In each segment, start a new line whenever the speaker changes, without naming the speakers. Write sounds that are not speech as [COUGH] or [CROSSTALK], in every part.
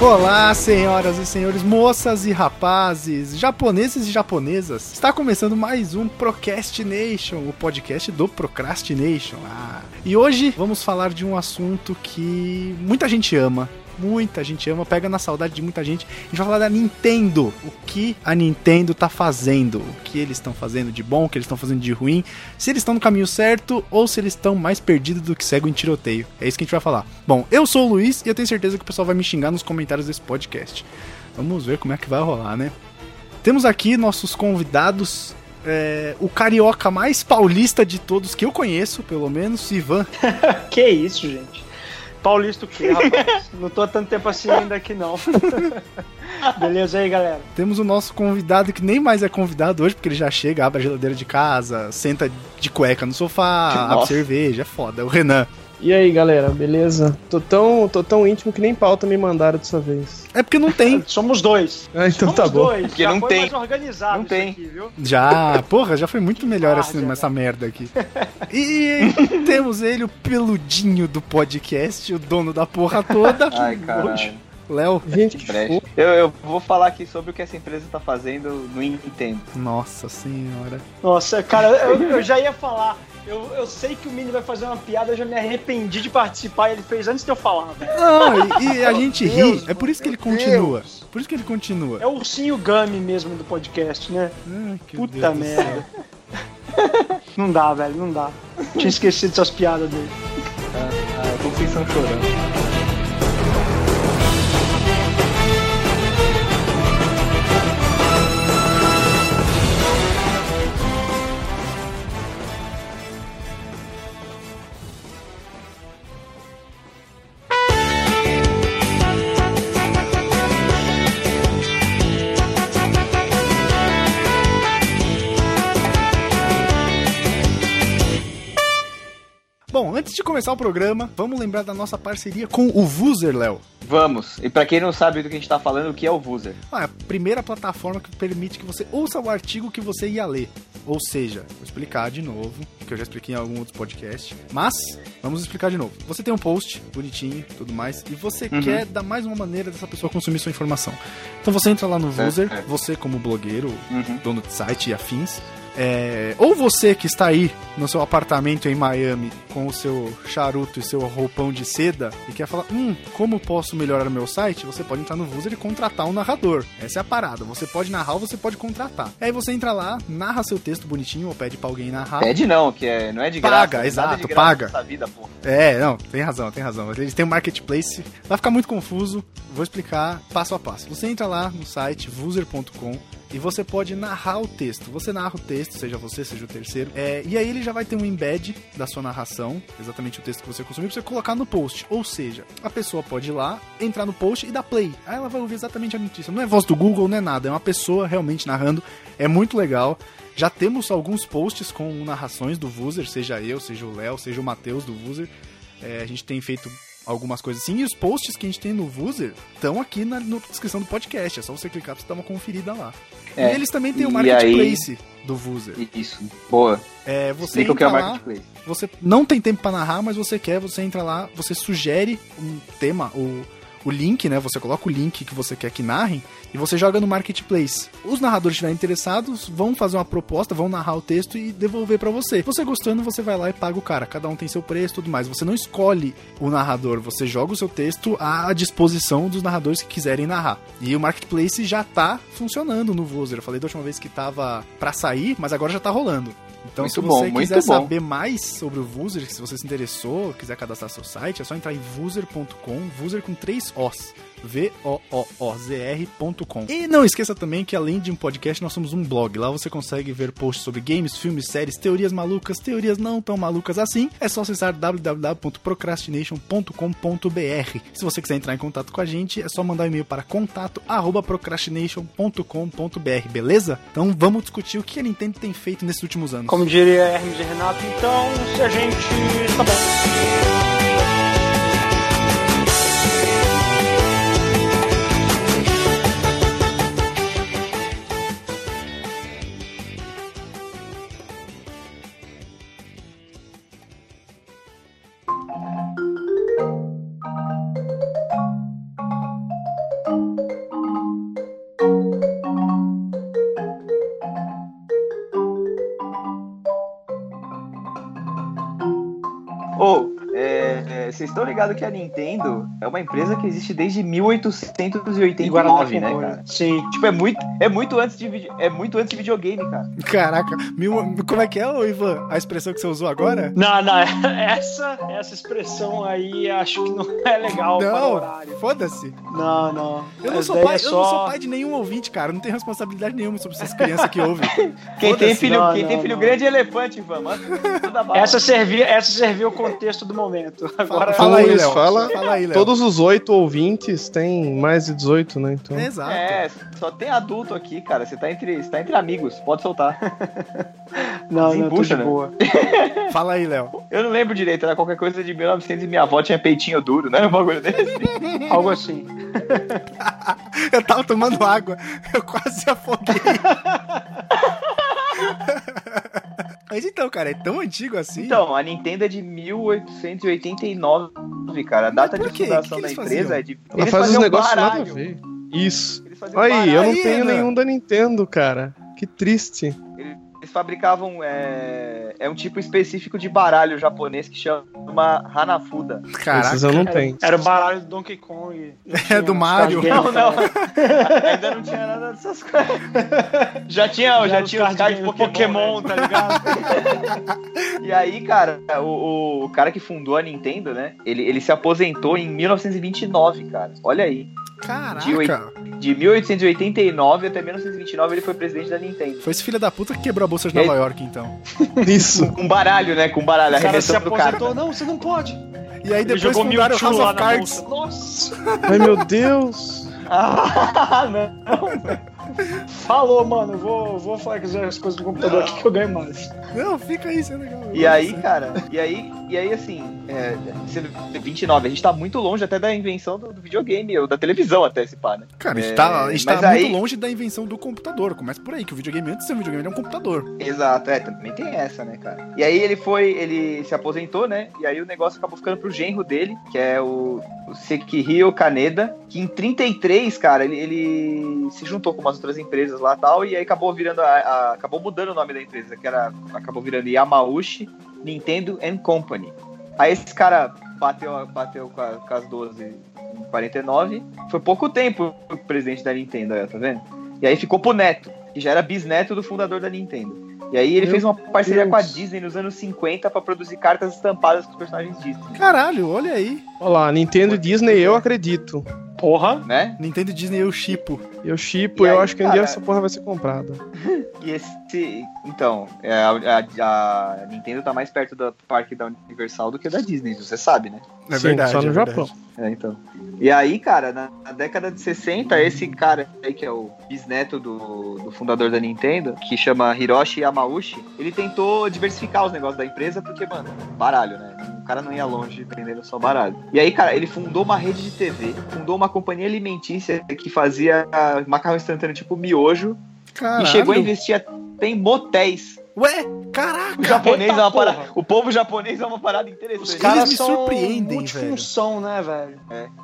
Olá, senhoras e senhores, moças e rapazes, japoneses e japonesas. Está começando mais um Procrastination, o podcast do Procrastination. Ah. E hoje vamos falar de um assunto que muita gente ama, muita gente ama, pega na saudade de muita gente. A gente vai falar da Nintendo, o que a Nintendo tá fazendo, o que eles estão fazendo de bom, o que eles estão fazendo de ruim, se eles estão no caminho certo ou se eles estão mais perdidos do que cego em tiroteio. É isso que a gente vai falar. Bom, eu sou o Luiz e eu tenho certeza que o pessoal vai me xingar nos comentários desse podcast. Vamos ver como é que vai rolar, né? Temos aqui nossos convidados. é, o carioca mais paulista de todos que eu conheço, pelo menos, Ivan.
Que isso, gente? Paulista o
[LAUGHS]
quê, rapaz? não tô há tanto tempo assim ainda aqui, não. [LAUGHS] Beleza aí, galera?
Temos o nosso convidado que nem mais é convidado hoje, porque ele já chega, abre a geladeira de casa, senta de cueca no sofá, abre
Nossa.
cerveja, é foda. O Renan.
E aí, galera, beleza? Tô tão, tô tão íntimo que nem pauta me mandaram dessa vez.
É porque não
[LAUGHS]
tem.
Somos dois.
Ah, então
Somos
tá bom.
dois.
Porque
Já
não
foi
tem.
mais organizado
Não
isso
tem.
aqui, viu?
Já, porra, já foi muito melhor
Várzea,
assim,
né?
essa merda aqui. E [LAUGHS] temos ele, o peludinho do podcast, o dono da porra
[LAUGHS]
toda.
Ai,
Hoje,
caralho,
Léo.
Gente,
que
que
brecha.
fofo.
Eu, eu vou falar aqui sobre o que essa empresa tá fazendo no Nintendo.
Nossa senhora.
Nossa, cara, eu, eu já ia falar. Eu, eu sei que o Mini vai fazer uma piada, eu já me arrependi de participar e ele fez antes de eu falar, velho.
Não, e, e a gente ri,
Deus,
é por isso que ele
meu
continua.
Deus.
Por isso que ele continua.
É o ursinho Gummy mesmo do podcast, né?
Ai, que
Puta
Deus do céu.
merda. Não dá, velho, não dá. Tinha esquecido essas piadas dele.
Ah, eu tô pensando chorando.
Bom, antes de começar o programa, vamos lembrar da nossa parceria com o Vuser, Léo.
Vamos. E pra quem não sabe do que a gente tá falando, o que é o Vuser?
Ah, é a primeira plataforma que permite que você ouça o artigo que você ia ler. Ou seja, vou explicar de novo, que eu já expliquei em algum outro podcast. Mas, vamos explicar de novo. Você tem um post bonitinho tudo mais, e você
Uhum.
quer dar mais uma maneira dessa pessoa consumir sua informação. Então você entra lá no
Certo, é.
Vuser,
certo.
você como blogueiro,
Uhum.
dono de site e afins. É, ou você que está aí no seu apartamento em Miami com o seu charuto e seu roupão de seda e quer falar, hum, como posso melhorar o meu site? Você pode entrar no Vuser e contratar um narrador. Essa é a parada. Você pode narrar ou você pode contratar. Aí você entra lá, narra seu texto bonitinho ou pede pra alguém narrar.
Pede não, que é, não é de graça.
Paga,
nada de
exato,
graça
paga.
nessa vida, pô.
É, não, tem razão, tem razão. Eles têm um marketplace. Vai ficar muito confuso. Vou explicar passo a passo. Você entra lá no site vuser.com e você pode narrar o texto. Você narra o texto, seja você, seja o terceiro. É, e aí ele já vai ter um embed da sua narração, exatamente o texto que você consumiu, pra você colocar no post. Ou seja, a pessoa pode ir lá, entrar no post e dar play. Aí ela vai ouvir exatamente a notícia. Não é voz do Google, não é nada. É uma pessoa realmente narrando. É muito legal. Já temos alguns posts com narrações do Vuser, seja eu, seja o Léo, seja o Matheus do Vuser. É, a gente tem feito algumas coisas assim. E os posts que a gente tem no Vuser estão aqui na, na descrição do podcast. É só você clicar pra você dar uma conferida lá.
É,
e eles também têm o
e
marketplace do Vuser.
Isso. Boa.
É, você
Explica o que é
entra
o
lá,
Marketplace.
você não tem tempo pra narrar, mas você quer, você entra lá, você sugere um tema, o, o link, né? Você coloca o link que você quer que narrem e você joga no marketplace. Os narradores que estiverem interessados vão fazer uma proposta, vão narrar o texto e devolver pra você. Você gostando, você vai lá e paga o cara. Cada um tem seu preço, tudo mais. Você não escolhe o narrador, você joga o seu texto à disposição dos narradores que quiserem narrar. E o marketplace já tá funcionando no Vuser. Eu falei da última vez que tava pra sair, mas agora já tá rolando. Então,
Muito
se
bom,
você
muito
quiser
bom.
saber mais sobre o Vuser, se você se interessou, quiser cadastrar seu site, é só entrar em vuser.com, Vuser com três Os. V-O-O-O-Z-R.com. E não esqueça também que, além de um podcast, nós somos um blog. Lá você consegue ver posts sobre games, filmes, séries, teorias malucas, teorias não tão malucas assim. É só acessar www.procrastination.com.br. Se você quiser entrar em contato com a gente, é só mandar um e-mail para contato.procrastination.com.br, beleza? Então vamos discutir o que a Nintendo tem feito nesses últimos anos.
Como diria Hermes e Renato, então se a gente. Tá bom.
Ou, é, é, vocês estão ligados que a Nintendo é uma empresa que existe desde 1889, né, cara?
Sim.
Tipo, é muito, é muito antes de vide- é muito antes de videogame, cara.
Caraca, mil- como é que é, ô Ivan? A expressão que você usou agora?
Não, não, [LAUGHS] essa, essa expressão aí acho que não é legal para o horário.
Não, foda-se.
Não, não.
Eu não,
Essa
sou
daí
pai,
é
eu não
só-
sou pai de nenhum ouvinte, cara. Eu Não tenho responsabilidade nenhuma sobre essas crianças que ouvem.
Quem tem
Foda-se.
filho,
Não,
quem tem
não,
filho
não.
grande é elefante, Ivan. Manda, manda bala.
Essa servia, essa serviu o contexto do momento. Agora
Fala aí,
Luiz,
Léo.
fala-
Fala aí, Léo.
Todos os oito ouvintes têm mais de 18, né? Então.
Exato.
É, só tem adulto aqui, cara. Você tá entre, você tá entre amigos, pode soltar. [LAUGHS]
não, não, tô
desembucha,
de
né?
boa.
Fala aí, Léo.
[LAUGHS] Eu não lembro direito, era qualquer coisa de 1900 e minha avó tinha peitinho duro, né? [LAUGHS] Um bagulho desse.
Algo assim.
Eu tava tomando água. Eu quase afoguei. [LAUGHS] Mas então, cara, é tão antigo assim?
Então, a Nintendo é de 1889, cara. A data
por
de
quê?
fundação
Que que
da
eles
empresa
faziam?
é de.
Ela
Eles
faz uns
faziam
negócios nada a
baralho. Um
ver. Isso.
Eles faziam
Aí, eu não
Aí,
tenho
Ana.
nenhum da Nintendo, cara. Que triste.
Eles fabricavam. É, é um tipo específico de baralho japonês que chama Hanafuda.
Caraca.
Esses eu não tenho.
Era o baralho do Donkey Kong. Já tinha
É do
uns
Mario.
card
Não,
game,
não.
cara.
Ainda não tinha nada dessas coisas. [LAUGHS] Já tinha, já,
Já
tinha os caras de Pokémon. né?
tá ligado?
E aí, cara, o, o cara que fundou a Nintendo, né? Ele, ele se aposentou em 1929, cara. Olha aí.
Caraca.
De 1889 até 1929 ele foi presidente da Nintendo.
Foi esse filho da puta que quebrou a bolsa de Nova York, então.
[LAUGHS]
Isso.
Com baralho, né? Com baralho.
O
A
cara se
arremesso do cara.
aposentou. Não, você não pode.
E aí
Ele
depois fundaram o House
Mewtwo lá
of
na
Cards.
bolsa. Nossa.
Ai, meu Deus.
[LAUGHS]
Ah, não.
Falou, mano. eu Vou, vou falar que as coisas do computador aqui que eu ganho mais.
Não, fica aí, isso é legal.
E aí, cara, e aí, e aí assim, é, você vê, 29, a gente tá muito longe até da invenção do, do videogame, ou da televisão até esse pá, né?
Cara, a gente
É,
tá, a gente tá
mas
muito
aí-
longe da invenção do computador. Começa por aí, que o videogame antes de ser um videogame era um computador.
Exato, é, também tem essa, né, cara? E aí ele foi, ele se aposentou, né? E aí o negócio acabou ficando pro genro dele, que é o, o Sekihiro Kaneda, que em 33, cara, ele, ele se juntou com umas outras empresas lá e tal, e aí acabou virando, a, a- acabou mudando o nome da empresa, que era, acabou virando Yamauchi Nintendo and Company. Aí esse cara bateu, bateu com, a- com as 12 em 49, foi pouco tempo o presidente da Nintendo, aí, ó, tá vendo? E aí ficou pro neto, que já era bisneto do fundador da Nintendo. E aí ele
Meu
fez uma parceria
Deus.
com a Disney nos anos 50 pra produzir cartas estampadas com os personagens Disney,
Caralho, olha aí.
Olha lá, Nintendo e Disney, eu acredito.
Porra.
né?
Nintendo e Disney eu chipo.
Eu chipo,
E
eu
aí,
acho que um dia
cara?
essa porra vai ser comprada.
E esse, então, é, a, a- a Nintendo tá mais perto do parque da Universal do que da Disney, você sabe, né?
É
Sim,
verdade.
só no
é verdade.
Japão.
É, então. E aí, cara, na, na década de 60, esse cara aí que é o bisneto do, do fundador da Nintendo, que chama Hiroshi Yamauchi, ele tentou diversificar os negócios da empresa porque, mano, baralho, né? O cara não ia longe vendendo só baralho. E aí, cara, ele fundou uma rede de TV, fundou uma companhia alimentícia que fazia ah, macarrão instantâneo tipo miojo
Caralho.
e chegou a investir até em motéis.
Ué, caraca.
O japonês
Eita
é uma parada,
porra.
o povo japonês é uma parada interessante.
Os
Eles
caras
me
são
surpreendem,
multifunção, né, velho?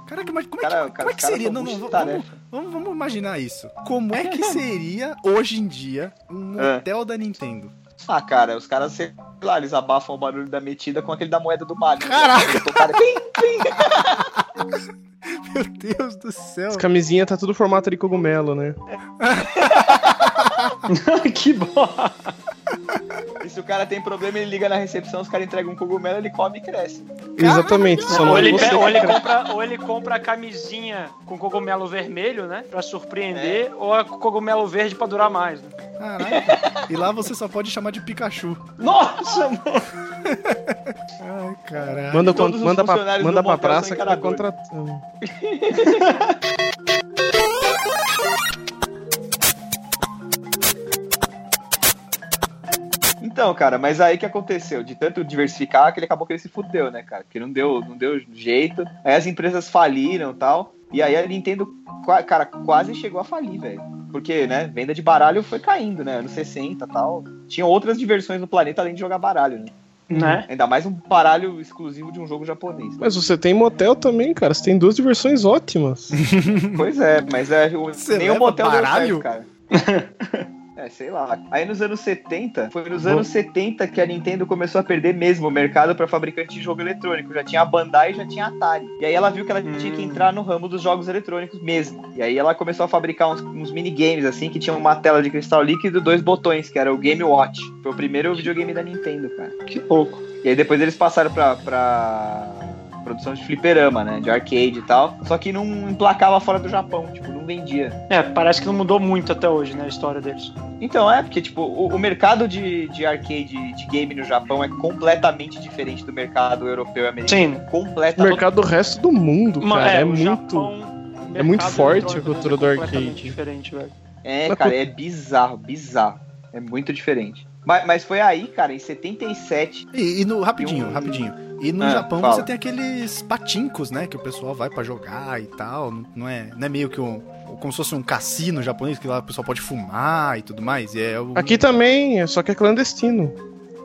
Caraca, mas como é que,
Cara,
como é que
cara, né?
seria?
são
Não, não,
muito
vamos,
tarefa.
vamos- vamos imaginar isso. Como é que seria, hoje em dia, um
É.
hotel da Nintendo? [LAUGHS]
Ah, cara, os caras, sei lá, eles abafam o barulho da metida com aquele da moeda do Mario.
Caraca!
Eu tô, cara,
Meu Deus do céu.
As camisinhas tá tudo formato de cogumelo, né?
[LAUGHS] que bom.
e se o cara tem problema, ele liga na recepção, os caras entregam um cogumelo, ele come e cresce.
Exatamente. Só não
Ou
é
ele,
você
pe-
que
ou ele
cresce.
compra, ou ele compra a camisinha com cogumelo vermelho, né? Pra surpreender, ou a cogumelo verde pra durar mais. Né?
Caraca. E lá você só pode chamar de Pikachu.
Nossa, mano.
Ai, caraca.
Manda,
Todos
con-
os
manda, pra,
funcionários
manda
do
pra
motel são
praça que tá
encaradores.
contratando.
Então, cara, mas aí que aconteceu? De tanto diversificar, que ele acabou que ele se fudeu, né, cara? Que não deu, não deu jeito. Aí as empresas faliram e tal. E aí a Nintendo, qua- cara, quase chegou a falir, velho. Porque, né, venda de baralho foi caindo, né? Anos 60 e tal. Tinha outras diversões no planeta além de jogar baralho, né?
Né?
Ainda mais um baralho exclusivo de um jogo japonês.
Mas você tem motel também, cara. Você tem duas diversões ótimas.
[LAUGHS] Pois é, mas é, o,
Você
nenhum
leva
motel
[LAUGHS]
deu
baralho?
certo, cara. É, sei lá. Aí nos anos 70, foi nos anos 70 que a Nintendo começou a perder mesmo o mercado pra fabricante de jogo eletrônico. Já tinha a Bandai e já tinha a Atari. E aí ela viu que ela
Hum.
tinha que entrar no ramo dos jogos eletrônicos mesmo. E aí ela começou a fabricar uns, uns minigames, assim, que tinha uma tela de cristal líquido e dois botões, que era o Game Watch. Foi o primeiro videogame da Nintendo, cara.
Que louco.
E aí depois eles passaram pra, pra produção de fliperama, né? De arcade e tal. Só que não emplacava fora do Japão, tipo, não vendia.
É, parece que não mudou muito até hoje, né, a história deles.
Então, é, porque, tipo, o, o mercado de, de arcade, de game no Japão é completamente diferente do mercado europeu e
Sim,
americano.
O
Completamente.
mercado do resto do mundo,
Ma-
cara, é,
o
muito.
Japão, o
é muito
mercado
forte
eletrônico
a cultura
deles é
do
completamente
arcade.
diferente, velho.
É, cara, é bizarro, bizarro. É muito diferente. Mas, mas foi aí, cara, em 77.
E, e no, rapidinho,
E um-
rapidinho. E no
Ah,
Japão
fala.
você tem aqueles patincos, né? Que o pessoal vai pra jogar e tal. Não não é, não é meio que um. Como se fosse um cassino japonês, que lá o pessoal pode fumar e tudo mais. E é o...
Aqui também, é só que é clandestino.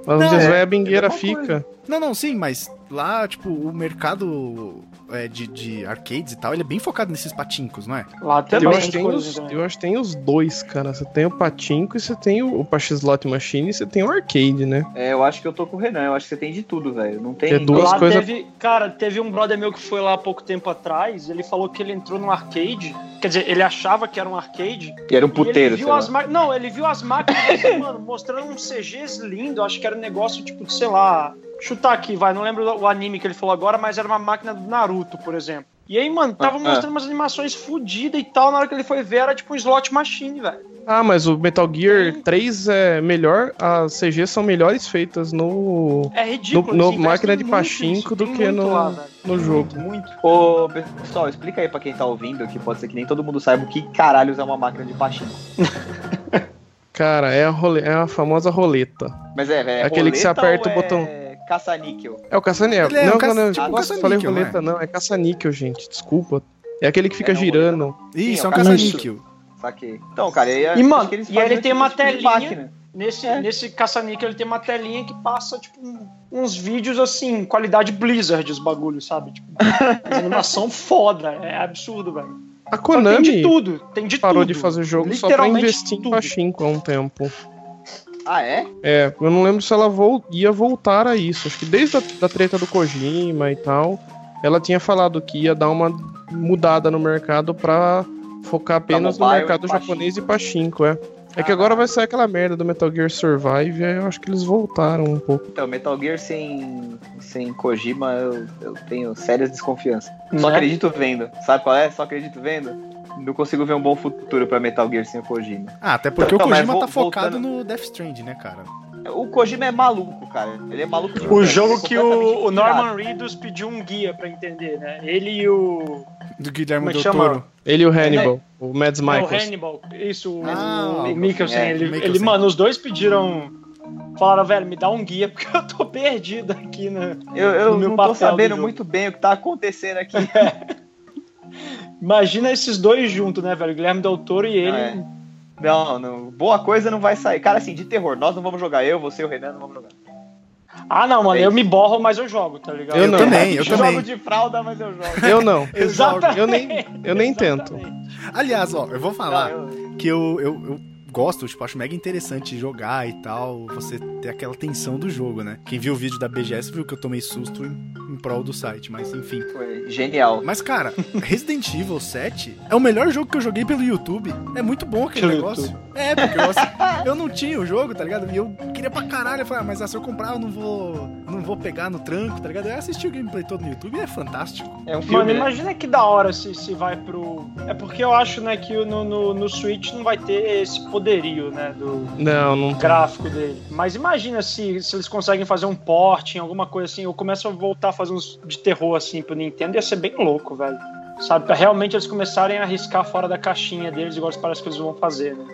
Mas
Não,
onde as
é,
velhas bingueiras
mesma coisa.
fica.
Não, não, sim, mas lá, tipo, o mercado é, de, de arcades e tal, ele é bem focado nesses patincos, não é?
Lá até
Eu
Também
acho, que tem
coisas,
os,
né?
eu acho que tem os dois, cara. Você tem o Patinco e você tem o, o Pachi Slot Machine e você tem o arcade, né?
É, eu acho que eu tô com o Renan, eu acho que você tem de tudo, velho. Não tem.
É duas
lá
coisas-
teve, cara, teve um brother meu que foi lá há pouco tempo atrás, ele falou que ele entrou num arcade, quer dizer, ele achava que era um arcade,
E era um
e ele
puteiro, sei
viu
lá.
as ma... Não, ele viu as máquinas, assim, mano, mostrando uns CGs lindo, acho que era um negócio tipo, de, sei lá, chutar aqui, vai, não lembro o anime que ele falou agora, mas era uma máquina do Naruto, por exemplo. E aí, mano, tava
Ah,
mostrando umas animações fodidas e tal, na hora que ele foi ver era tipo um slot machine, velho.
Ah, mas o Metal Gear 3 é melhor, as CGs são melhores feitas no,
É ridículo.
No- no
eles investem
máquina de
muito
pachinko
nisso,
do
tem
que
muito
no-
lá, velho.
no jogo.
Muito.
Ô, pessoal, explica aí pra quem tá ouvindo, que pode ser que nem todo mundo saiba o que caralho é uma máquina de pachinko.
Cara, é a, role- é a famosa roleta.
Mas é, é.
É aquele que você
roleta
aperta
ou
o botão.
É caça-níquel.
É o caça-níquel.
Ele é
não,
um caça-
não,
tipo
eu
um
falei
caça-níquel,
roleta, não. É caça-níquel, gente. Desculpa. É aquele que fica
É, não,
girando.
Isso, é
Sim,
um
é um caça-
caça-níquel.
Saquei. Então, cara, aí
E, mano, e
fazem
ele tem
aquele
uma
tipo de
telinha.
máquina.
Nesse,
É.
nesse caça-níquel ele tem uma telinha que passa, tipo, um- uns vídeos assim, qualidade Blizzard, os bagulhos, sabe? Tipo, uma animação foda, é absurdo, velho.
A
Só que Tem de
Konami
tudo, tem de
parou
tudo.
de fazer jogo só pra
Literalmente
investir em
tudo.
pachinko há um tempo.
Ah, é?
É, eu não lembro se ela vol- ia voltar a isso. Acho que desde a da treta do Kojima e tal, ela tinha falado que ia dar uma mudada no mercado pra focar apenas no
mobile e
mercado
pachinko.
japonês e pachinko, é. É
Ah.
que agora vai sair aquela merda do Metal Gear Survive, aí eu acho que eles voltaram um pouco.
Então, Metal Gear sem, sem Kojima, eu, eu tenho sérias desconfianças. Só
Né?
acredito vendo. Sabe qual é? Só acredito vendo. Não consigo ver um bom futuro pra Metal Gear sem o Kojima.
Ah, até porque
Então,
o
mas
Kojima
vo-
tá focado
voltando-
no Death Stranding, né, cara?
O Kojima é maluco, cara. Ele é maluco de
O
verdade,
jogo
ele é
que o, o
completamente pirado.
Norman Reedus pediu um guia pra entender, né? Ele e o,
Do
Como
Guilherme
é
Del
que chama?
Toro.
Ele e o Hannibal, o Mads
não, É, né? o
Michaels.
Hannibal, isso, o-
Ah,
o
o
Mikkelsen.
é,
ele,
o
ele,
Mikkelsen.
mano, os dois pediram. Falaram, velho, me dá um guia, [LAUGHS] porque eu tô perdido aqui, né?
Eu, eu
no meu
não
papel do
tô sabendo
jogo.
muito bem o que tá acontecendo aqui. [LAUGHS]
Imagina esses dois juntos, né, velho? Guilherme Del Toro e ele.
É. Não, não, boa coisa não vai sair. Cara, assim, de terror, nós não vamos jogar. Eu, você e o Renan não vamos jogar.
Ah, não, mano,
É
eu me borro, mas eu jogo, tá ligado?
Eu não.
também, eu
jogo
também.
de fralda, mas eu jogo.
[LAUGHS]
Eu não,
Exatamente.
eu nem, eu nem tento.
Exatamente.
Aliás, ó, eu vou falar
Não, eu-
que eu, eu, eu gosto, tipo, acho mega interessante jogar e tal, você ter aquela tensão do jogo, né? Quem viu o vídeo da BGS viu que eu tomei susto em, em prol do site, mas enfim.
Foi genial.
Mas, cara, Resident Evil 7 é o melhor jogo que eu joguei pelo YouTube. É muito bom aquele
Pelo
negócio. É, porque eu, assim, eu não tinha o jogo, tá ligado? E eu queria pra caralho. Eu falei, ah, mas ah, se eu comprar, eu não vou, não vou pegar no tranco, tá ligado? Eu assisti o gameplay todo no YouTube e é fantástico.
É um filme,
Mano,
né?
imagina que da hora se, se vai pro. É porque eu acho, né, que no, no, no Switch não vai ter esse poderio, né, do
Não, não.
gráfico dele. Mas imagina se, se eles conseguem fazer um port em alguma coisa assim, ou começam a voltar a fazer uns de terror assim pro Nintendo, ia ser bem louco, velho. Sabe, pra realmente eles começarem a arriscar fora da caixinha deles, igual parece que eles vão fazer, né?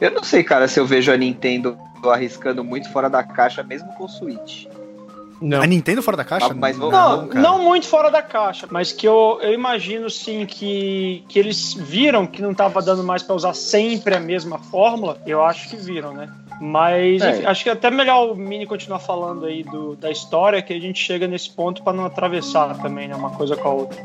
Eu não sei, cara, se eu vejo a Nintendo arriscando muito fora da caixa, mesmo com o Switch.
Não.
A Nintendo fora da caixa?
Ah, mas vamos-
Não,
cara.
não muito fora da caixa, mas que eu, eu imagino sim que, que eles viram que não tava dando mais pra usar sempre a mesma fórmula. Eu acho que viram, né? Mas
É.
enfim, acho que é até melhor o Mini continuar falando aí do, da história, que a gente chega nesse ponto pra não atravessar também, né? Uma coisa com a outra.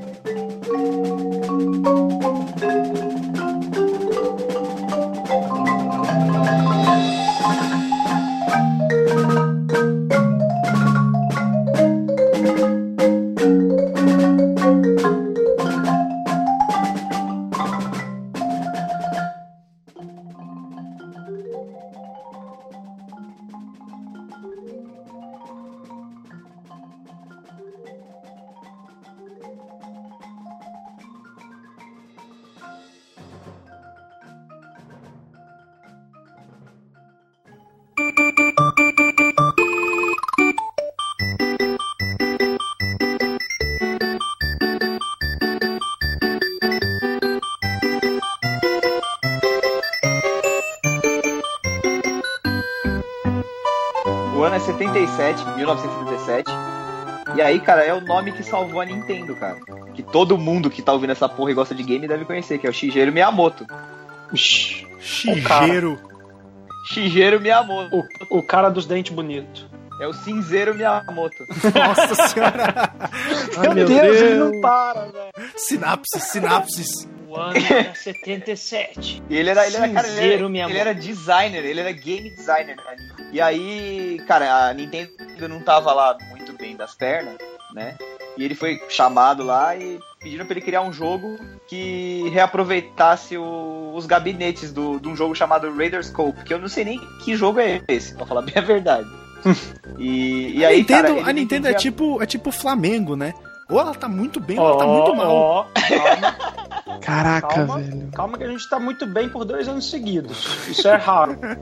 O ano é 77, 1977. E aí, cara, é o nome que salvou a Nintendo, cara. Que todo mundo que tá ouvindo essa porra e gosta de game deve conhecer, que é o Shigeru Miyamoto.
Ixi,
Shigeru.
Shigeru Miyamoto.
O, o cara dos dentes bonitos.
É o cinzeiro Miyamoto.
Nossa senhora.
Ai, meu Deus,
ele não para, velho.
Sinapses, sinapses.
O ano é 77.
E ele era, ele era, cara, ele era-
Cinzeiro
ele era,
Miyamoto.
designer, ele era game designer. cara. E aí, cara, a Nintendo não tava lá muito bem das pernas, né? E ele foi chamado lá e pediram pra ele criar um jogo que reaproveitasse o- os gabinetes do, de um jogo chamado Raiders Scope, que eu não sei nem que jogo é esse, pra falar [LAUGHS] bem a verdade. E, e aí,
Nintendo,
cara, ele
a
não
Nintendo é
entendia-
tipo, é tipo Flamengo, né? Ou ela tá muito bem, ou ela tá muito mal.
ó, calma,
Caraca,
Calma.
velho.
calma que a gente tá muito bem por dois anos seguidos. Isso é raro.
Quer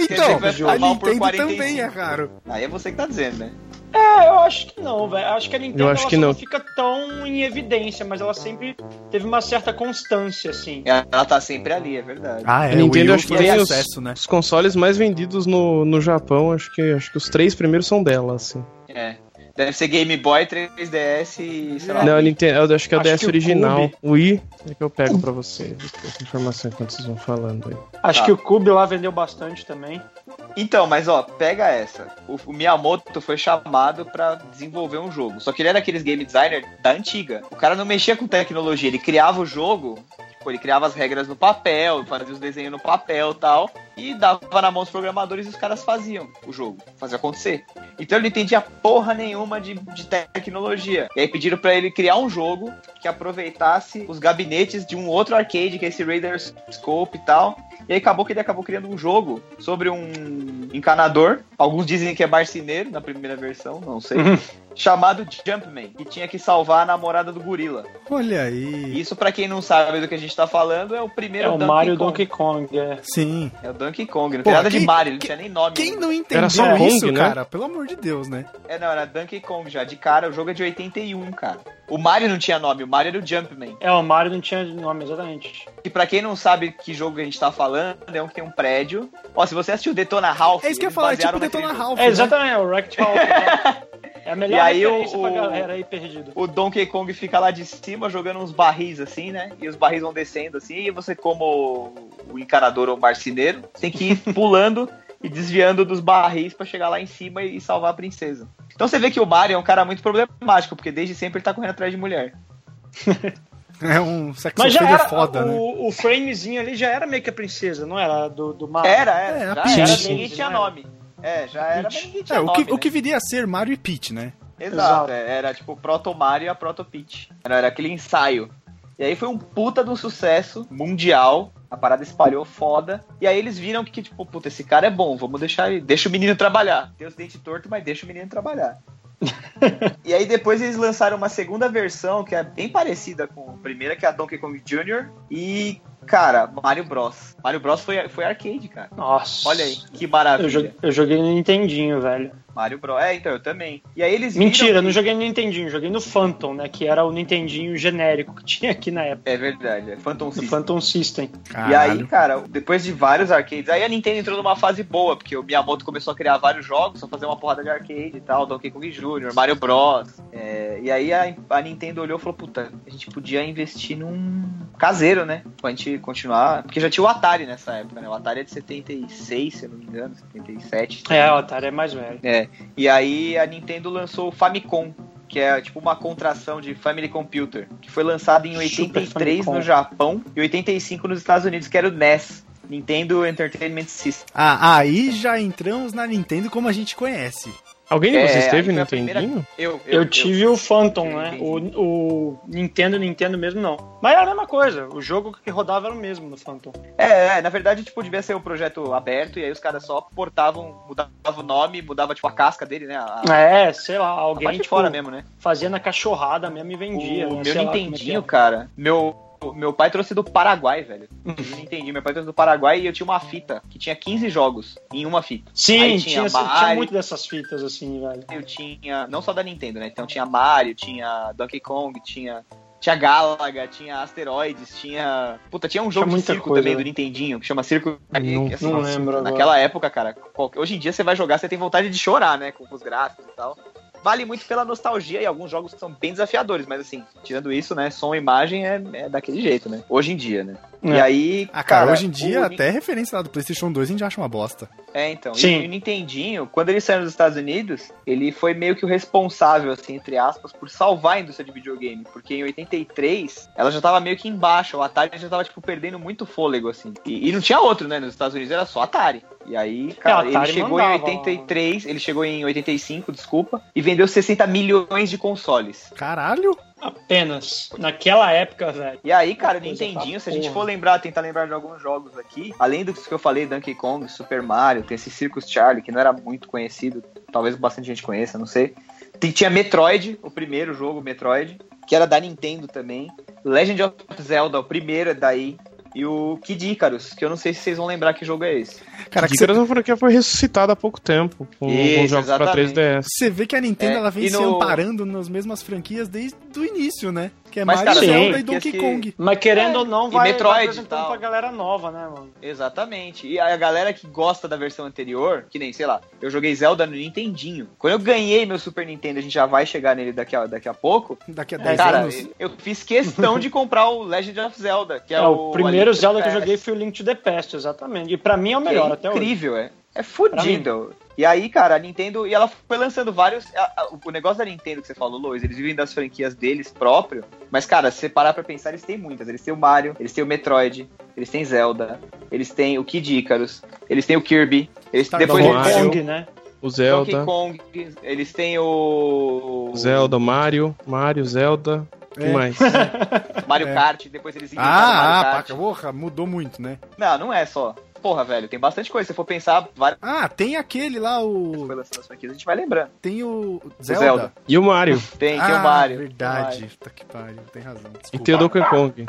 Então,
dizer que vai ficar
a
Oh, mal por
Nintendo
45.
também é raro.
Aí é você que tá dizendo, né?
É, eu acho que não, velho. Acho que a Nintendo
Eu acho
ela
que
só
não.
fica tão em evidência, mas ela sempre teve uma certa constância, assim.
Ela ela tá sempre ali, é verdade.
Ah,
A Nintendo acho que
foi
tem os-
sucesso, né?
Os consoles mais vendidos no, no Japão, acho que, acho que os três primeiros são dela, assim.
É. Deve ser Game Boy, 3DS e sei lá.
Não, a Nintendo, eu acho que é o
Acho
DS
que o
original.
Cube-
O Wii é que eu pego pra vocês. Essa informação enquanto vocês vão falando aí.
Acho
Tá.
que o Cube lá vendeu bastante também.
Então, mas ó, pega essa. O, o Miyamoto foi chamado pra desenvolver um jogo. Só que ele era aqueles game designer da antiga. O cara não mexia com tecnologia, ele criava o jogo. Tipo, ele criava as regras no papel, fazia os desenhos no papel e tal. E dava na mão dos programadores e os caras faziam o jogo, fazia acontecer. Então ele não entendia porra nenhuma de, de tecnologia. E aí pediram pra ele criar um jogo que aproveitasse os gabinetes de um outro arcade, que é esse Raiders Scope e tal. E aí acabou que ele acabou criando um jogo sobre um encanador. Alguns dizem que é marceneiro na primeira versão, não sei.
Uhum.
chamado Jumpman, que tinha que salvar a namorada do gorila.
Olha aí.
Isso pra quem não sabe do que a gente tá falando é o
É
primeiro
o
Donkey
Mario
Kong.
Donkey Kong, é.
Sim.
É o Donkey Kong, não
Pô,
tem nada
quem-
de Mario, ele
quem-
não tinha nem nome.
Quem não
Era só
entendeu
Kong,
isso,
né?
cara? Pelo amor de Deus, né?
É, não, era Donkey Kong já, de cara, o jogo é de 81, cara. O Mario não tinha nome, o Mario era o Jumpman.
É, o Mario não tinha nome, exatamente.
E pra quem não sabe que jogo que a gente tá falando, é um que tem um prédio. Ó, se você assistiu Detona Ralph...
É isso que eu ia
eles
falar, é tipo
basearam naquele
Detona
jogo.
Ralph.
É,
né?
exatamente, é o Rectal. [LAUGHS] É a melhor
E aí
referência
o-
pra
o-
galera aí perdida.
o Donkey Kong fica lá de cima jogando uns barris assim, né? E os barris vão descendo assim, e você, como o encanador ou marceneiro, tem que ir pulando e desviando dos barris pra chegar lá em cima e salvar a princesa. Então você vê que o Mario é um cara muito problemático, porque desde sempre ele tá correndo atrás de mulher.
É um
Mas já era,
sexo foda, né?
o, o framezinho ali já era meio que a princesa, não era? Do, do Mario.
Era,
É, a
era.
Peach.
já era,
Sim,
ninguém
sim.
tinha nome. É, já era, mas ninguém tinha
É, o que,
nome,
né?
o que viria a ser Mario e Peach, né?
né?
Exato.
Exato, é, era tipo o Proto Mario e a Proto Peach. Era, era aquele ensaio. E aí foi um puta de um sucesso mundial. A parada espalhou foda. E aí eles viram que, tipo, puta, esse cara é bom, vamos deixar ele. Deixa o menino trabalhar. Tem os dentes tortos, mas deixa o
[LAUGHS]
menino trabalhar. e aí depois eles lançaram uma segunda versão que é bem parecida com a primeira, que é a Donkey Kong Jr. E, cara, Mario Bros. Mario Bros foi, foi arcade, cara.
Nossa.
Olha aí, que
Eu,
maravilha.
jo- eu joguei no Nintendinho, velho.
Mario Bros. É, então, eu também. E aí eles viram
Mentira, eu
que-
não joguei no Nintendinho, joguei no Phantom, né? Que era o Nintendinho genérico que [LAUGHS] tinha aqui na época.
É verdade, é Phantom
Do
System.
Phantom System.
E aí, cara, depois de vários arcades, aí a Nintendo entrou numa fase boa, porque o Miyamoto começou a criar vários jogos, só fazer uma porrada de arcade e tal, Donkey Kong Jr., Mario Bros. É, e aí a, a Nintendo olhou e falou, puta, a gente podia investir num caseiro, né? Pra gente continuar, porque já tinha o Atari nessa época, né? O Atari é de 76, se eu não me engano, 77.
É, o Atari é mais velho.
É, e aí a Nintendo lançou o Famicom, que é tipo uma contração de Family Computer, que foi lançado em
Super
83
Famicom.
no Japão e 85 nos Estados Unidos, que era o NES, Nintendo Entertainment System.
Ah, aí já entramos na Nintendo como a gente conhece.
Alguém de
É,
vocês
aí
teve
foi a
Nintendinho?
Eu,
Eu, tive o Phantom,
eu
né?
entendi.
O, o Nintendo, Nintendo mesmo não. Mas era a mesma coisa, o jogo que rodava era o mesmo no Phantom.
É, é, na verdade, tipo, devia ser um projeto aberto e aí os caras só portavam, mudavam o nome, mudava tipo a casca dele, né? A, a
É, sei lá, alguém
parte de
tipo,
fora mesmo, né?
fazia na cachorrada mesmo e vendia.
O
né?
meu
Sei lá como é que
Nintendinho,
era.
cara, meu, meu pai trouxe do
[LAUGHS]
Paraguai, velho. Eu não entendi, meu pai trouxe do Paraguai e eu tinha uma fita que tinha 15 jogos em uma fita.
Sim,
Aí
tinha,
tinha
tinha
Mario.
muito dessas fitas assim, velho.
Eu tinha, não só da Nintendo, né? Então tinha Mario, tinha Donkey Kong, tinha Tinha Galaga, tinha Asteroides, tinha. Puta, tinha um
Tinha
jogo de
muita
circo
coisa,
também
né?
do Nintendinho, que chama Circo.
Não-
que,
não lembro agora.
assim, Naquela época, cara. qual- Hoje em dia você vai jogar, você tem vontade de chorar, né? Com os gráficos e tal. Vale muito pela nostalgia e alguns jogos são bem desafiadores, mas assim, tirando isso, né? Som e imagem é, é daquele jeito, né? Hoje em dia, né?
É.
E aí.
Ah, cara, hoje em
o
dia,
Nin-
até referência lá do PlayStation 2 a gente acha uma bosta.
é, então. e-
Sim.
E o Nintendinho, quando ele saiu dos Estados Unidos, ele foi meio que o responsável, assim, entre aspas, por salvar a indústria de videogame. Porque em 83, ela já tava meio que embaixo. O Atari já tava, tipo, perdendo muito fôlego, assim. E, e não tinha outro, né? Nos Estados Unidos era só Atari. E aí, cara,
É, o Atari
ele chegou
mandava, né?
em 83, ele chegou em 85, desculpa, e vendeu 60 milhões de consoles.
Caralho!
Apenas. Naquela época, velho.
E aí, cara,
Coisa pra
Nintendinho, se a gente
porra.
for lembrar, tentar lembrar de alguns jogos aqui, além dos que eu falei, Donkey Kong, Super Mario, tem esse Circus Charlie, que não era muito conhecido, talvez bastante gente conheça, não sei. Tem- Tinha Metroid, o primeiro jogo, Metroid, que era da Nintendo também. Legend of Zelda, o primeiro é daí. E o Kid Icarus, que eu não sei se vocês vão lembrar que jogo é esse.
Cara, que
Dick
você
era uma franquia que foi ressuscitada há pouco tempo, com
Isso,
alguns jogos pra
exatamente.
3DS.
Você vê que a Nintendo
É,
ela vem
e
se
no-
amparando nas mesmas franquias desde o início, né? Que é
Mas,
Mario,
cara,
Zelda
sim,
e Donkey
que-
Kong.
Mas querendo ou não,
É, E
vai,
Metroid
vai
e
apresentando
tal.
pra galera nova, né, mano?
Exatamente. E a galera que gosta da versão anterior, que nem, sei lá, eu joguei Zelda no Nintendinho. Quando eu ganhei meu Super Nintendo, a gente já vai chegar nele daqui a, daqui a pouco.
Daqui a
É,
10
cara,
anos.
eu fiz questão de comprar o Legend of Zelda, que
É,
é,
o primeiro
Link to
Zelda
the
que eu
Past,
joguei foi o Link to the Past, exatamente. E pra mim é o
que
melhor
é
até hoje.
incrível, é. É fudido. E aí, cara, a Nintendo. E ela foi lançando vários. a- a- o negócio da Nintendo que você falou, Lois, eles vivem das franquias deles próprio. Mas, cara, se você parar pra pensar, eles têm muitas. Eles têm o Mario, eles têm o Metroid, eles têm Zelda, eles têm o Kid Icarus, eles têm o Kirby, eles
Tá,
depois
Donkey
eles têm o
Kong, né?
O
Donkey
Zelda,
Kong, eles têm o.
Zelda, Mario, Mario, Zelda, o que
É.
mais?
Mario
É.
Kart, depois eles inventaram o
Ah,
Mario
ah,
Kart.
paca, porra, mudou muito, né?
Não, não é só. Porra, velho, tem bastante coisa. Se eu for pensar, várias
Ah, tem aquele lá, o.
coisas das franquias, a gente vai lembrando.
Tem o. Zelda.
Zelda.
E o Mario,
Tem,
ah,
tem o Mario.
Verdade. Tá que pariu, tem razão.
e
desculpa.
tem o Donkey Kong.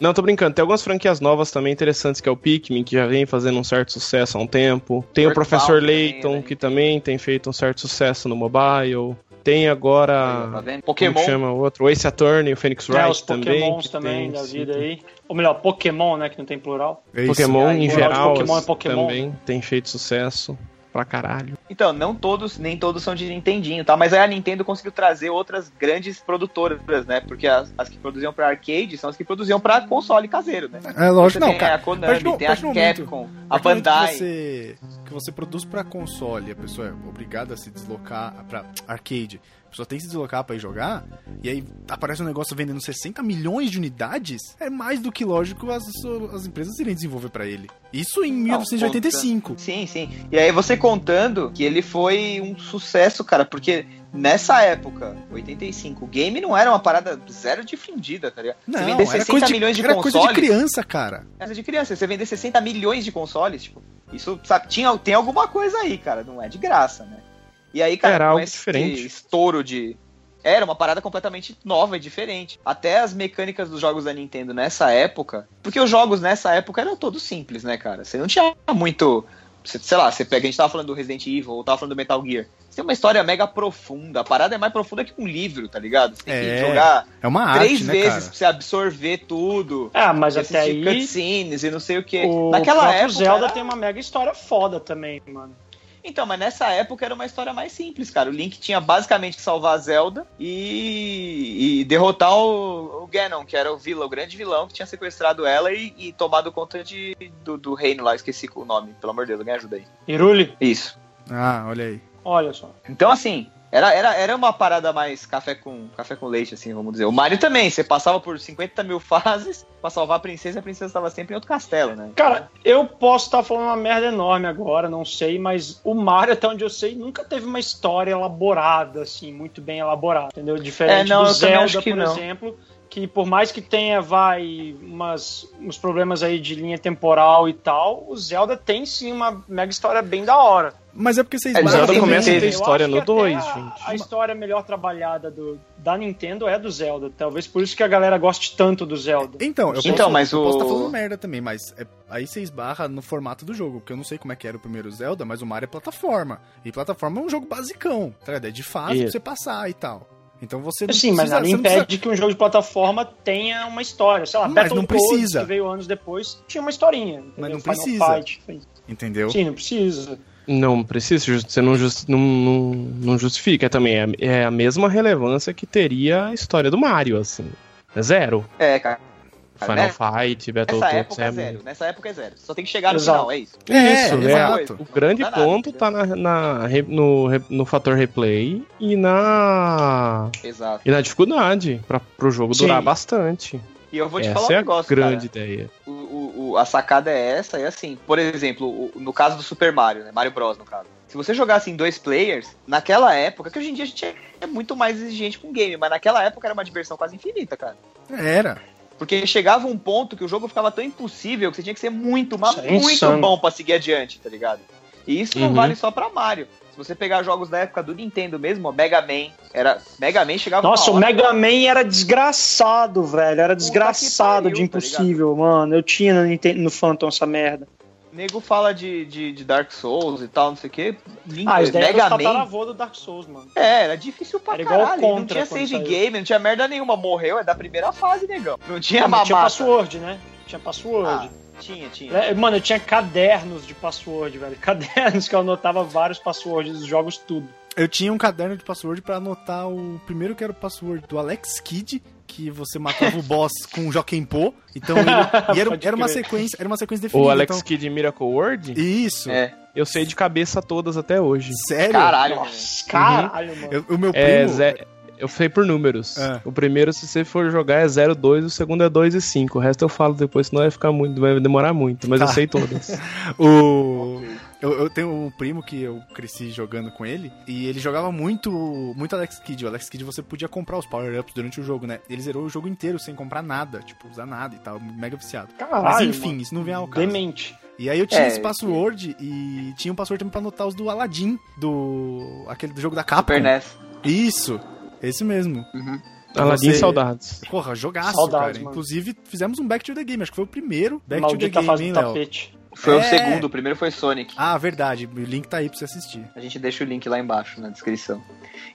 Não, tô brincando. Tem algumas franquias novas também interessantes, que é o Pikmin, que já vem fazendo um certo sucesso há um tempo. Tem o
Earthbound
Professor
também,
Layton,
né?
que também tem feito um certo sucesso no mobile. Tem agora...
Aí, tá vendo?
Ah, Como que
Pokémon.
chama o outro? O Ace Attorney, o Phoenix Wright
É, os
também.
Pokémons
que
também
tem,
da
sim.
vida aí. Ou melhor, Pokémon, né? Que não tem plural.
É isso.
Pokémon
aí,
em
moral
de
geral
Pokémon é Pokémon.
também tem feito sucesso pra caralho.
Então, não todos, nem todos são de Nintendinho, tá? Mas aí a Nintendo conseguiu trazer outras grandes produtoras, né? Porque as, as que produziam pra arcade são as que produziam pra console caseiro, né?
É lógico,
Você
não,
tem
cara.
a Konami,
Mas não-
tem
mas
a
no momento-
Capcom, a
A partir do momento
Bandai.
que você, que você produz pra console, a pessoa é obrigada a se deslocar pra arcade, a pessoa tem que se deslocar pra ir jogar, e aí aparece um negócio vendendo 60 milhões de unidades, é mais do que lógico as, as empresas irem desenvolver pra ele. Isso em 1985.
Sim, sim. E aí você contando que ele foi um sucesso, cara, porque nessa época, 85, o game não era uma parada zero difundida, tá ligado?
Não,
você vender
era,
60
coisa de,
milhões de
era
consoles.
coisa de criança, cara.
Essa de criança, você vender 60 milhões de consoles, tipo, isso, sabe, tinha, tem alguma coisa aí, cara, não é de graça, né? E aí, cara,
Era
com
algo
esse
diferente.
estouro de. Era uma parada completamente nova e diferente. Até as mecânicas dos jogos da Nintendo nessa época. Porque os jogos nessa época eram todos simples, né, cara? Você não tinha muito. você- Sei lá, você pega. A gente tava falando do Resident Evil ou tava falando do Metal Gear. Você tem uma história mega profunda. A parada é mais profunda que um livro, tá ligado? Você tem
É,
que jogar
É uma arte,
três
né,
vezes
cara?
pra você absorver tudo
Ah, mas
assistir
até aí.
cutscenes e não sei o que.
O
Naquela
próprio
época.
Zelda
era-
tem uma mega história foda também, mano.
Então, mas nessa época era uma história mais simples, cara. O Link tinha basicamente que salvar a Zelda e, e derrotar o, o Ganon, que era o vilão, o grande vilão que tinha sequestrado ela e, e tomado conta de, do, do reino lá. Esqueci o nome, pelo amor de Deus, alguém ajuda aí.
Irule,
Isso.
Ah, olha aí.
olha só.
Então, assim. Era, era, era uma parada mais café com, café com leite, assim, vamos dizer. O Mario também, você passava por 50 mil [LAUGHS] fases pra salvar a princesa e a princesa tava sempre em outro castelo, né?
Cara, eu posso estar falando uma merda enorme agora, não sei, mas o Mario, até onde eu sei, nunca teve uma história elaborada, assim, muito bem elaborada, entendeu? Diferente
É, não,
do
eu também
Zelda,
acho que
por
não.
exemplo, que por mais que tenha, vai, umas, uns problemas aí de linha temporal e tal, o Zelda tem sim uma mega história bem da hora. assim,
Mas é porque vocês
Eles
batem-
Zelda
Zelda
começa
começa
a
a
ter
ter
Eu
história
acho
no
que até
2,
a-
gente.
A história melhor trabalhada do, da Nintendo é a do Zelda. Talvez por isso que a galera goste tanto do Zelda.
Então, eu posso,
Então, mas
eu
o-
posso tá falando merda também, mas é- aí você esbarra no formato do jogo, porque eu não sei como é que era o primeiro Zelda, mas o Mario é plataforma. E plataforma é um jogo basicão, tá ligado? É de fase pra
Isso.
você passar e tal. Então você
Sim, mas nada
você não
impede que um jogo de plataforma tenha uma história. Sei lá,
Mas
Battle
não
Toads,
precisa.
que veio anos depois, tinha uma historinha.
Mas
entendeu?
não
Final
precisa.
Fight, enfim.
Entendeu? Tá
Sim, não precisa.
Não precisa, just- você não, just- não- não- não justifica também. É, é a mesma relevância que teria a história do Mario, assim. É zero.
É, cara.
Final
né?
Fight,
Nessa
Battletoads
época
é.
é zero. Nessa época é zero. Só tem que chegar no
Exato.
final, é isso.
É,
Isso,
exato.
O grande
Não dá nada,
ponto tá na- na re- no, re- no fator replay e na,
Exato.
e na dificuldade, pra, pro jogo
Sim.
durar bastante.
E eu vou te
Essa
falar um
é a
negócio,
grande
cara.
ideia.
O, o- o- a sacada é essa, é assim. Por exemplo, o- no caso do Super Mario, né? Mario Bros, no caso. Se você jogasse em dois players, naquela época, que hoje em dia a gente é, é muito mais exigente com game, mas naquela época era uma diversão quase infinita, cara.
Era.
Porque chegava um ponto que o jogo ficava tão impossível que você tinha que ser muito, mas
Isso é
muito
insano.
bom pra seguir adiante, tá ligado? E isso não
Uhum.
vale só pra Mario. Se você pegar jogos da época do Nintendo mesmo, ó, Mega Man, era Mega Man chegava
Nossa, o
uma hora-
Mega Man era desgraçado, velho. Era desgraçado
pariu,
de
tá
impossível, mano. Eu tinha no, Nintendo, no Phantom essa merda.
nego fala de, de, de Dark Souls e tal, não sei o quê. Link-
Ah, isso daí
Mega
era o
Man.
tataravô do Dark Souls, mano.
É, era difícil pra
Era igual
caralho. não
Contra
tinha
quando
save
saiu.
game, não tinha merda nenhuma. Morreu, é da primeira fase, negão. Não tinha
Não, tinha
mamata.
password, né? Tinha password.
Ah.
Tinha, tinha.
É, Mano, eu tinha cadernos de password, velho. [LAUGHS] Cadernos que eu anotava vários passwords dos jogos, tudo.
Eu tinha um caderno de password pra anotar o primeiro que era o password do Alex Kidd, que você matava o boss com o Jokenpô. Então, ele- e era,
Pode
era uma
crer.
sequência, era uma sequência definida.
O Alex
então-
Kidd em Miracle World,
Isso.
É.
eu sei de cabeça todas até hoje.
Sério?
Caralho, mano.
É, Nossa, caralho, mano.
Uhum. Eu- o meu primo.
É, ze- eu sei por números.
Ah.
O primeiro, se você for jogar, é 0,2, o segundo é 2 e 5. O resto eu falo depois, senão vai ficar muito, vai demorar muito, mas
Tá.
eu sei
[LAUGHS]
todas.
O... Eu, eu tenho um primo que eu cresci jogando com ele, e ele jogava muito muito Alex Kidd. O Alex Kidd você podia comprar os power-ups durante o jogo, né? Ele zerou o jogo inteiro sem comprar nada, tipo, usar nada e tal, mega viciado.
Caralho,
Mas enfim,
mano.
isso não vem ao caso.
Demente.
E aí eu tinha
É,
esse password, e tinha um password também pra anotar os do Aladdin, do... aquele do jogo da capa.
Super NES.
Isso, esse mesmo.
Aladdin
Então Você-
saudades.
Porra, jogaço,
Saudades,
cara.
mano.
Inclusive, fizemos um Back to the Game, acho que foi o primeiro Back to the
Maldita
Game,
fase
hein,
do
Léo?
tapete.
Foi
É.
o segundo, o primeiro foi Sonic.
Ah, verdade, o link tá aí pra você assistir.
A gente deixa o link lá embaixo na descrição.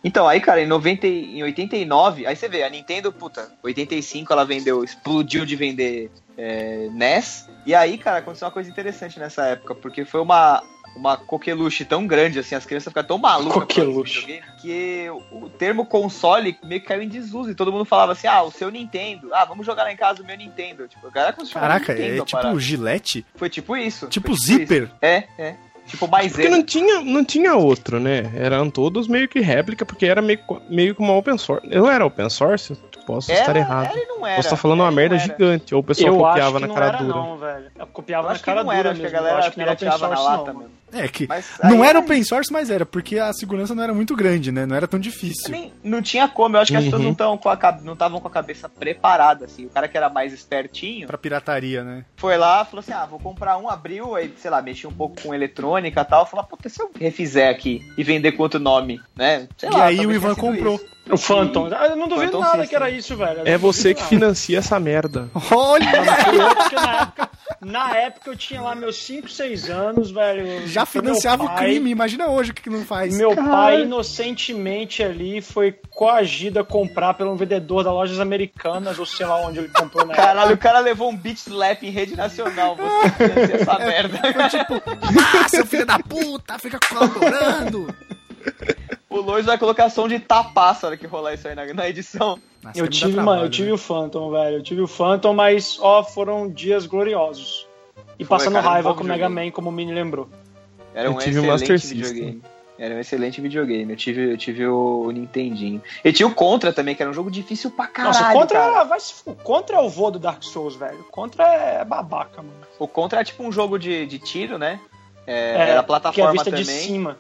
Então, aí, cara, em, 90, e- em 89, aí você vê, a Nintendo, puta, 85 ela vendeu, explodiu de vender é, NES. E aí, cara, aconteceu uma coisa interessante nessa época, porque foi uma, uma coqueluche tão grande, assim, as crianças ficaram tão malucas com esse
Coqueluche.
videogame, que o termo console meio que caiu em desuso e todo mundo falava assim, ah, o seu Nintendo, ah, vamos jogar lá em casa o meu Nintendo. Tipo, o cara continuou
Caraca,
Nintendo,
é
a parada.
tipo gilete?
Foi tipo isso.
Tipo
foi isso.
zíper?
É, é. Tipo mais
Porque não tinha, não tinha outro, né? Eram todos meio que réplica, porque era meio, co- meio que uma open source. Não era open source? eu Posso estar errado.
Era e não era.
Posso estar falando uma
era e
merda
não era.
gigante. Ou o pessoal
eu acho
copiava
que
na
não
cara
era,
dura.
não, velho. Eu
Eu
copiava
acho
na
que
cara
não
dura
era, acho
mesmo.
que a galera
eu acho que não era open
pirateava na
source,
lata
não,
mesmo.
mano.
É, que
Mas
não
aí
era open source, mas era, porque a segurança não era muito grande, né? Não era tão difícil.
nem- não tinha como, eu acho que as
Uhum.
pessoas não estavam com, a cabe- não tavam com a cabeça preparada, assim. O cara que era mais espertinho
Pra pirataria, né?
foi lá, falou assim: ah, vou comprar um, abriu, aí, sei lá, mexi um pouco com eletrônica e tal. Falou, puta, se eu refizer aqui e vender com outro nome, né? Sei
E
lá,
aí
talvez
o Ivan
tenha sido
comprou.
isso.
O Phantom. Ah, Eu não duvido
Phantom
nada
System.
que era isso, velho. Eu
É
não
você que
duvido nada.
financia essa merda.
Olha!
Porque Tá na época, na época eu tinha lá meus 5, 6 anos, velho.
Já
Foi
financiava
[LAUGHS] meu
o
pai-
crime, imagina hoje o que, que não faz.
Meu pai inocentemente ali foi coagido a comprar pelo vendedor das lojas americanas, ou sei lá onde ele comprou na época.
Caralho, o cara levou um beat slap em rede nacional. Você [LAUGHS] que financia essa merda.
[LAUGHS] Foi tipo, ah, seu filho da puta, fica colaborando!
O Lois vai colocar som de tapaça na hora que rolar isso aí na, na edição.
Nossa,
Eu
que me dá
tive,
trabalho,
mano, eu
né?
tive o Phantom, velho. Eu tive o Phantom, mas, ó, foram dias gloriosos. E
Foi,
passando
cara, um
raiva
bom
com o Mega
videogame.
Man, como o Mini lembrou.
Era
Eu
um
tive o
excelente
Master
videogame. Era um excelente videogame. Eu tive, eu tive o o Nintendinho. E tinha o Contra também, que era um jogo difícil pra caralho.
Nossa, o Contra,
cara.
era- vai se fu- Contra é o vô do Dark Souls, velho. Contra é babaca, mano.
O Contra era tipo um jogo de, de tiro, né? É,
É,
era
que é a
plataforma
vista
também.
de cima.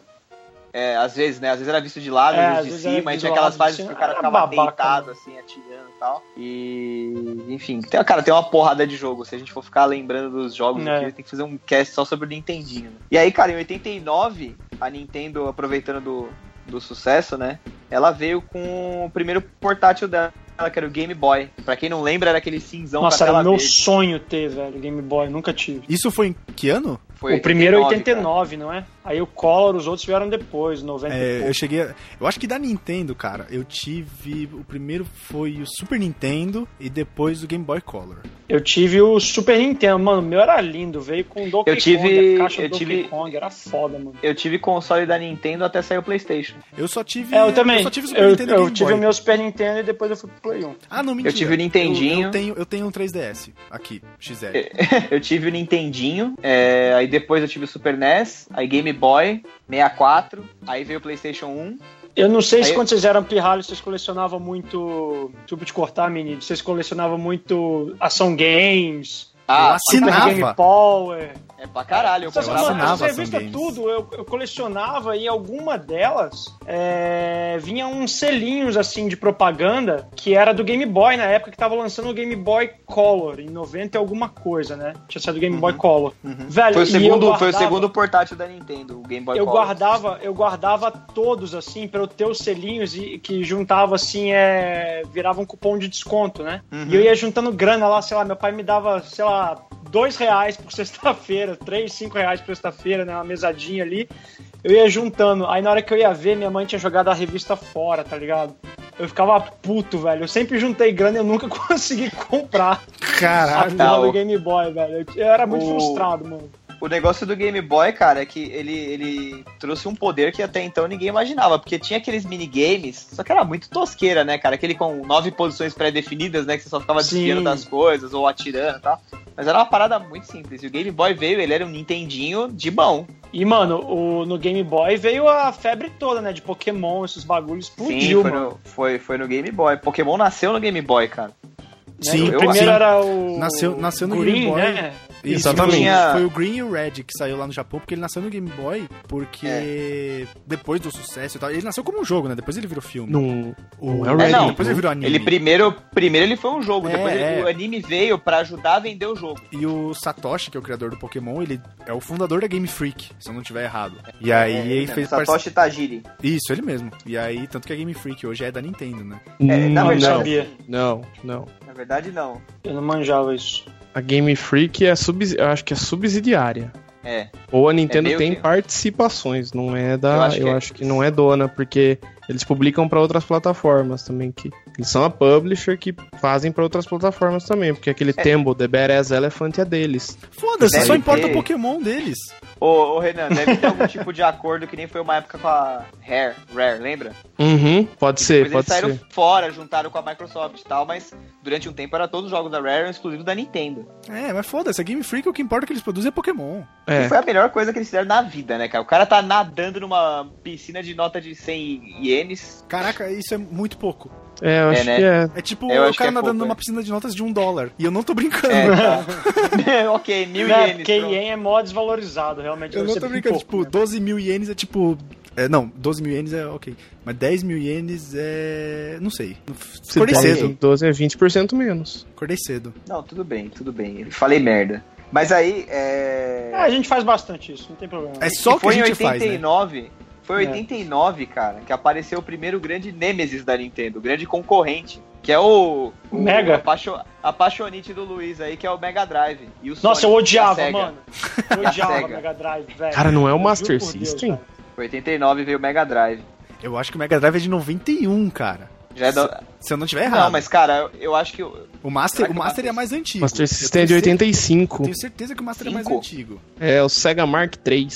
É, às vezes, né? Às vezes era visto de lado,
É,
às
às
vezes
vezes
de
era
cima. E
visto
tinha
de
aquelas
lado,
fases
de
que o
cima.
cara
Era
ficava
babaca,
deitado, assim, atirando e tal. E... Enfim, tem, cara, tem uma porrada de jogo. Se a gente for ficar lembrando dos jogos
É.
aqui, tem que fazer um cast só sobre o Nintendinho. né? E aí, cara, em 89, a Nintendo aproveitando do, do sucesso, né? Ela veio com o primeiro portátil dela, que era o Game Boy. Pra quem não lembra, era aquele cinzão
Nossa,
com a
era
tela
meu
verde.
sonho ter, velho, Game Boy, nunca tive.
Isso foi em que ano?
Foi
o primeiro é
89,
89, não é? Aí o Color, os outros vieram depois, 90 e
É,
pouco.
eu cheguei. a- Eu acho que da Nintendo, cara, eu tive. O primeiro foi o Super Nintendo e depois o Game Boy Color.
Eu tive o Super Nintendo, mano, o meu era lindo, veio com Donkey
Eu tive-
Kong, a caixa
eu
do Donkey
tive-
Kong, era foda, mano.
cara. Eu tive console da Nintendo até sair o PlayStation.
Eu só tive.
É, eu também.
Eu só tive Super
eu
Nintendo e
eu
Game
tive um-
Boy.
o meu Super Nintendo e depois eu fui pro Play 1.
Ah, não, mentira.
tive o Nintendinho.
Eu, eu tenho, eu tenho um 3DS aqui, XL.
Eu tive o Nintendinho, é, aí depois eu tive o Super NES, aí Game Boy, 64, aí veio o PlayStation 1.
Eu não sei se
Aí-
quando vocês eram pirralhos, vocês colecionavam muito. Desculpa te cortar, menino. Vocês colecionavam muito ação games,
Eu
Ah,
assinei.
Super
Assinava.
Game Power.
é pra caralho, eu
Essas,
eu
mano,
comprava.
assinava
essas revistas
Ação Games.
tudo, eu, eu colecionava e alguma delas é, vinha uns selinhos assim de propaganda que era do Game Boy na época que tava lançando o Game Boy Color, em 90 e alguma coisa, né? Tinha saído o Game
Uhum.
Boy Color. Velho,
Foi o,
e eu
segundo, foi o
guardava-
segundo portátil da Nintendo, o Game Boy
eu
Color.
guardava, eu guardava todos assim para eu ter os selinhos e que juntava assim é, virava um cupom de desconto, né?
Uhum.
E eu ia juntando grana lá, sei lá, meu pai me dava, sei lá, dois reais por [LAUGHS] sexta-feira, três, cinco reais por sexta-feira, né? Uma mesadinha ali. Eu ia juntando. Aí na hora que eu ia ver, minha mãe tinha jogado a revista fora, tá ligado? Eu ficava puto, velho. Eu sempre juntei grana e eu nunca [LAUGHS] consegui comprar a
Caralho.
porra
o-
do Game Boy, velho. Eu era muito
o-
frustrado, mano.
O negócio do Game Boy, cara, é que ele, ele trouxe um poder que até então ninguém imaginava, porque tinha aqueles minigames, só que era muito tosqueira, né, cara? Aquele com nove posições pré-definidas, né, que você só ficava
Sim.
desviando das coisas ou atirando e tal. Mas era uma parada muito simples. E o Game Boy veio, ele era um Nintendinho de bom.
E, mano, o- no Game Boy veio a febre toda, né? De Pokémon, esses bagulhos explodiu,
Sim, foi
mano.
no, foi, foi no Game Boy. Pokémon nasceu no Game Boy, cara.
né?
Sim,
o
eu
primeiro
sim.
era o.
Nasceu- nasceu no
Green,
Game Boy.
Né?
Isso,
Exatamente.
Foi,
Tinha-
foi o Green e o Red que saiu lá no Japão, porque ele nasceu no Game Boy, porque depois do sucesso e tal. Ele nasceu como um jogo, né? Depois ele virou filme.
Não,
O,
É, não.
Depois ele virou anime.
Ele primeiro, primeiro ele foi um jogo,
É,
depois ele-
é.
o anime veio pra ajudar a vender o jogo.
E o Satoshi, que é o criador do Pokémon, ele é o fundador da Game Freak, se eu não tiver errado. E aí
É,
ele
né,
fez parce-
Satoshi Tajiri.
Isso, ele mesmo. E aí, tanto que a Game Freak hoje é da Nintendo, né?
É, na
Não, não
verdade,
sabia.
não, não.
Na verdade, não.
Eu não manjava isso.
A Game Freak é subs... eu acho que é subsidiária.
É.
Ou a Nintendo
meio
tem
que-
participações, não é da. Eu
Eu
acho
acho
que,
que é.
não é dona, porque eles publicam pra outras plataformas também. Que... Eles são a publisher que fazem pra outras plataformas também, porque
É.
aquele Tembo, The Badass Elephant é deles.
Foda-se,
Deve
só importa
ter.
o Pokémon deles.
Ô, ô Renan, deve ter
[LAUGHS]
algum tipo de acordo que nem foi uma época com a Rare, Rare lembra?
Uhum, pode ser, pode
Depois eles saíram
ser.
fora, juntaram com a Microsoft e tal, mas durante um tempo era todos os jogos da Rare eram exclusivos da Nintendo.
É, mas foda-se, a Game Freak o que importa que eles produzem é Pokémon.
E
É.
foi a melhor coisa que eles fizeram na vida, né, cara? O cara tá nadando numa piscina de nota de 100 ienes.
Caraca, isso é muito pouco.
É, eu
É,
acho
né?
que é.
É tipo
Eu
o
acho que
cara
é
nadando
pouco,
numa
é.
piscina de notas de um dólar. E eu não tô
[LAUGHS]
brincando.
É, tá. [LAUGHS] ok, mil
Não,
ienes.
porque
pronto.
Yen é mó desvalorizado, realmente.
Eu
deve
não
é
ser
tô
bem
brincando,
pouco,
tipo,
né?
12 mil ienes é tipo. é, não, 12 mil ienes é ok. Mas 10 mil ienes é. Não sei. Acordei
Se
cedo.
12 é 20% menos.
Acordei cedo.
Não, tudo bem, tudo bem. Eu Falei merda. Mas aí, é...
Ah, a gente faz bastante isso, não tem problema.
É só o que a
foi em
gente faz, né?
89, foi em
É.
89, cara, que apareceu o primeiro grande nêmesis da Nintendo, o grande concorrente, que é o, o
Mega.
apaixo- apaixonite do Luiz aí, que é o Mega Drive. E o
Nossa,
Sonic,
eu
da
odiava,
Sega. [LAUGHS]
mano. Eu odiava
Sega.
Mega Drive, velho.
Cara, não é o
Juro
Master
por Deus,
System?
velho.
89 veio o Mega Drive.
Eu acho que o Mega Drive é de 91, cara.
Já é da-
Se eu não tiver
Não,
errado.
mas cara, eu acho que o-
O Master,
Será
o
que
Master
o
é mais antigo.
Master System é
Eu
de
tenho cer-
85.
Tenho certeza que o Master é mais
Cinco.
antigo.
É o Sega Mark III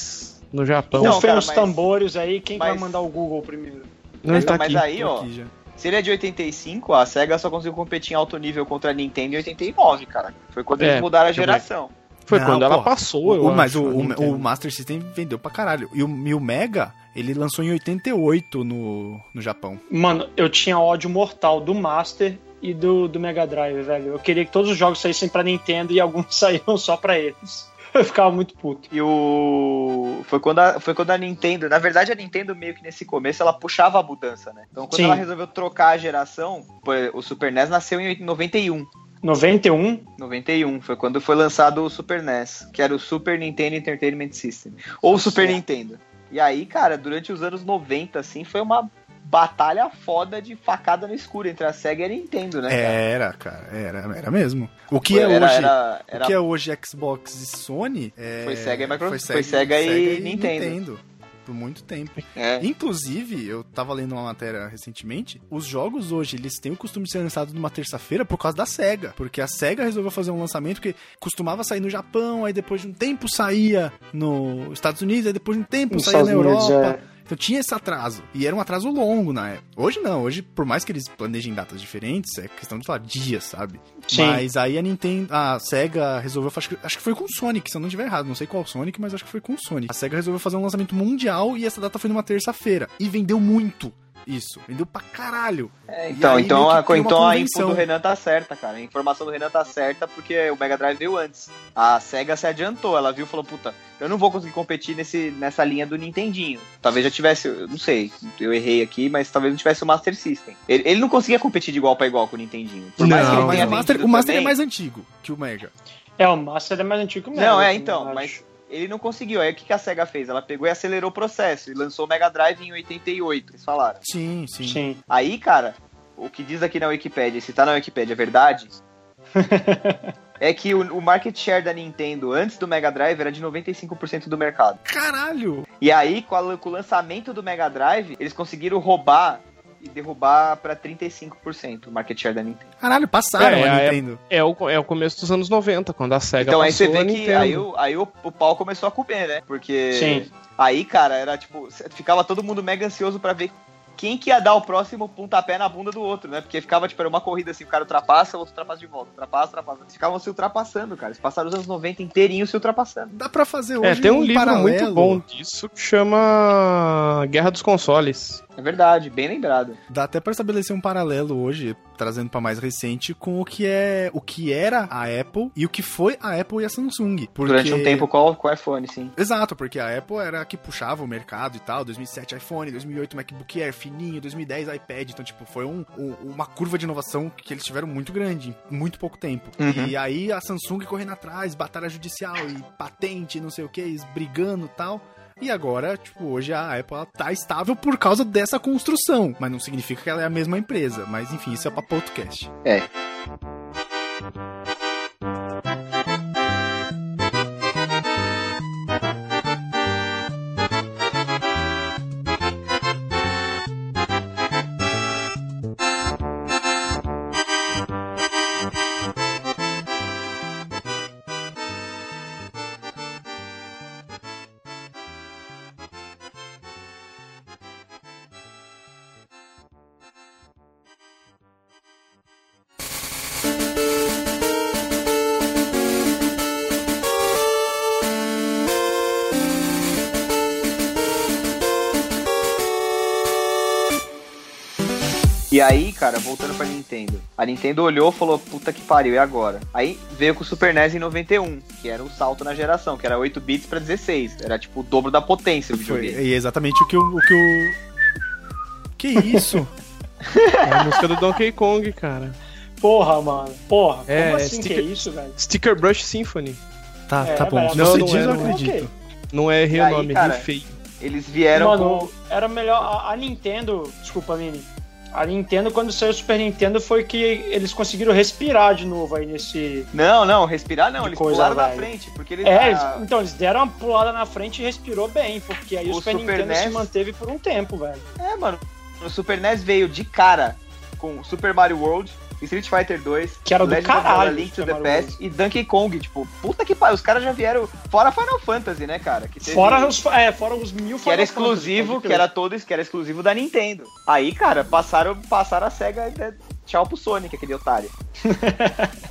no Japão.
Não,
Rufem
cara,
os
mas-
tambores aí, quem que vai
mas-
mandar o Google primeiro?
não está
mas
aqui.
aí,
Tô
ó,
aqui já.
se ele é de 85, a SEGA só conseguiu competir em alto nível contra a Nintendo em 89, cara. Foi quando
É,
eles mudaram a
também.
geração.
Foi
Não,
quando ela
pô,
passou, eu
o, mas
acho,
o,
a
o-
Nintendo.
o Master System vendeu pra caralho. E o, e o Mega, ele lançou em 88 no, no Japão.
Mano, eu tinha ódio mortal do Master e do, do Mega Drive, velho. Eu queria que todos os jogos saíssem pra Nintendo e alguns [LAUGHS] saíram só pra eles. Eu ficava muito puto.
E o. Foi quando, a, foi quando a Nintendo. Na verdade, a Nintendo, meio que nesse começo, ela puxava a mudança, né? Então, quando
Sim.
ela resolveu trocar a geração, pô, o Super NES nasceu em 91.
91?
91 foi quando
é.
foi lançado o Super NES, que era o Super Nintendo Entertainment System. Ou o Super Nintendo. E aí, cara, durante os anos 90, assim, foi uma batalha foda de facada no escuro entre a SEGA e a Nintendo, né?
É,
cara?
Era, cara, era, era mesmo. O que é
Era-
hoje,
Era,
o
era,
que é hoje Xbox e Sony é-
Foi Sega e Micro- foi Sega e Nintendo.
por muito tempo.
é.
Inclusive, eu tava lendo uma matéria recentemente, os jogos hoje, eles têm o costume de ser lançados numa terça-feira por causa da SEGA, porque a SEGA resolveu fazer um lançamento que costumava sair no Japão, aí depois de um tempo saía nos Estados Unidos, aí depois de um tempo
Nos
saía
Estados
na
Unidos,
Europa.
é.
Então tinha esse atraso. E era um atraso longo na época. Hoje não, hoje, por mais que eles planejem datas diferentes, é questão de, sei lá, dias, sabe?
Sim.
Mas aí a Nintendo, a SEGA resolveu, acho que, acho que foi com o Sonic, se eu não estiver errado, não sei qual Sonic, mas acho que foi com o Sonic. A SEGA resolveu fazer um lançamento mundial e essa data foi numa terça-feira. E vendeu muito isso, vendeu pra caralho.
É,
E
Então,
aí
então,
meio que
a,
cria uma
então a info
convenção.
do Renan tá certa, cara. A informação do Renan tá certa porque o Mega Drive veio antes. A SEGA se adiantou, ela viu e falou, puta, eu não vou conseguir competir nesse, nessa linha do Nintendinho. Talvez já tivesse, eu não sei, eu errei aqui, mas talvez não tivesse o Master System. Ele, ele não conseguia competir de igual pra igual com o Nintendinho. Por mais
Não,
que ele
mas
tenha
o Master,
vendido
o Master é
também,
mais antigo que o Mega.
É, o Master é mais antigo mesmo.
Não, é, então,
eu
mas-
acho.
Ele não conseguiu. Aí o que, que a SEGA fez? Ela pegou e acelerou o processo e lançou o Mega Drive em 88, eles falaram.
Sim, sim.
Sim.
Aí, cara, o que diz aqui na Wikipedia, se tá na Wikipedia, é verdade? é que o, o market share da Nintendo antes do Mega Drive era de 95% do mercado.
Caralho!
E aí, com, a- com o lançamento do Mega Drive, eles conseguiram roubar e derrubar pra 35% o market share da Nintendo.
Caralho, passaram
É,
a
é,
Nintendo.
É o, é o começo dos anos 90, quando a SEGA
então aí
passou
você vê
a
que
Nintendo.
aí, o, aí o, o pau começou a comer, né? Porque
Sim.
aí, cara, era tipo, cê- ficava todo mundo mega ansioso pra ver quem que ia dar o próximo pontapé na bunda do outro, né? Porque ficava, tipo, era uma corrida assim, o cara ultrapassa, o outro ultrapassa de volta, ultrapassa, ultrapassa. Eles ficavam se ultrapassando, cara. Eles passaram os anos 90 inteirinhos se ultrapassando.
Dá pra fazer hoje
É, tem um, livro
paralelo.
muito bom disso que chama Guerra dos Consoles.
É verdade, bem lembrado.
Dá até pra estabelecer um paralelo hoje, trazendo pra mais recente, com o que é o que era a Apple e o que foi a Apple e a Samsung. Porque...
Durante um tempo com o- com o iPhone, sim.
Exato, porque a Apple era a que puxava o mercado e tal. 2007 iPhone, 2008 MacBook Air fininho, 2010 iPad. Então, tipo, foi um- um- uma curva de inovação que eles tiveram muito grande em muito pouco tempo.
Uhum.
E aí a Samsung correndo atrás, batalha judicial e patente, não sei o que, eles brigando e tal. E agora, tipo, hoje a Apple ela tá estável por causa dessa construção. Mas não significa que ela é a mesma empresa. Mas enfim, isso é pra podcast.
E aí, cara, voltando pra Nintendo. A Nintendo olhou e falou, puta que pariu, e agora? Aí veio com o Super NES em 91, que era um salto na geração, que era 8 bits pra 16. Era tipo o dobro da potência o
Foi,
videogame.
e é exatamente o que o. o que, o... que isso?
É a música do Donkey Kong, cara.
Porra, mano. Porra,
É,
como assim que é
sticker-
isso, velho?
Sticker Brush Symphony.
[LAUGHS] Tá,
É,
tá bom.
velho, um
Se
não,
você
não
diz,
é,
eu
não é.
acredito.
Não é errei
E
o
aí,
nome,
cara?
errei feio.
Eles vieram um com...
Mano, era melhor. A, a Nintendo. Desculpa, Mini. A Nintendo, quando saiu o Super Nintendo, foi que eles conseguiram respirar de novo aí nesse.
Não, não, respirar não,
Que
eles
coisa,
pularam na
velho.
frente, porque eles... ah,
É, eles-
a-
então eles deram uma pulada na frente e respirou bem, porque aí o,
O
Super,
Super
Nintendo se
NES
manteve por um tempo, velho.
É, mano, o Super NES veio de cara com Super Mario World, Street Fighter 2,
Que era do
Legend of Zelda,
caralho,
Link to
Super
the
Mario
Past e Donkey Kong, tipo, puta que pariu, os caras já vieram fora Final Fantasy, né, cara? Que teve-
Fora os, é, fora os mil
que era
Final Fantasy,
exclusivo,
pode
que
crer.
era todo, que era exclusivo da Nintendo. Aí, cara, passaram, passaram a SEGA até tchau pro Sonic, aquele
[LAUGHS]
otário.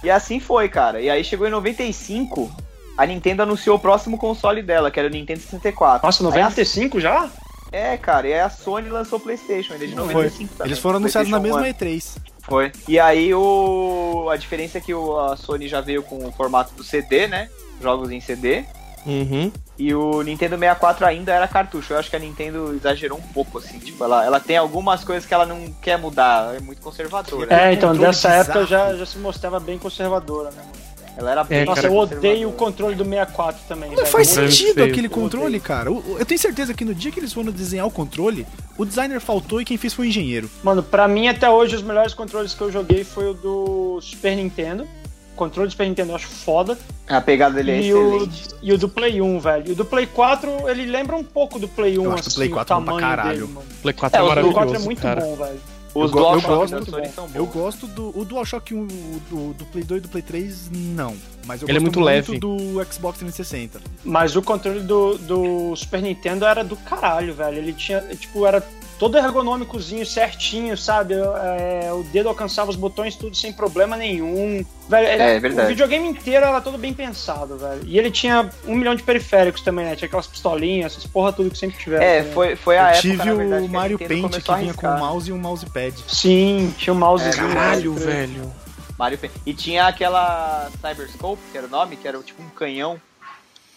e assim foi, cara. E aí chegou em 95, a Nintendo anunciou o próximo console dela, que era o Nintendo 64.
Nossa, 95 já?
É, cara, e aí a Sony lançou o PlayStation, ele é de
Não foi.
95 também. um
Eles foram anunciados na
PlayStation
mesma E3.
One. Foi. E aí o a diferença é que o, a Sony já veio com o formato do CD, né? Jogos em CD.
Uhum.
E o Nintendo 64 ainda era cartucho. Eu acho que a Nintendo exagerou um pouco, assim. Tipo, ela, ela tem algumas coisas que ela não quer mudar. Ela é muito conservadora.
É, então
Controle
dessa
bizarro.
época já, já se mostrava bem conservadora, né, mano?
Ela era bem.
É,
Nossa,
cara,
eu odeio o controle do 64 também.
Não
velho.
faz
Muito-
Deve
sentido
ser.
aquele controle, cara. O- o- Eu tenho certeza que no dia que eles foram desenhar o controle, o designer faltou e quem fez foi o engenheiro.
Mano, pra mim até hoje os melhores controles que eu joguei foi o do Super Nintendo. O controle do Super Nintendo eu acho foda.
A pegada dele é
e, o,
excelente.
e o do Play 1, velho. E o do Play 4, ele lembra um pouco do Play 1,
Eu acho que o
assim,
Play 4 é bom pra
tamanho
caralho.
Dele, mano.
Play 4
É,
é
o Play 4 é
maravilhoso,
muito
cara.
bom, velho.
eu
Os
go- eu
DualShock
gosto
da
do-
Sony são bons.
Eu gosto do o DualShock 1, o do, do Play 2 e do Play 3, não. Mas eu
Ele é
gosto
muito leve.
do Xbox 360.
Mas o controle do, do Super Nintendo era do caralho, velho. Ele tinha, tipo, era todo ergonômicozinho, certinho, sabe? É, o dedo alcançava os botões tudo sem problema nenhum. Velho, ele-
É, é verdade.
O videogame inteiro era todo bem pensado, velho. E ele tinha um milhão de periféricos também, né? Tinha aquelas pistolinhas, essas porra tudo que sempre tiveram.
É,
né?
foi, foi
Eu
a época,
tive
na verdade,
o
que a
Mario
Nintendo
Paint
começou a
que vinha com um
arriscar.
mouse e um mousepad.
Sim, tinha um mousezinho.
É,
Caralho,
pode crer.
velho.
Mario Paint. E tinha aquela Cyberscope, que era o nome, que era tipo um canhão,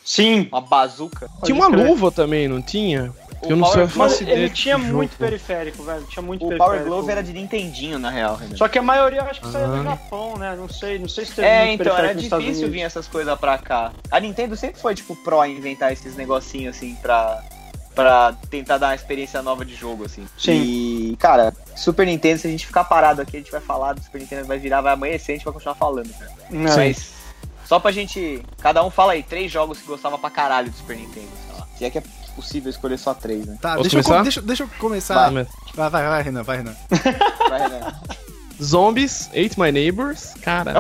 Sim.
uma bazuca.
pode
Tinha uma
crer.
luva também, não tinha?
O
Eu não sei, eu
Power Glove-
Mas
faço ideia
ele
que
tinha
jogo.
muito periférico, velho. Tinha muito
O
periférico.
Power
é
Glove era de Nintendinho, na real, Renan.
Só que a maioria eu acho que saiu
Ah.
do Japão, né? Não sei, não sei se teve
É,
muito
então, era
periférico nos Estados
difícil
Unidos.
vir essas coisas pra cá. A Nintendo sempre foi, tipo, pró em inventar esses negocinhos, assim, pra, pra tentar dar uma experiência nova de jogo, assim.
Sim.
E, cara, Super Nintendo, se a gente ficar parado aqui, a gente vai falar do Super Nintendo, vai virar, vai amanhecer, a gente vai continuar falando. cara.
Não,
Mas, só pra gente... Cada um fala aí, três jogos que gostava pra caralho do Super Nintendo, sei lá. Se é que é possível escolher só três, né?
Tá,
Posso
deixa eu,
começar?
com- deixa, deixa eu começar.
Tá,
Vai.
mas-
vai, vai, Renan, vai, Renan.
[LAUGHS] Vai, né? Renan.
Zombies, Ate My Neighbors,
[LAUGHS]
cara,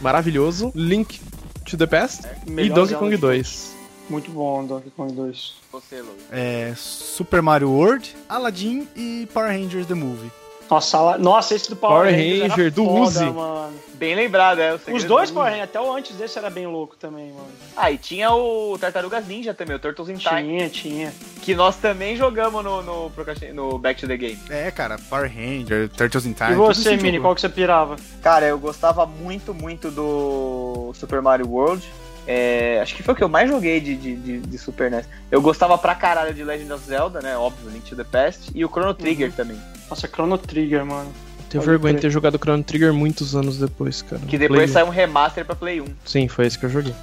maravilhoso. Link to the Past e
É, melhor um
Donkey
jogo.
Kong 2.
Muito bom, Donkey Kong 2.
Você, Lucas.
É, Super Mario World, Aladdin e Power Rangers The Movie.
Nossa, lá- nossa, esse do
Power
Power, Rangers era
Ranger, do
foda,
Uzi.
mano.
Bem lembrado, é. o
Os
segredo
dois
do-
Power Rangers, até o antes desse era bem louco também, mano.
Ah, e tinha o Tartarugas Ninja também, o Turtles in Time.
Tinha, tinha.
Que nós também jogamos no, no, procrasti- no Back to the Game.
É, cara, Power Ranger, Turtles in Time.
e
tudo
você,
esse
Mini,
jogo.
qual que você pirava?
Cara, eu gostava muito, muito do Super Mario World. É, acho que foi o que eu mais joguei de, de, de- de Super NES. Eu gostava pra caralho de Legend of Zelda, né? Óbvio, Link to the Past. E o Chrono Trigger também.
Nossa, Chrono Trigger, mano.
Tenho
Pode
vergonha de
crer.
ter jogado Chrono Trigger muitos anos depois, cara.
Que depois
Play-
saiu um remaster pra Play 1.
Sim, foi esse que eu joguei.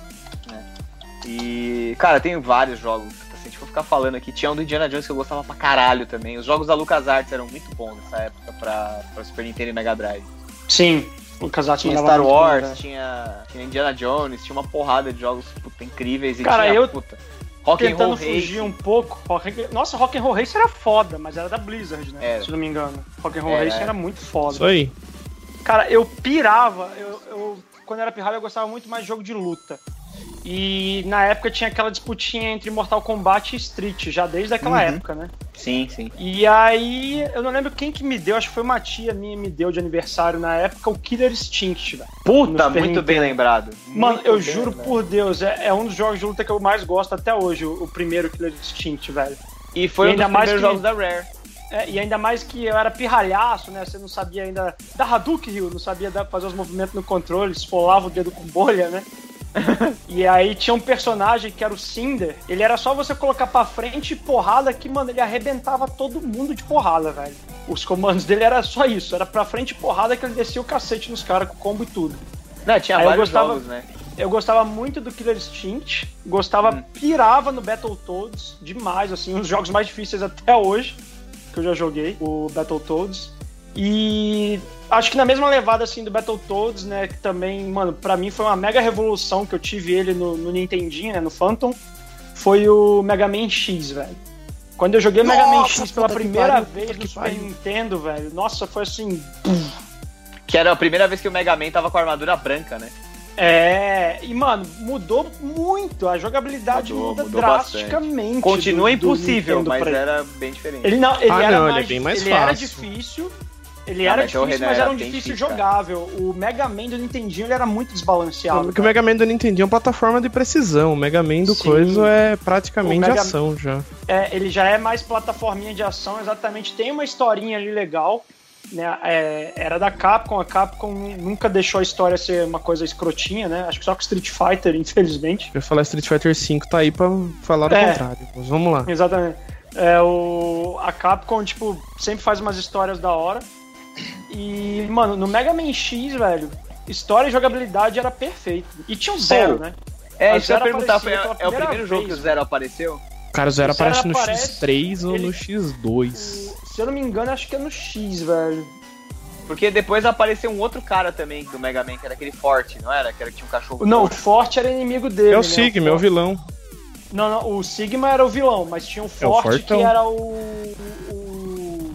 E, cara, tem vários jogos. Se a gente for ficar falando aqui, tinha um do Indiana Jones que eu gostava pra caralho também. Os jogos da LucasArts eram muito bons nessa época pra, pra Super Nintendo e Mega Drive.
Sim, o Casato
Tinha Star Wars,
né?
tinha, tinha Indiana Jones, tinha uma porrada de jogos puta, incríveis. E
Cara,
tinha,
eu
puta, Rock and Roll
Tentando
Racing.
fugir um pouco. Rock and- Nossa, Rock'n'Roll Race era foda, mas era da Blizzard, né?
Era.
Se não me engano. Rock'n'Roll
Era,
Race
era.
era muito foda.
Isso aí.
Cara, eu pirava, eu, eu- quando era pirralho eu gostava muito mais de jogo de luta. E na época tinha aquela disputinha entre Mortal Kombat e Street, já desde aquela
Uhum.
época, né?
Sim, sim.
E aí, eu não lembro quem que me deu, acho que foi uma tia minha que me deu de aniversário na época, o Killer Instinct, velho. No
Puta,
Super
Tá muito
Nintendo.
bem lembrado.
Mano,
Muito
eu
bem
juro
lembrado.
por Deus, é, é um dos jogos de luta que eu mais gosto até hoje, o, o primeiro Killer Instinct, velho.
E foi
E
um dos
ainda mais
primeiros
que-
jogos da Rare.
É, e ainda mais que eu era pirralhaço, né? Você não sabia ainda dar Hadouken, Ryu, não sabia dar- fazer os movimentos no controle, esfolava o dedo com bolha, né? e aí tinha um personagem que era o Cinder, ele era só você colocar pra frente e porrada que, mano, ele arrebentava todo mundo de porrada, velho. Os comandos dele era só isso, era pra frente e porrada que ele descia o cacete nos caras com combo e tudo.
Não, tinha
Aí eu
vários
gostava-
jogos, né?
Eu gostava muito do Killer Instinct, gostava,
Hum.
pirava no Battletoads demais, assim, um dos jogos mais difíceis até hoje que eu já joguei, o Battletoads. E acho que na mesma levada assim do Battletoads, né, que também, mano, pra mim foi uma mega revolução que eu tive ele no, no Nintendinho, né, no Phantom, foi o Mega Man X, velho. Quando eu joguei o Mega Man
Nossa,
X pela
puta que
primeira
pariu,
vez
puta
no
que
Super
pariu.
Nintendo, velho, nossa, foi assim,
Que era a primeira vez que o Mega Man tava com a armadura branca, né?
É, e mano, mudou muito. A jogabilidade
Mudou,
muda
mudou
drasticamente.
Continua
do- do
impossível,
Nintendo
mas é-
pra ele.
era bem diferente.
Ele não, ele
Ah,
era
não, ele é
mais,
bem mais
ele era
fácil.
difícil. Ele
Não,
era
Ah, mas é o
difícil,
Renan
mas era
era
um
bem
difícil
difícil, cara.
jogável. O Mega Man do Nintendinho ele era muito desbalanceado.
Porque o
cara.
Mega Man do Nintendo é uma plataforma de precisão. O Mega Man do
né? Sim.
Coiso é
O
praticamente
Mega-
ação já.
É, ele já é mais plataforminha de ação, exatamente. Tem uma historinha ali legal. Né? É, era da Capcom, a Capcom nunca deixou a história ser uma coisa escrotinha, né? Acho que só com Street Fighter, [LAUGHS] infelizmente.
Eu ia falar Street Fighter V tá aí pra falar o
É.
contrário. Mas vamos lá.
Exatamente. É, o, a Capcom, tipo, sempre faz umas histórias da hora. E, mano, no Mega Man X, velho, história e jogabilidade era perfeito. E tinha o zero, né?
É,
A
isso que eu ia
Zero
perguntar, foi,
aparecia
é,
pela
é o
primeira
primeiro jogo que
vez.
o Zero apareceu?
Cara, o Zero
O Zero
aparece no
aparece,
X3 ou
ele-
no X2.
O- Se eu não me engano, acho que é no X, velho.
Porque depois apareceu um outro cara também do Mega Man, que era aquele forte, não era? Que era que tinha um cachorro.
Não, o Forte era inimigo dele.
É o
né?
Sigma, é o vilão.
Não, não, o Sigma era o vilão, mas tinha o Forte que
É Fortão.
era o. o-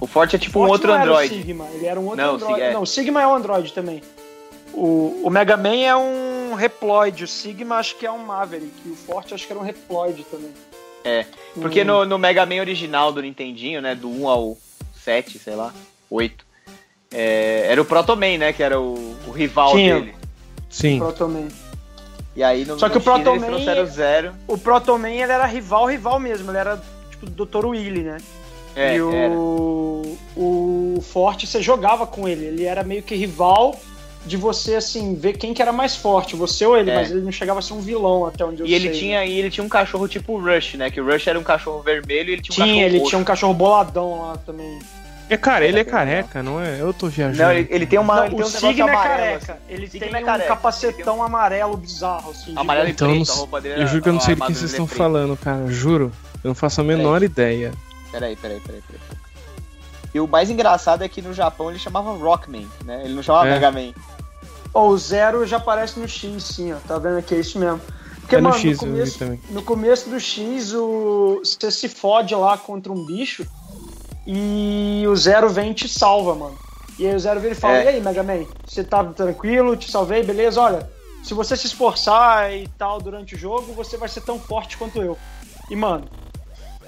O forte é tipo um
Forte
outro
não era o
androide.
Sigma, ele era um outro
Não, o
androide.
Sig- é.
Não, o Sigma é um androide também. O, o Mega Man é um reploide, o Sigma acho que é um Maverick, e o Forte acho que era um reploide também.
É, Porque
Hum.
no, no Mega Man original do Nintendinho, né? Do 1 ao 7, sei lá, 8. é, era o Proto Man, né? Que era o, o rival
Tinha.
dele.
Sim.
Proto Man.
E aí no,
Só que
no
o Proto
X eles
Man-
trouxeram o Zero.
O Proto Man ele era rival, rival mesmo, ele era tipo do Dr. Willy, né? e
É, era.
o, o Forte, você jogava com ele. Ele era meio que rival de você, assim, ver quem que era mais forte, você ou ele.
É.
Mas ele não chegava a ser um vilão, até onde eu
E
sei.
ele, tinha, e ele tinha um cachorro tipo Rush, né? Que o Rush era um cachorro vermelho e ele tinha um
Tinha,
cachorro
ele
roxo.
tinha um cachorro boladão lá também.
É cara, ele é careca, não é? Eu tô viajando.
Não, ele, ele tem uma.
Não,
ele tem
o
um negócio
Sigma é
amarelo,
careca.
assim.
Ele
Sigma
tem
é
um
careca, ele tem
capacetão amarelo bizarro, assim.
Amarelo e
gigante.
Então, eu
preto,
não
a
sei-
roupa dele
Eu juro que eu não
a
sei do que
armadura
vocês
dele é
estão
preta.
falando, cara. Juro. Eu não faço a menor ideia.
Peraí, peraí, peraí, peraí. E o mais engraçado é que no Japão ele chamava Rockman, né? Ele não chamava
É.
Mega Man.
Ó, o Zero já aparece no X, sim, ó. Tá vendo aqui? É isso mesmo. Porque,
É no
mano,
X
no
eu vi
começo,
também.
no começo do X, o... você se fode lá contra um bicho e o Zero vem e te salva, mano. E aí o Zero vira e fala,
É.
e aí, Mega Man, você tá tranquilo, te salvei, beleza? Olha, se você se esforçar e tal durante o jogo, você vai ser tão forte quanto eu. E, mano,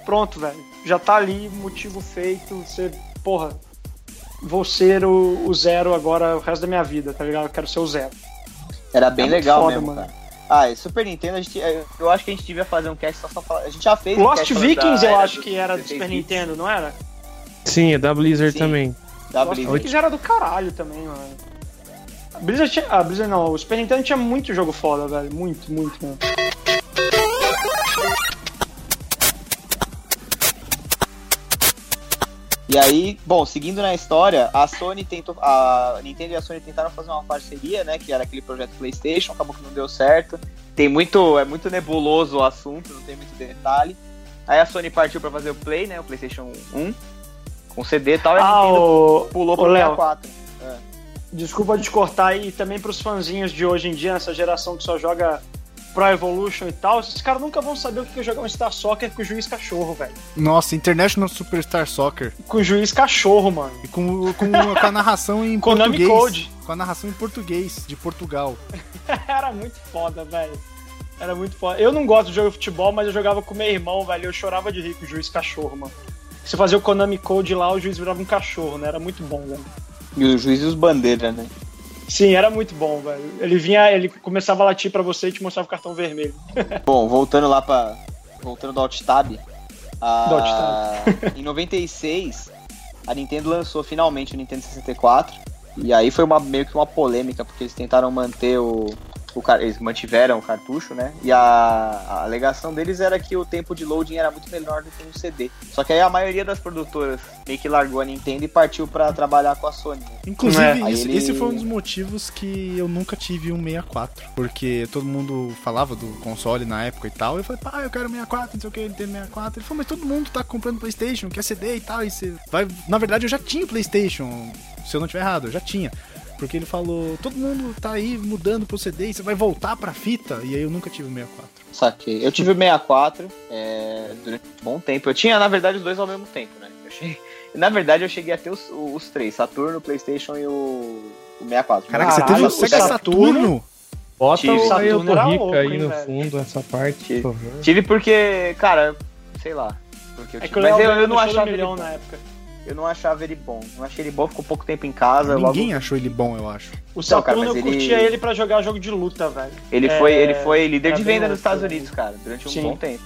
pronto, velho. Já tá ali, motivo feito, você, porra, vou ser o, o Zero agora o resto da minha vida, tá ligado? Eu quero ser o Zero.
Era bem
É muito
legal
foda,
mesmo,
mano.
cara. Ah, e Super Nintendo, a gente, é, eu acho que a gente devia fazer um cast só, só falar. A gente já fez um
Lost
cast falando
Vikings,
da
eu
era
acho
dos
que era do
16
Super
bits,
Nintendo, não era?
Sim, é da Blizzard
Sim.
também.
Da
Lost
Blizzard.
Vikings era do caralho também, mano. A Blizzard, tinha, a Blizzard não, o Super Nintendo tinha muito jogo foda, velho. Muito, muito mesmo.
E aí, bom, seguindo na história, a Sony tentou. A Nintendo e a Sony tentaram fazer uma parceria, né? Que era aquele projeto Playstation, acabou que não deu certo. Tem muito. É muito nebuloso o assunto, não tem muito detalhe. Aí a Sony partiu pra fazer o Play, né? O Playstation 1, com CD e tal, e a
Ah,
Nintendo
o...
pulou
ô,
pro
Léo.
64.
desculpa te cortar aí, e também pros fãzinhos de hoje em dia, essa geração que só joga Pro Evolution e tal, esses caras nunca vão saber o que é jogar um Star Soccer com o juiz cachorro, velho.
Nossa, International Superstar Soccer.
Com o juiz cachorro, mano. [LAUGHS]
E com, com, com a narração em
Konami
português.
Code.
Com a narração em português, de Portugal.
Era muito foda, velho. Era muito foda. Eu não gosto de jogo de futebol, mas eu jogava com meu irmão, velho. Eu chorava de rir com o juiz cachorro, mano. Você fazia o Konami Code lá, o juiz virava um cachorro, né? Era muito bom, velho.
E o juiz e os bandeiras, né?
Sim, era muito bom, velho. Ele vinha, ele começava a latir pra você e te mostrava o cartão vermelho.
Bom, voltando lá pra. Voltando do Alt-Tab. a-
Do Alt-Tab.
em 96, a Nintendo lançou finalmente o Nintendo 64. E aí foi uma, meio que uma polêmica, porque eles tentaram manter o. o car- eles mantiveram o cartucho, né? E a, a alegação deles era que o tempo de loading era muito menor do que no CD. Só que aí a maioria das produtoras meio que largou a Nintendo e partiu pra trabalhar com a Sony. né?
Inclusive,
É.
isso-
Aí ele-
esse foi um dos motivos que eu nunca tive um 64. Porque todo mundo falava do console na época e tal. Eu falei, pá, eu quero 64, não sei o que, Nintendo 64. Ele falou, mas todo mundo tá comprando Playstation, quer CD e tal. E você vai... Na verdade, eu já tinha Playstation, se eu não tiver errado, eu já tinha. Porque ele falou, todo mundo tá aí mudando pro CD e você vai voltar pra fita. E aí eu nunca tive um 64.
Saquei. Eu tive o 64 é, durante um bom tempo. Eu tinha, na verdade, os dois ao mesmo tempo, né? Eu cheguei- [LAUGHS] Na verdade, eu cheguei a ter os, os três: Saturno, PlayStation e o, o 64.
Caraca, você
Caralho,
teve o
o
Sega
Saturno?
Saturno?
Bota
Tive.
o
Saturno
Eu Tô
era
Rica
louco,
aí
hein,
no
velho?
fundo, essa parte,
Tive.
por favor.
Tive porque, cara, sei lá. Porque eu
É que
tive-
o
mas
Léo
eu, eu
ganhou
não
do Show do
achava ele
milhão né?
bom.
na época.
Eu não achava ele bom. Não achei ele bom, ficou pouco tempo em casa.
Ninguém é.
Logo,
achou ele bom, eu acho.
O
Não, cara,
Saturno
mas
eu
ele-
curtia ele pra jogar jogo de luta, velho.
ele,
É,
foi, ele foi líder
era
de
bem
venda
louco,
nos Estados
né?
Unidos, cara, durante um
Sim.
bom tempo.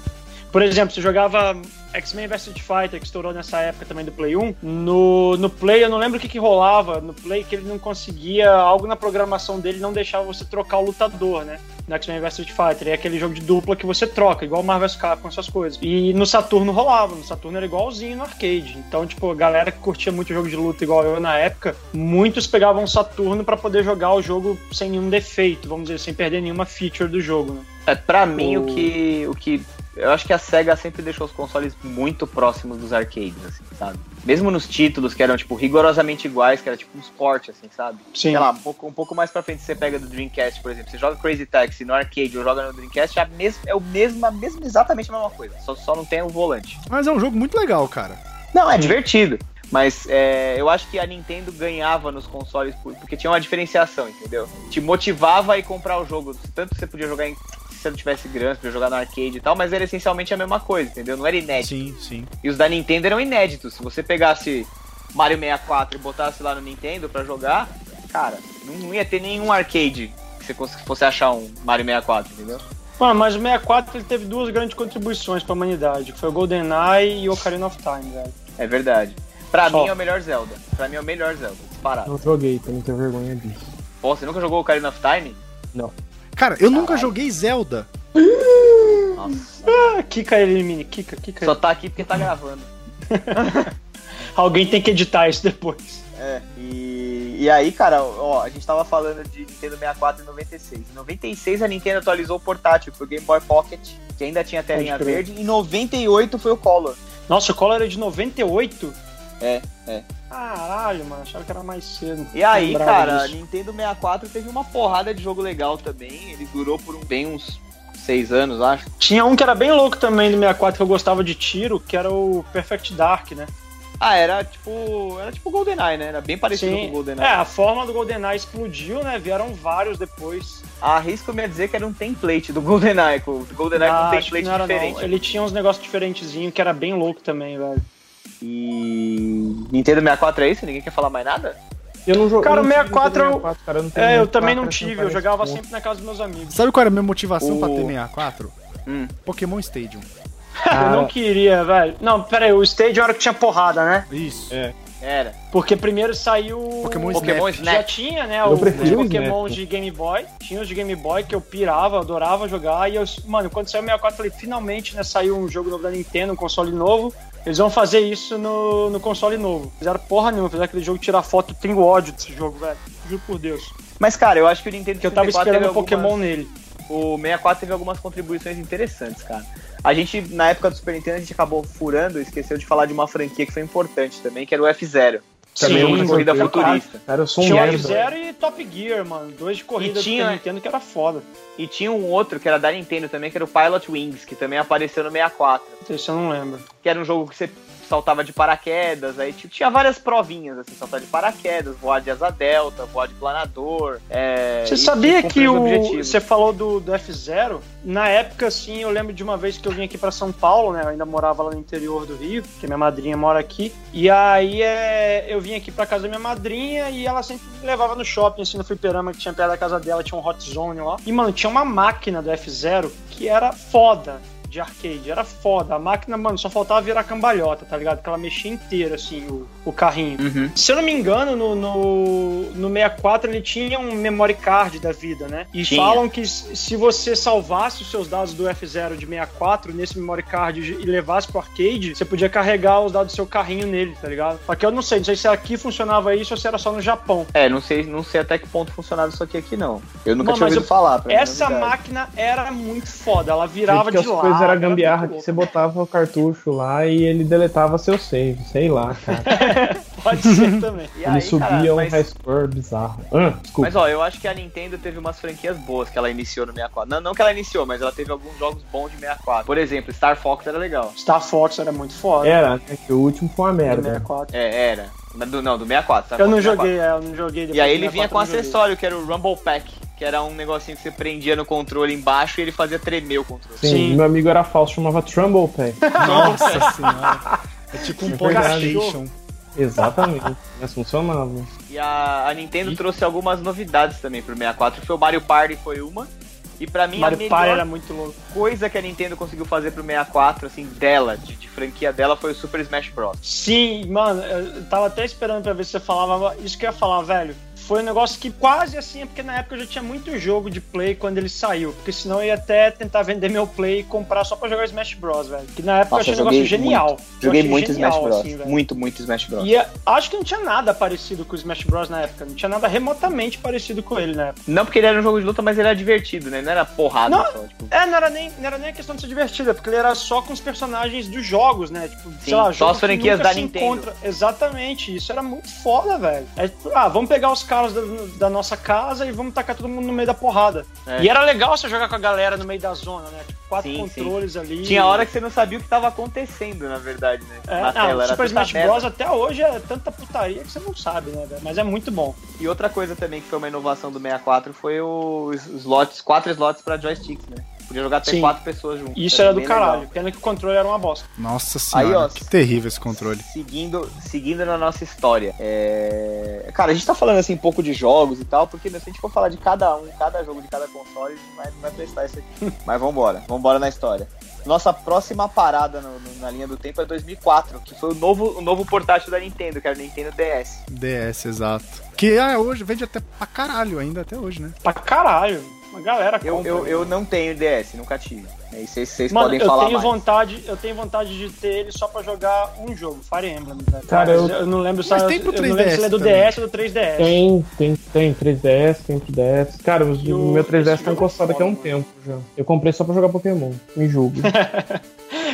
Por exemplo, você jogava X-Men vs Street Fighter, que estourou nessa época também do Play 1. No, no Play, eu não lembro o que, que rolava. No Play, que ele não conseguia. Algo na programação dele não deixava você trocar o lutador, né? No X-Men vs Street Fighter. É aquele jogo de dupla que você troca, igual Marvel vs Capcom, essas coisas. E no Saturno rolava. No Saturno era igualzinho no arcade. Então, tipo, a galera que curtia muito jogo de luta igual eu na época, muitos pegavam o Saturno pra poder jogar o jogo sem nenhum defeito, vamos dizer, sem perder nenhuma feature do jogo, né?
É, pra mim, o que, o que. Eu acho que a SEGA sempre deixou os consoles muito próximos dos arcades, assim, sabe? Mesmo nos títulos que eram, tipo, rigorosamente iguais, que era tipo um esporte, assim, sabe?
Sim.
Sei lá, um pouco, um pouco mais pra frente você pega do Dreamcast, por exemplo. Você joga Crazy Taxi no arcade ou joga no Dreamcast, é, a mesma, é o mesmo, a mesma, exatamente a mesma coisa. Só, só não tem o volante.
Mas é um jogo muito legal, cara.
Não, é divertido. Mas é, eu acho que a Nintendo ganhava nos consoles por- porque tinha uma diferenciação, entendeu? Te motivava a ir comprar o jogo. Tanto que você podia jogar em, se você não tivesse grana, você podia jogar no arcade e tal, mas era essencialmente a mesma coisa, entendeu? Não era inédito.
Sim, sim.
E os da Nintendo eram inéditos. Se você pegasse Mario 64 e botasse lá no Nintendo pra jogar, cara, não ia ter nenhum arcade que você cons- fosse achar um Mario 64, entendeu?
Mano, mas o 64 ele teve duas grandes contribuições pra humanidade, que foi o GoldenEye e o Ocarina of Time, velho.
É verdade. Pra
Só.
mim é o melhor Zelda. Pra mim é o melhor Zelda, disparado.
Não joguei, pra não ter vergonha disso.
Pô, você nunca jogou o Ocarina of Time?
Cara, eu nunca joguei Zelda.
Nossa.
Ah, Kika ele, mini, Kika, Kika.
Só
ele.
tá aqui porque tá gravando.
Alguém tem que editar isso depois.
É, e, e aí, cara, ó, a gente tava falando de Nintendo 64 e 96. Em 96 a Nintendo atualizou o portátil, foi o Game Boy Pocket, que ainda tinha telinha
Pode crer.
verde. Em 98 foi o Color.
Nossa, o Collor era de 98?
É, é.
Caralho, mano, achava que era mais cedo.
E aí,
Lembrava
cara, a
disso.
Nintendo 64 teve uma porrada de jogo legal também. Ele durou por um- bem uns seis anos, acho.
Tinha um que era bem louco também do 64 que eu gostava de tiro, que era o Perfect Dark, né?
Ah, era tipo. Era tipo GoldenEye, né? Era bem parecido com o GoldenEye.
É, a forma do GoldenEye explodiu, né? Vieram vários depois.
Arrisco-me a dizer que era um template do GoldenEye. com- O GoldenEye com um
Ah, acho que
template
não era,
diferente.
não. Ele tinha uns negócios diferentezinhos que era bem louco também, velho.
E. Nintendo 64 é isso? Ninguém quer falar mais nada?
Eu não joguei.
Cara,
eu
o
não tive
64 eu-
64, cara, eu não tenho
É, eu
64,
também não
assim,
tive, eu
parece
jogava
bom.
sempre na casa dos meus amigos.
Sabe qual era a minha motivação pra
O-
ter 64?
Hum.
Pokémon Stadium.
Cara,
Eu não queria, velho. Não, pera aí, o Stadium era o que tinha porrada, né?
Isso.
Era.
Porque primeiro saiu.
É. Pokémon Snap.
Pokémon
Já
Snap.
tinha, né?
Eu
Os
prefiro o
Pokémon
Snap.
de Game Boy. Tinha os de Game Boy que eu pirava, adorava jogar. E eu, mano, quando saiu o 64, eu falei, finalmente, né? Saiu um jogo novo da Nintendo, um console novo. Eles vão fazer isso no, no console novo. Fizeram porra nenhuma, fizeram aquele jogo tirar foto. Eu tenho ódio desse jogo, velho. Juro por Deus.
Mas, cara, eu acho que o Nintendo
Porque eu tava
64
esperando o
teve
Pokémon
algumas-
nele.
O 64 teve algumas contribuições interessantes, cara. A gente, na época do Super Nintendo, a gente acabou furando e esqueceu de falar de uma franquia que foi importante também, que era o F-Zero.
é
Também
Sim,
nunca
corrida
joguei.
futurista.
Cara, eu sou um
Tinha o
merda.
F-Zero e Top Gear, mano. Dois de corrida
tinha-
da Nintendo que era foda.
E tinha um outro que era da Nintendo também, que era o Pilot Wings, que também apareceu no 64.
Esse eu não lembro.
Que era um jogo que você saltava de paraquedas, aí tipo, tinha várias provinhas, assim, saltar de paraquedas, voar de asa delta, voar de planador. é,
Você
e
sabia
cumprir
que
os
o,
objetivos.
você falou do, do F0? Na época, assim, eu lembro de uma vez que eu vim aqui pra São Paulo, né? Eu ainda morava lá no interior do Rio, porque minha madrinha mora aqui. E aí é, eu vim aqui pra casa da minha madrinha e ela sempre me levava no shopping, assim, no fliperama que tinha perto da casa dela, tinha um hot zone lá. E, mano, tinha uma máquina do F0 que era foda. De arcade, era foda. A máquina, mano, só faltava virar cambalhota, tá ligado? Que ela mexia inteira, assim, o, o carrinho.
Uhum.
Se eu não me engano, no, no, no 64 ele tinha um memory card da vida, né? E
Tinha.
falam que s- se você salvasse os seus dados do F0 de 64 nesse memory card e levasse pro arcade, você podia carregar os dados do seu carrinho nele, tá ligado? Só que eu não sei, não sei se aqui funcionava isso ou se era só no Japão.
É, não sei, não sei até que ponto funcionava isso aqui aqui não. Eu nunca
Não,
tinha
mas
ouvido
eu-
falar. pra
Essa
mim, é novidade.
máquina era muito foda, ela virava
Porque
de
as
lado.
coisas eram
muito
gambiarra que
louco.
você botava o cartucho lá e ele deletava seu save, sei lá, cara.
[LAUGHS] Pode ser também.
E
ele
aí,
subia
cara,
um
mas-
high score bizarro. Ah, desculpa.
Mas ó, eu acho que a Nintendo teve umas franquias boas que ela iniciou no 64. Não, não que ela iniciou, mas ela teve alguns jogos bons de 64. Por exemplo, Star Fox era legal.
Star Fox era muito foda.
Era, né, que o último foi uma
do
merda.
64.
É, era. Mas do- não, do 64. Star
Eu
Fox
não
do 64.
joguei, é, eu não joguei depois
E aí
do
ele vinha
64
com um
eu não joguei.
acessório, que era o Rumble Pack, que era um negocinho que você prendia no controle embaixo e ele fazia tremer o controle.
Sim,
Sim.
meu amigo era falso, chamava Trumble Pack.
Nossa senhora. É tipo um
É verdade.
PlayStation.
Exatamente. Mas funcionava.
E a, a Nintendo trouxe algumas novidades também pro 64. Foi o Mario Party, foi uma. E pra mim a
Mario
melhor
Party era muito louco.
coisa que a Nintendo conseguiu fazer pro 64, assim, dela, de, de franquia dela, foi o Super Smash Bros.
Sim, mano, eu tava até esperando pra ver se você falava isso que eu ia falar, velho. Foi um negócio que quase assim, porque na época eu já tinha muito jogo de Play quando ele saiu. Porque senão eu ia até tentar vender meu Play e comprar só pra jogar Smash Bros, velho. Que na época
Nossa,
eu achei
eu
um negócio
joguei
genial. Eu
Joguei
achei
muito
genial,
Smash Bros.
assim, velho.
muito, muito Smash Bros.
E eh, acho que não tinha nada parecido com o Smash Bros na época. Não tinha nada remotamente parecido com ele na época.
Não porque ele era um jogo de luta, mas ele era divertido, né? Não era porrada
Não.
só, tipo.
É, não era, nem, não era nem a questão de ser divertida, porque ele era só com os personagens dos jogos, né? Tipo,
Sim,
sei lá,
só
jogo
as
que
franquias
nunca
da
se
Nintendo.
Exatamente, isso era muito foda, velho. É tipo, ah, vamos pegar os caras da, da nossa casa e vamos tacar todo mundo no meio da porrada.
É.
E era legal você jogar com a galera no meio da zona, né? Tipo, quatro
Sim,
controles ali.
Tinha hora que você não sabia o que tava acontecendo, na verdade, né?
É,
na
ah,
tela.
o
Era
Super
tanta
Smash
merda.
Bros. até hoje é tanta putaria que você não sabe, né, velho? Mas é muito bom.
E outra coisa também que foi uma inovação do 64 foi os slots, quatro slots pra joysticks, né? Podia jogar até
Sim.
quatro pessoas juntas.
E isso era do
É bem
caralho.
legal.
Pena que o controle era uma bosta.
Nossa senhora,
ó,
que terrível esse controle.
Seguindo, seguindo na nossa história. É... Cara, a gente tá falando assim um pouco de jogos e tal, porque meu, se a gente for falar de cada um, cada jogo de cada console, não vai, não vai prestar isso
[LAUGHS]
aqui. Mas vambora, vambora na história. Nossa próxima parada no- no- na linha do tempo é 2004, que foi o novo, o novo portátil da Nintendo, que era o Nintendo DS.
DS, exato. Que ah, hoje vende até pra caralho ainda até hoje, né?
Pra caralho. Uma galera
Eu,
compra.
eu, eu não tenho DS, nunca tive. E vocês, vocês
Mano,
podem
eu
falar
tenho
mais.
vontade, eu tenho vontade de ter ele só pra jogar um jogo, Fire Emblem, velho.
Cara, eu-
Mas não lembro se
Mas
eu-
tem pro
eu não lembro se ele é do
3DS
DS ou do 3DS.
Tem, tem, tem 3DS, tem 3DS. Cara, os-
E
o
o-
meu 3DS tá
esse
encostado aqui há um
jogo é
tempo já. Eu comprei só pra jogar Pokémon. Me julgo.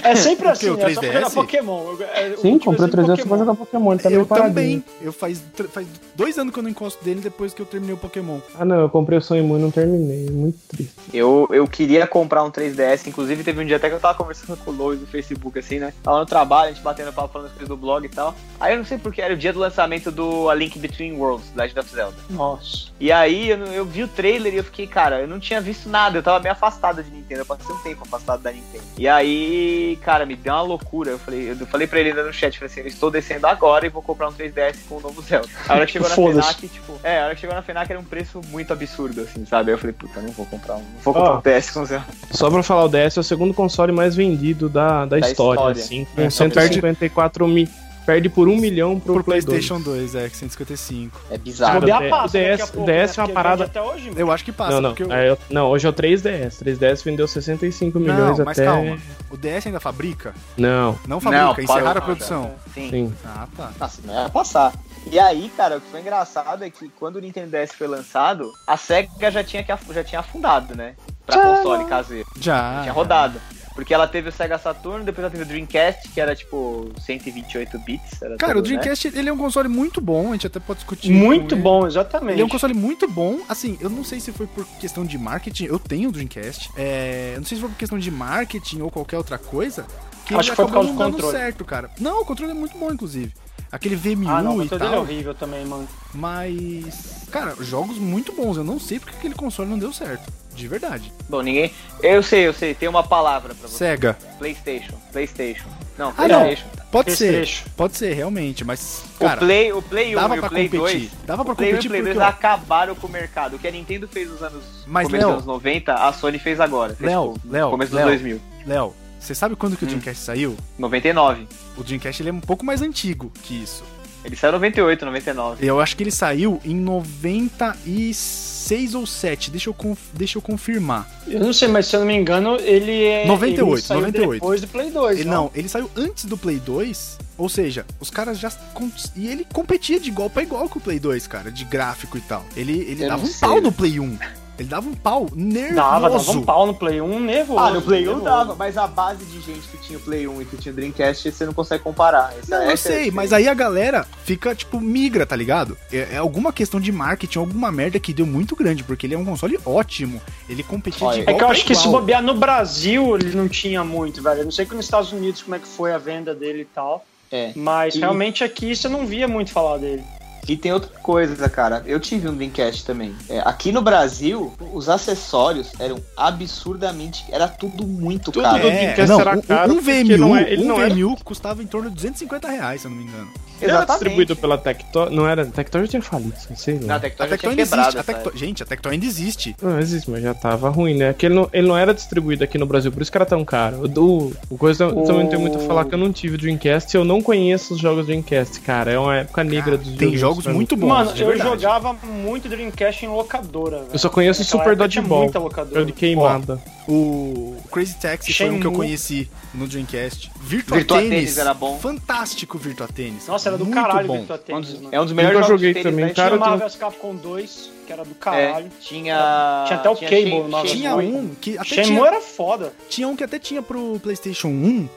É
[LAUGHS]
sempre
O
assim,
quê? O
é só pra jogar
3DS?
Pokémon. É,
Sim,
o motivo é
comprei o
sempre
3DS só pra
Pokémon.
jogar Pokémon. Ele tá meio
assim, eu
paradinho.
também. Eu faz, tr- faz dois anos que eu não encosto dele depois que eu terminei o Pokémon.
Ah, não, eu comprei o Sun e Moon e não terminei. Muito triste.
Eu, eu queria comprar um 3DS, inclusive teve um dia até que eu tava conversando com o Lois no Facebook, assim, né? Tava no trabalho, a gente batendo papo, falando as coisas do blog e tal. Aí eu não sei porque era o dia do lançamento do A Link Between Worlds, Legend of Zelda.
Nossa.
E aí eu, não- eu vi o trailer e eu fiquei, cara, eu não tinha visto nada, eu tava meio afastado de Nintendo, eu passei um tempo afastado da Nintendo. E aí, cara, me deu uma loucura. Eu falei, eu falei pra ele ainda no chat, falei assim, eu estou descendo agora e vou comprar um 3DS com o novo Zelda. A hora que chegou na
Foda-se.
FENAC, tipo, é, a hora que chegou na FENAC era um preço muito absurdo, assim, sabe? Aí eu falei, puta, não vou comprar um. Não vou comprar
Ó.
um DS com Zelda.
Só pra falar, o DS é o segundo console mais vendido da, da, história,
história.
assim. Com
É, só perde-
154 mil. Perde por um milhão pro,
Pro
Play 2.
PlayStation 2, é, 155.
É
Vou
bizarro.
Cara,
ver
o
a pasta
DS
daqui a
é
pouco,
uma
né? Porque
parada-
vende Até hoje, mano.
Eu acho que passa,
Não, não.
porque o,
aí eu- não, hoje é o 3DS. 3DS vendeu 65 milhões
Não, mas
até.
calma. o DS ainda fabrica?
Não,
Não fabrica,
parou,
encerraram a
não,
produção.
Sim.
sim.
Ah, tá.
Nossa, não ia passar. E aí, cara, o que foi engraçado é que quando o Nintendo DS foi lançado, a SEGA já tinha, que af- já tinha afundado, né? Pra console caseiro.
Já.
tinha rodado. Porque ela teve o Sega Saturn, depois ela teve o Dreamcast, que era tipo 128 bits. era
Cara,
tudo, né?
o
né?
Dreamcast, ele é um console muito bom, a gente até
um
pode discutir.
Muito
com ele.
bom, exatamente.
Ele é um console muito bom, assim, eu não sei se foi por questão de marketing, eu tenho o Dreamcast, é, eu não sei se foi por questão de marketing ou qualquer outra coisa, que
Acho
ele
que foi por
acabou
causa do
não dando
controle.
certo, cara. Não, o controle é muito bom, inclusive. Aquele VMU
Ah, não,
e
mas todo ele é
tal,
horrível também, mano.
mas, cara, jogos muito bons, eu não sei porque aquele console não deu certo, de verdade.
Né? Bom, ninguém. Eu sei, eu sei, tem uma palavra pra você.
Sega,
PlayStation. PlayStation. Não,
Ah, não.
PlayStation.
pode
Esse
ser,
trecho.
pode ser, realmente, mas,
o
cara,
Play, o Play 1
dava
e
pra
o Play
competir,
2
dava pra
O Play 1 e
competir
o Play
porque,
2
ó,
acabaram com o mercado. O que a Nintendo fez nos anos
Mas,
começo
Léo-
dos anos 90, a Sony fez agora. Fez,
Léo,
tipo,
Léo,
começo
Léo.
dos 2000.
Léo, você sabe quando que o
Hum.
Dreamcast saiu?
99.
O Dreamcast, ele é um pouco mais antigo que isso.
Ele saiu em 98, 99.
Eu acho que ele saiu em 96 ou 7. Deixa eu, conf- deixa eu confirmar.
Eu não sei, mas se eu não me engano, ele é.
98,
ele saiu
98.
Depois do Play 2.
Ele, não, ele saiu antes do Play 2. Ou seja, os caras já. com- E ele competia de igual pra igual com o Play 2, cara, de gráfico e tal. Ele, ele
Eu
dava
não
um
sei.
pau no Play 1. Ele dava um pau nervoso. Ah,
Dava, dava um pau no Play 1 nervoso.
Ah,
um
nervoso.
um mas a base de gente que tinha o Play 1 e que tinha o Dreamcast, você não consegue comparar. Essa, é
Não, eu sei, mas aí a galera fica, tipo, migra, tá ligado? É, é alguma questão de marketing, alguma merda que deu muito grande, porque ele é um console ótimo. Ele competia de
Olha,
É
igual
que eu
pra
acho que se
igual.
bobear no Brasil, ele não tinha muito, velho. Eu não sei que nos Estados Unidos como é que foi a venda dele e tal.
É.
Mas
E-
realmente aqui você não via muito falar dele.
É, E tem outra coisa, cara. Eu tive um Dreamcast também. É, aqui no Brasil, os acessórios eram absurdamente... Era tudo muito
Tudo
caro.
do
É,
Dreamcast
não,
era
um-
caro
um
porque
VMU,
não é- ele
um
não era-
VMU custava em torno de 250 reais, se eu não me engano.
Não Era distribuído pela Tectoy. Não era. Tectoy já tinha falido, sei
Não,
lá.
a Tectoy
A
Então já
Tectoy
tinha
ainda
quebrado.
existe. A
essa
Tectoy... Gente, a Tectoy ainda existe.
Não existe, mas já tava ruim, né? Que ele não, ele não era distribuído aqui no Brasil, por isso que era tão caro. O, do- o coisa
O-
também não tem muito a falar que eu não tive Dreamcast e eu não conheço os jogos Dreamcast, cara. É uma época
Cara,
negra dos
tem jogos
pra mim.
muito bons.
Mano,
de
eu
verdade.
jogava muito Dreamcast em locadora, velho.
Eu só conheço o
Naquela
Super
época tinha
Dodgeball.
muita
Jogo
locadora.
de queimada.
O Crazy Taxi foi um que eu
Shenmue.
conheci no Dreamcast. Virtua,
Virtua
Tennis,
Tennis era bom.
Fantástico Virtua Tennis.
Nossa, era do
Muito
caralho
bom.
o Virtua
Um
Tennis,
dos-
mano.
É um dos melhores
Nunca
jogos
joguei
de tênis
também,
da
cara,
Tinha
eu
o
história.
tenho-
Marvel's Capcom 2, que era do
É,
caralho.
tinha...
Tinha até o Cable no Marvel.
Tinha
Shenmue.
um que até
Shenmue
tinha,
era foda.
tinha um que até tinha pro PlayStation 1,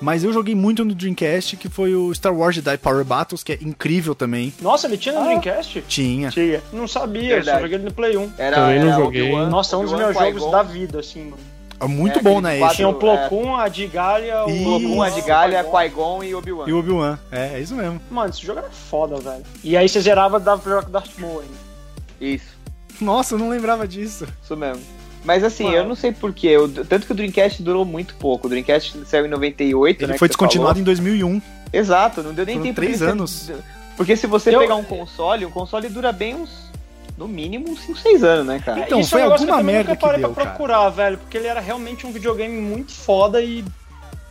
mas eu joguei muito no Dreamcast, que foi o Star Wars Jedi Power Battles, que é incrível também.
Nossa, ele tinha no Dreamcast?
Tinha.
Tinha. Não sabia,
Verdade.
eu só joguei ele no Play 1.
Era,
Também não
era
joguei.
Obi-Wan,
Nossa, é um dos
Obi-Wan,
meus jogos
Qui-Gon.
da vida, assim, mano.
É muito
É,
bom
aquele
né?
quadro-
esse.
Tinha o Plo
é.
Koon, a Digalha, o
Isso.
Plo
Obi-Wan,
Koon,
a de Galha,
Qui-Gon.
Qui-Gon e Obi-Wan.
E o Obi-Wan. É, é isso mesmo.
Mano, esse jogo era foda, velho. E aí você zerava dava pro jogo Darth Maul ainda.
Isso,
Nossa, eu não lembrava disso.
isso mesmo. Mas assim,
Mano.
eu não sei porquê. Eu, tanto que o Dreamcast durou muito pouco. O Dreamcast saiu em 98, né?
Ele
que
foi
você
descontinuado em 2001.
falou. Exato, não deu nem
Foram
tempo.
três
de você-
anos.
Porque se você
Eu-
pegar um console, um console dura bem uns... No mínimo uns 5, 6 anos, né, cara?
Então,
Isso
foi
é um negócio
alguma
que eu também
merda
nunca parei
que deu,
pra
cara.
procurar, velho, porque ele era realmente um videogame muito foda e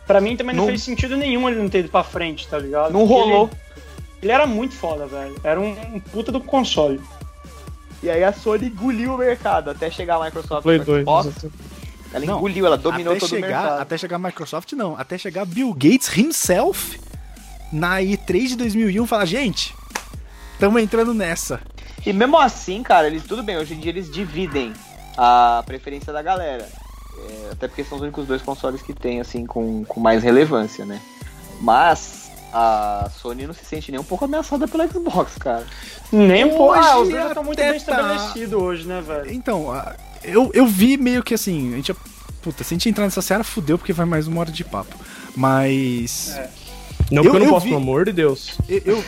pra mim também não,
Não-
fez sentido nenhum ele não ter ido pra frente, tá ligado?
Não
Porque
rolou.
Ele, ele era muito foda, velho. Era um, um puta do console.
E aí a Sony engoliu o mercado até chegar a Microsoft
Play assim,
com o
2.
né?
Xbox.
exatamente.
Ela
Não,
engoliu, ela dominou
até
todo
chegar,
o mercado.
Até chegar a Microsoft, não. Até chegar Bill Gates himself na E3 de 2001 e falar, gente, estamos entrando nessa.
E mesmo assim, cara, eles tudo bem, hoje em dia eles dividem a preferência da galera. É, até porque são os únicos dois consoles que tem, assim, com, com mais relevância, né? Mas a Sony não se sente nem um pouco ameaçada pelo Xbox, cara.
Nem
Hoje
pô, ah, os dois já estão muito
até
bem
tá.
estabelecidos hoje, né, velho?
Então, a- eu, eu vi meio que assim, a gente... ia- Puta, se a gente entrar nessa seara, fudeu, porque vai mais uma hora de papo. Mas...
Não, porque eu,
Eu-
não
eu
posso,
vi-
pelo amor de Deus.
Eu, eu,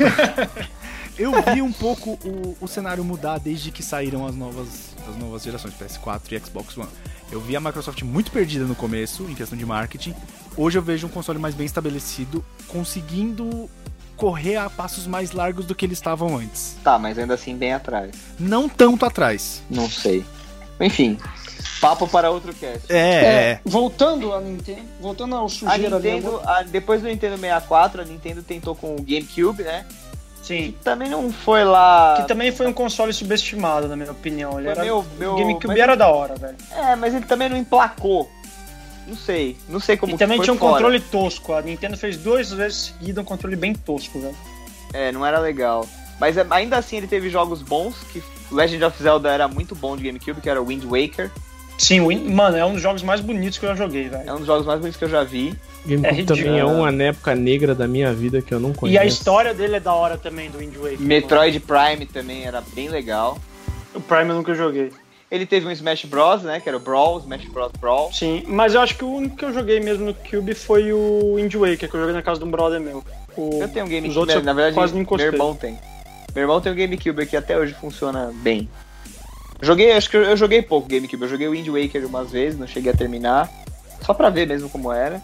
eu vi um pouco o, o cenário mudar desde que saíram as novas, as novas gerações, PS4 e Xbox One. Eu vi a Microsoft muito perdida no começo, em questão de marketing. Hoje eu vejo um console mais bem estabelecido, conseguindo correr a passos mais largos do que eles estavam antes.
Tá, mas ainda assim bem atrás.
Não tanto atrás.
Não sei. Enfim, papo para outro cast.
É, é.
Voltando a Nintendo, voltando ao
A
sujeira
Nintendo, a- depois do Nintendo 64, a Nintendo tentou com o GameCube, né?
Sim.
Também não foi lá.
Que também foi um console subestimado, na minha opinião. Ele
Foi
era...
meu, meu,
O GameCube
mas-
era da hora, velho.
É, mas ele também não emplacou. Não sei, não sei como
E também
foi
tinha um
fora.
controle tosco. A Nintendo fez duas vezes seguida um controle bem tosco, velho.
É, não era legal. Mas é, ainda assim ele teve jogos bons, que Legend of Zelda era muito bom de GameCube, que era Wind Waker.
Sim, o In- mano, é um dos jogos mais bonitos que eu já joguei, velho.
É um dos jogos mais bonitos que eu já vi.
GameCube
ridículo.
também é uma época negra da minha vida que eu não conheço.
E a história dele é da hora também, do Wind Waker.
Metroid Prime também era bem legal.
O Prime eu nunca joguei.
Ele teve um Smash Bros, né, que era o Brawl, Smash Bros Brawl.
Sim, mas eu acho que o único que eu joguei mesmo no Cube foi o Wind Waker, que eu joguei na casa de um brother meu. O...
Eu tenho um
Os
GameCube,
outros
né,
eu
na verdade
quase não
meu
encostei.
irmão tem. Meu irmão tem um GameCube que até hoje funciona bem. Joguei, acho que eu, eu joguei pouco GameCube. Eu joguei Wind Waker umas vezes, não cheguei a terminar. Só pra ver mesmo como era.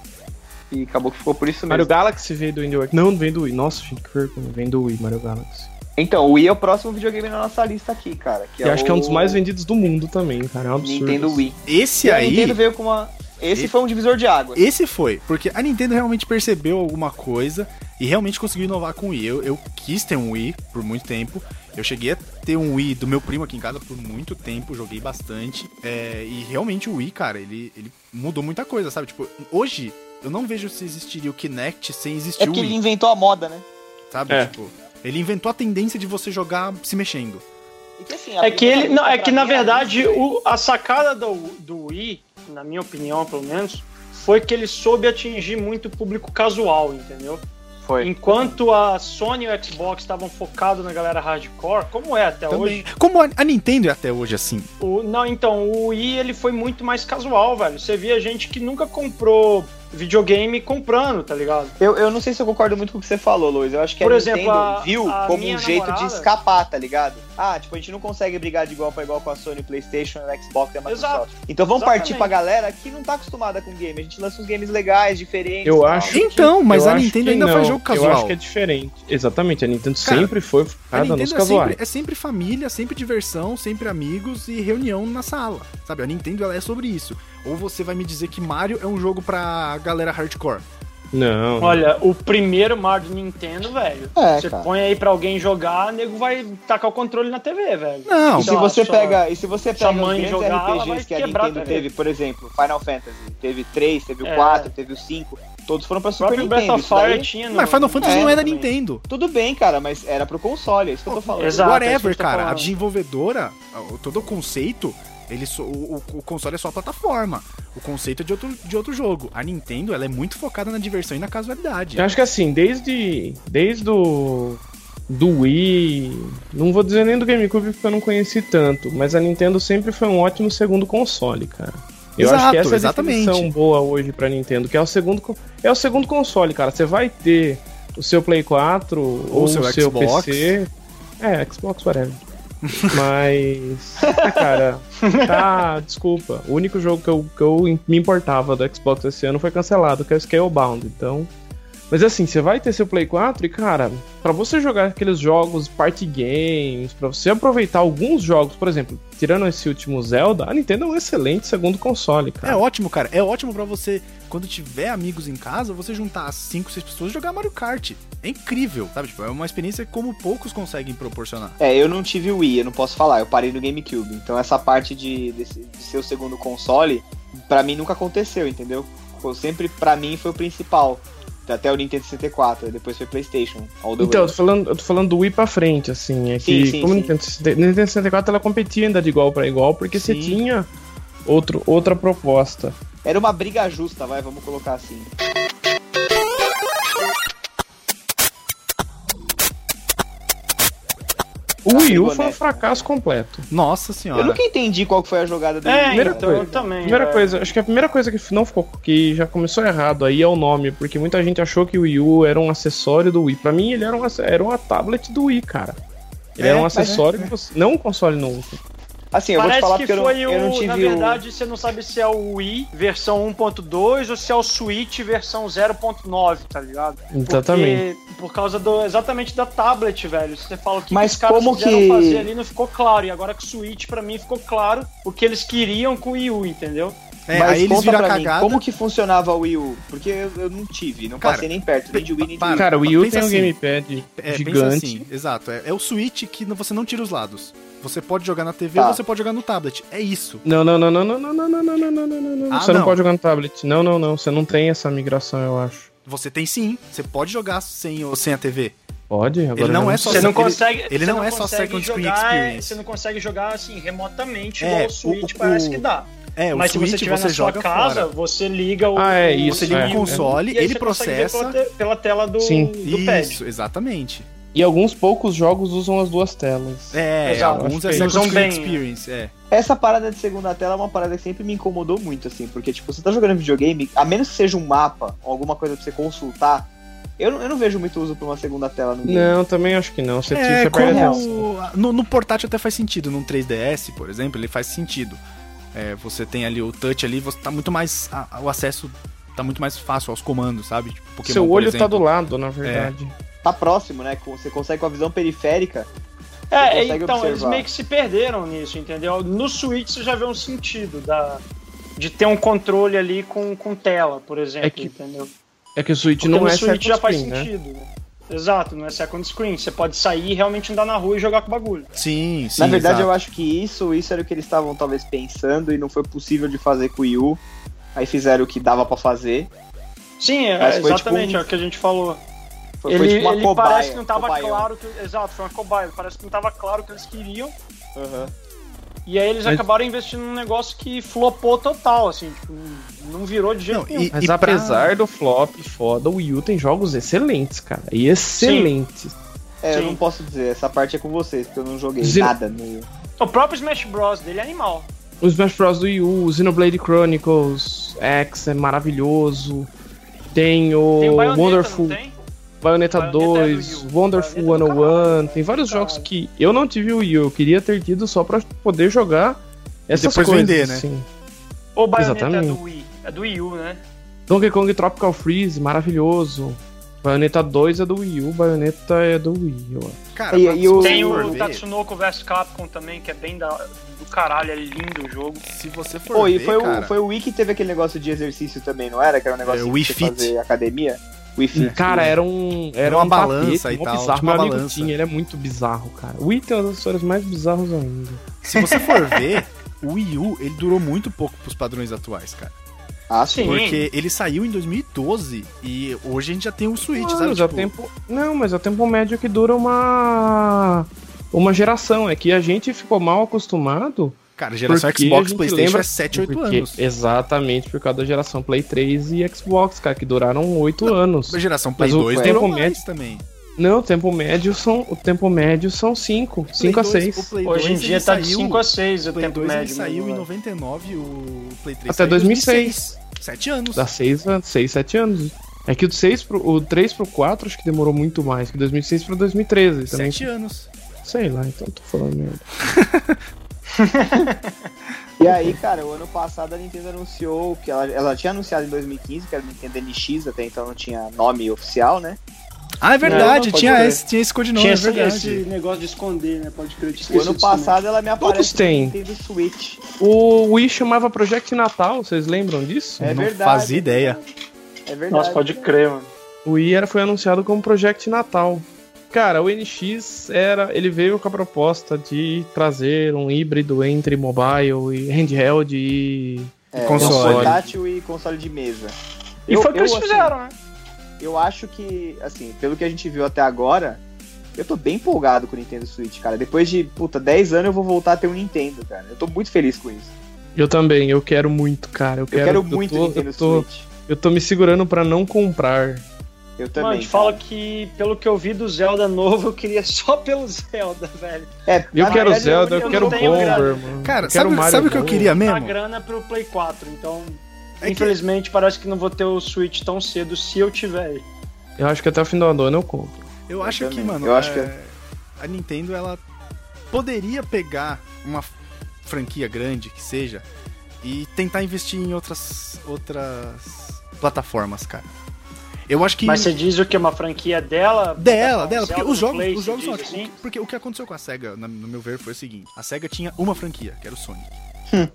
E acabou que ficou por isso mesmo.
Mario Galaxy veio do Indie Work. Não, vem do Wii. Nossa, gente, que vergonha. Vem do Wii, Mario Galaxy.
Então, o Wii é o próximo videogame na nossa lista aqui, cara. Que
E acho que é um dos mais
o
vendidos do mundo também, cara. É um absurdo.
Nintendo
assim.
Wii.
Esse
a
aí.
Nintendo veio com uma. Esse
E-
foi um divisor de água.
Esse foi, porque a Nintendo realmente percebeu alguma coisa e realmente conseguiu inovar com o Wii. Eu, eu quis ter um Wii por muito tempo. Eu cheguei a ter um Wii do meu primo aqui em casa por muito tempo, joguei bastante. É, e realmente o Wii, cara, ele, ele mudou muita coisa, sabe? Tipo, hoje eu não vejo se existiria o Kinect sem
É
existir o
porque ele
Wii,
inventou a moda, né?
sabe?
É.
Tipo, ele inventou a tendência de você jogar se mexendo.
E que, assim, a
É que
primeira
ele. Não,
lista
é
pra
que na
mim era
verdade
isso,
o- a sacada do, do Wii, na minha opinião pelo menos, foi que ele soube atingir muito o público casual, entendeu?
Foi.
Enquanto a Sony e o Xbox estavam focados na galera hardcore, como é até hoje,
Também. Como a, a Nintendo é até hoje assim.
O- não, então, o Wii ele foi muito mais casual, velho. Você via gente que nunca comprou videogame comprando, tá ligado?
Eu, eu não sei se eu concordo muito com o que você falou, Luiz. Eu acho que
Por
a
exemplo,
Nintendo
a-
viu
a
como
minha
um jeito
namorada-
de escapar, tá ligado? Ah, tipo, a gente não consegue brigar de igual pra igual com a Sony, PlayStation, o Xbox e a Microsoft.
Exato.
Então vamos
Exatamente.
partir pra galera que não tá acostumada com game. A gente lança uns games legais, diferentes.
Eu
tal.
acho-
Então, mas
Eu
a
acho
Nintendo
que
ainda
não.
faz jogo
Eu
casual.
acho que é diferente. Exatamente, a Nintendo
Cara,
sempre foi
A
focada nos
Nintendo é
casuais.
sempre, é sempre família, sempre diversão, sempre amigos e reunião na sala. Sabe, a Nintendo ela é sobre isso. Ou você vai me dizer que Mario é um jogo pra galera hardcore.
Não.
Olha, o primeiro Mario do Nintendo, velho.
É,
você
cara.
põe aí pra alguém jogar, o nego vai tacar o controle na TV, velho.
Não,
Sei
E se,
lá,
você
só-
pega, e se você
sua
pega os
mãe
grandes
jogar, ela vai
RPGs que a
quebrar
Nintendo
também.
teve, por exemplo, Final Fantasy, teve 3, teve
É.
o 4, teve o 5, todos foram pra
O
Super
próprio Breath
Nintendo.
of
Isso daí-
Fire tinha. no-
mas Final Fantasy
é,
não é da
também.
Nintendo.
Tudo bem, cara, mas era pro console, é isso que eu tô falando.
Exato, é isso que
Whatever,
eu tô
cara.
falando.
A desenvolvedora, a- todo o conceito, ele só- o, o- o console é só a plataforma. O conceito é de outro, de outro jogo. A Nintendo, ela é muito focada na diversão e na casualidade.
Eu acho que assim, desde. Desde o. Do Wii. Não vou dizer nem do GameCube porque eu não conheci tanto. Mas a Nintendo sempre foi um ótimo segundo console, cara. Eu acho
Exato,
que essa é a
exatamente.
definição boa hoje pra Nintendo, que é o segundo. co- É o segundo console, cara. Você vai ter o seu Play 4 ou, o
seu
seu,
Xbox.
PC. É, Xbox, whatever. [LAUGHS] Mas. ah, cara. Tá, desculpa. O único jogo que eu, que eu me importava do Xbox esse ano foi cancelado, que é o Scalebound. Então. Mas assim, você vai ter seu Play 4 e, cara, pra você jogar aqueles jogos, party games, pra você aproveitar alguns jogos, por exemplo, tirando esse último Zelda, a Nintendo é um excelente segundo console,
É
cara.
ótimo, cara. É ótimo pra você, quando tiver amigos em casa, você juntar 5, 6 pessoas e jogar Mario Kart. É incrível, sabe? Tipo, é uma experiência como poucos conseguem proporcionar.
É, eu não tive o Wii, eu não posso falar, eu parei no GameCube. Então essa parte de, desse- de ser o segundo console, pra mim nunca aconteceu, entendeu? Eu sempre, pra mim, foi o principal. Até o Nintendo 64, depois foi PlayStation. all the
Então, eu
way.
tô, falando, eu tô falando do Wii pra frente, assim. É
Sim,
que,
sim,
como a
sim.
Nintendo, 60 Nintendo 64 ela competia ainda de igual pra igual, porque você
Sim.
tinha outro, outra proposta.
Era uma briga justa, vai, vamos colocar assim.
O Wii U
boneco,
foi um
né?
fracasso completo.
Nossa
Eu
senhora.
nunca entendi qual que foi a jogada do
É,
Wii,
Primeira
então
coisa.
eu também.
Primeira
velho.
coisa, acho que a primeira coisa que não ficou, que já começou errado aí é o nome, porque muita gente achou que o Wii U era um acessório do Wii. Pra mim, ele era, um, ac- era uma tablet do Wii, cara. Ele
É,
era um
mas-
acessório, que você- não um console novo.
Assim, eu
Parece
vou te falar
que
porque eu não,
foi
eu não
o.
tive
Na verdade, você não sabe se é o Wii versão 1.2 ou se é o Switch versão 0.9, tá ligado? Porque-
Exatamente.
por causa do, exatamente da tablet, velho. Você fala o que,
Mas
que os caras
como
quiseram
que-
fazer ali não ficou claro. E agora com o Switch, pra mim, ficou claro o que eles queriam com o Wii U, entendeu?
o...
É,
Mas
aí eles
conta
viram a
pra mim,
cagada.
como que funcionava o Wii U? Porque eu, eu não tive, não
Cara,
passei nem perto, nem de Wii, nem de
para-
Wii.
Cara, o Wii U
pensa
tem um
assim,
gamepad
É, pensa
gigante.
assim, exato. É, é o Switch que não- você não tira os lados. Você pode jogar na TV
Tá.
ou você pode jogar no tablet. É isso.
Não, não, não, não, não, não, não, não, não, não, não, não, não, não.
Ah,
Você não
não.
pode jogar no tablet. Não, não, não. Você não tem essa migração, eu acho.
Você tem sim. Você pode jogar sem, ou sem a TV.
Pode? Agora
Ele não
já
é
sei.
Só
Você
se-
não
ele-
consegue.
ele
você
não é só
consegue
second screen
jogar,
experience.
Você não consegue jogar assim remotamente,
É,
igual
o-
o Switch
o-
parece
o-
que dá.
É, o
Mas
Switch
se você tiver na sua
joga
casa,
fora.
você liga o.
Ah, é, isso,
Você
o
liga
é.
o
Wii U,
console,
e aí
ele
você consegue ver
processa.
Pela, te- pela tela do,
Sim.
do pad.
Isso, exatamente.
E alguns poucos jogos usam as duas telas.
É,
Exato.
alguns é
Eles
second
usam
screen
bem,
experience, é.
Essa parada de segunda tela é uma parada que sempre me incomodou muito, assim, porque, tipo, você tá jogando videogame, a menos que seja um mapa ou alguma coisa pra você consultar, eu, não- eu não vejo muito uso pra uma segunda tela no game.
Não, também acho que não. Você, tinha-
É,
você perde a atenção.
como no, no portátil até faz sentido, num 3DS, por exemplo, ele faz sentido. É, você tem ali o touch ali, você tá muito mais a- o acesso tá muito mais fácil aos comandos, sabe? Tipo, Pokémon,
Seu
por
olho tá
exemplo.
do lado, na verdade.
Tá próximo, né? com- Você consegue com a visão periférica. Você
É,
consegue
então, eles
observar.
meio que se perderam nisso, entendeu? No Switch você já vê um sentido da, de ter um controle ali com, com tela, por exemplo,
É que-
entendeu?
É que o Switch
Porque
não
no
é
Switch
second
já faz
screen, né?
sentido. Exato, não é second screen. Você pode sair e realmente andar na rua e jogar com o bagulho.
Sim, sim.
Na verdade,
exato.
eu acho que isso, isso era o que eles estavam talvez pensando e não foi possível de fazer com o Wii U. Aí fizeram o que dava pra fazer.
Sim, é,
Mas foi
exatamente,
tipo um-
é o que a gente falou.
Foi,
ele
foi tipo uma
ele
cobaia.
parece que não tava
cobaião.
claro que. Exato, foi uma cobaia. Parece que não tava claro o que eles queriam.
Aham.
E aí eles
Mas-
acabaram investindo num negócio que flopou total, assim, tipo, não virou de jeito
Não,
nenhum.
e,
Mas
e pra-
apesar do flop foda, o Wii U tem jogos excelentes, cara. E excelentes.
É, eu
Sim.
não posso dizer, essa parte é com vocês, porque eu não joguei
Zero-
nada no Wii U.
O próprio Smash Bros dele é animal.
O Smash Bros. do Wii U, o Xenoblade Chronicles X é maravilhoso. Tem o
Tem Bayonetta,
Wonderful
não tem?
Bayonetta
Bayonetta
2,
é do Wii U. Bayonetta
Wonderful
do caralho,
101, tem vários
caralho.
jogos que eu não tive o Wii, U, eu queria ter tido só pra poder jogar essas
depois
coisas.
vender, né?
assim.
Ou Bayonetta é
Exatamente.
do Wii. É do Wii U, né?
Donkey Kong Tropical Freeze, maravilhoso. Bayonetta 2 é do Wii U, Bayonetta é do Wii, eu acho.
Cara,
E-
mas
e
se
o-
você
Tem
for
o
ver-
Tatsunoko vs Capcom também, que é bem da, do caralho, é lindo o jogo.
Se você for
Pô, e
ver,
foi, o,
cara,
foi o Wii que teve aquele negócio de exercício também, não era? Que era um negócio
É, o
de
Wii
você
Fit.
fazer academia? Wii Fit.
Cara, era um. Era
Uma
um
balança
tapete,
e
mó
tal,
Bizarro.
tipo uma
Meu amigo
balança.
tinha, ele é muito bizarro, cara. O Wii tem umas histórias mais bizarras ainda.
se você for ver, o Wii U, ele durou muito pouco pros padrões atuais, cara.
Ah, sim.
Porque ele saiu em 2012 e hoje a gente já tem o Switch,
Mano,
sabe?
já
Tipo,
Ah, é tempo... Não, mas é o tempo médio que dura uma. Uma geração. É que a gente ficou mal acostumado.
Cara, geração
porque a
Xbox,
gente
Playstation
lembra-
é 7, 8
porque-
anos.
Exatamente, por causa da geração Play 3 e Xbox, cara, que duraram 8 anos.
A geração Play
Mas o
2
tempo
durou
médio-
mais também.
Não, o tempo médio são. O tempo médio são 5. 5 a
Play dois- o
6.
Play
Hoje em
dois,
dia
ele
tá de
saiu-
5 a 6
O
o
Play
tempo
2 ele
médio.
saiu
mesmo,
em
né?
99 e o Play 3
Até
saiu em
2006.
7 anos.
Dá 6 anos, 6, 7 anos. É que o 6 pro, o 3 pro 4 acho que demorou muito mais, que 2006 pro 2013 também.
7 anos.
então Sei lá, então tô falando merda.
E aí, cara, o ano passado a Nintendo anunciou que ela, ela tinha anunciado em 2015 que era Nintendo NX, até então não tinha nome oficial, né?
Ah, é verdade,
Não, pode
tinha,
crer.
esse, tinha esse codinome,
Tinha
é
esse,
verdade.
esse negócio de esconder, né? Pode crer, eu te
O
esqueci
ano
disso também.
passado ela me
Todos
aparece
têm.
no Nintendo Switch.
O Wii chamava Project Natal, vocês lembram disso?
É
Não
verdade.
fazia ideia.
É verdade.
Nossa, pode crer, mano.
O Wii era, foi anunciado como Project Natal. Cara, o NX era, ele veio com a proposta de trazer um híbrido entre mobile e handheld e
É,
Console.
Portátil e console de mesa.
E
Eu-
foi o que
eu,
eles
assim,
fizeram, né?
Eu acho que, assim, pelo que a gente viu até agora, eu tô bem empolgado com o Nintendo Switch, cara. Depois de, puta, 10 anos eu vou voltar a ter um Nintendo, cara. Eu tô muito feliz com isso.
eu também, eu quero muito, cara. Eu
Eu
quero,
quero, muito
tô,
Nintendo
eu tô,
Switch.
eu tô me segurando pra não comprar.
Eu também.
Mano, te
cara.
fala que, pelo que eu vi do Zelda novo, eu queria [LAUGHS] só pelo Zelda, velho.
É,
Eu
na
quero
verdade,
Zelda,
eu
eu,
não
quero
tenho
Bomber,
grana.
mano.
Cara,
eu quero
sabe,
Mario
sabe o que eu
Bros.
queria
A
mesmo?
Tá grana pro Play 4, então.
É que-
Infelizmente, parece que não vou ter o Switch tão cedo se eu tiver.
Eu acho que até o final do ano eu compro.
Eu acho que,
também.
mano,
Eu acho que
é, a Nintendo ela poderia pegar uma franquia grande que seja e tentar investir em outras outras plataformas, cara. Eu acho que
Mas você diz o que? Uma franquia dela?
dela, dela,
Um Zelda
porque os
no
jogos,
Play,
os
você
jogos são
diz,
ótimos.
assim?
Porque o que aconteceu com a SEGA, na- no meu ver, foi o seguinte: a SEGA tinha uma franquia, que era o Sonic.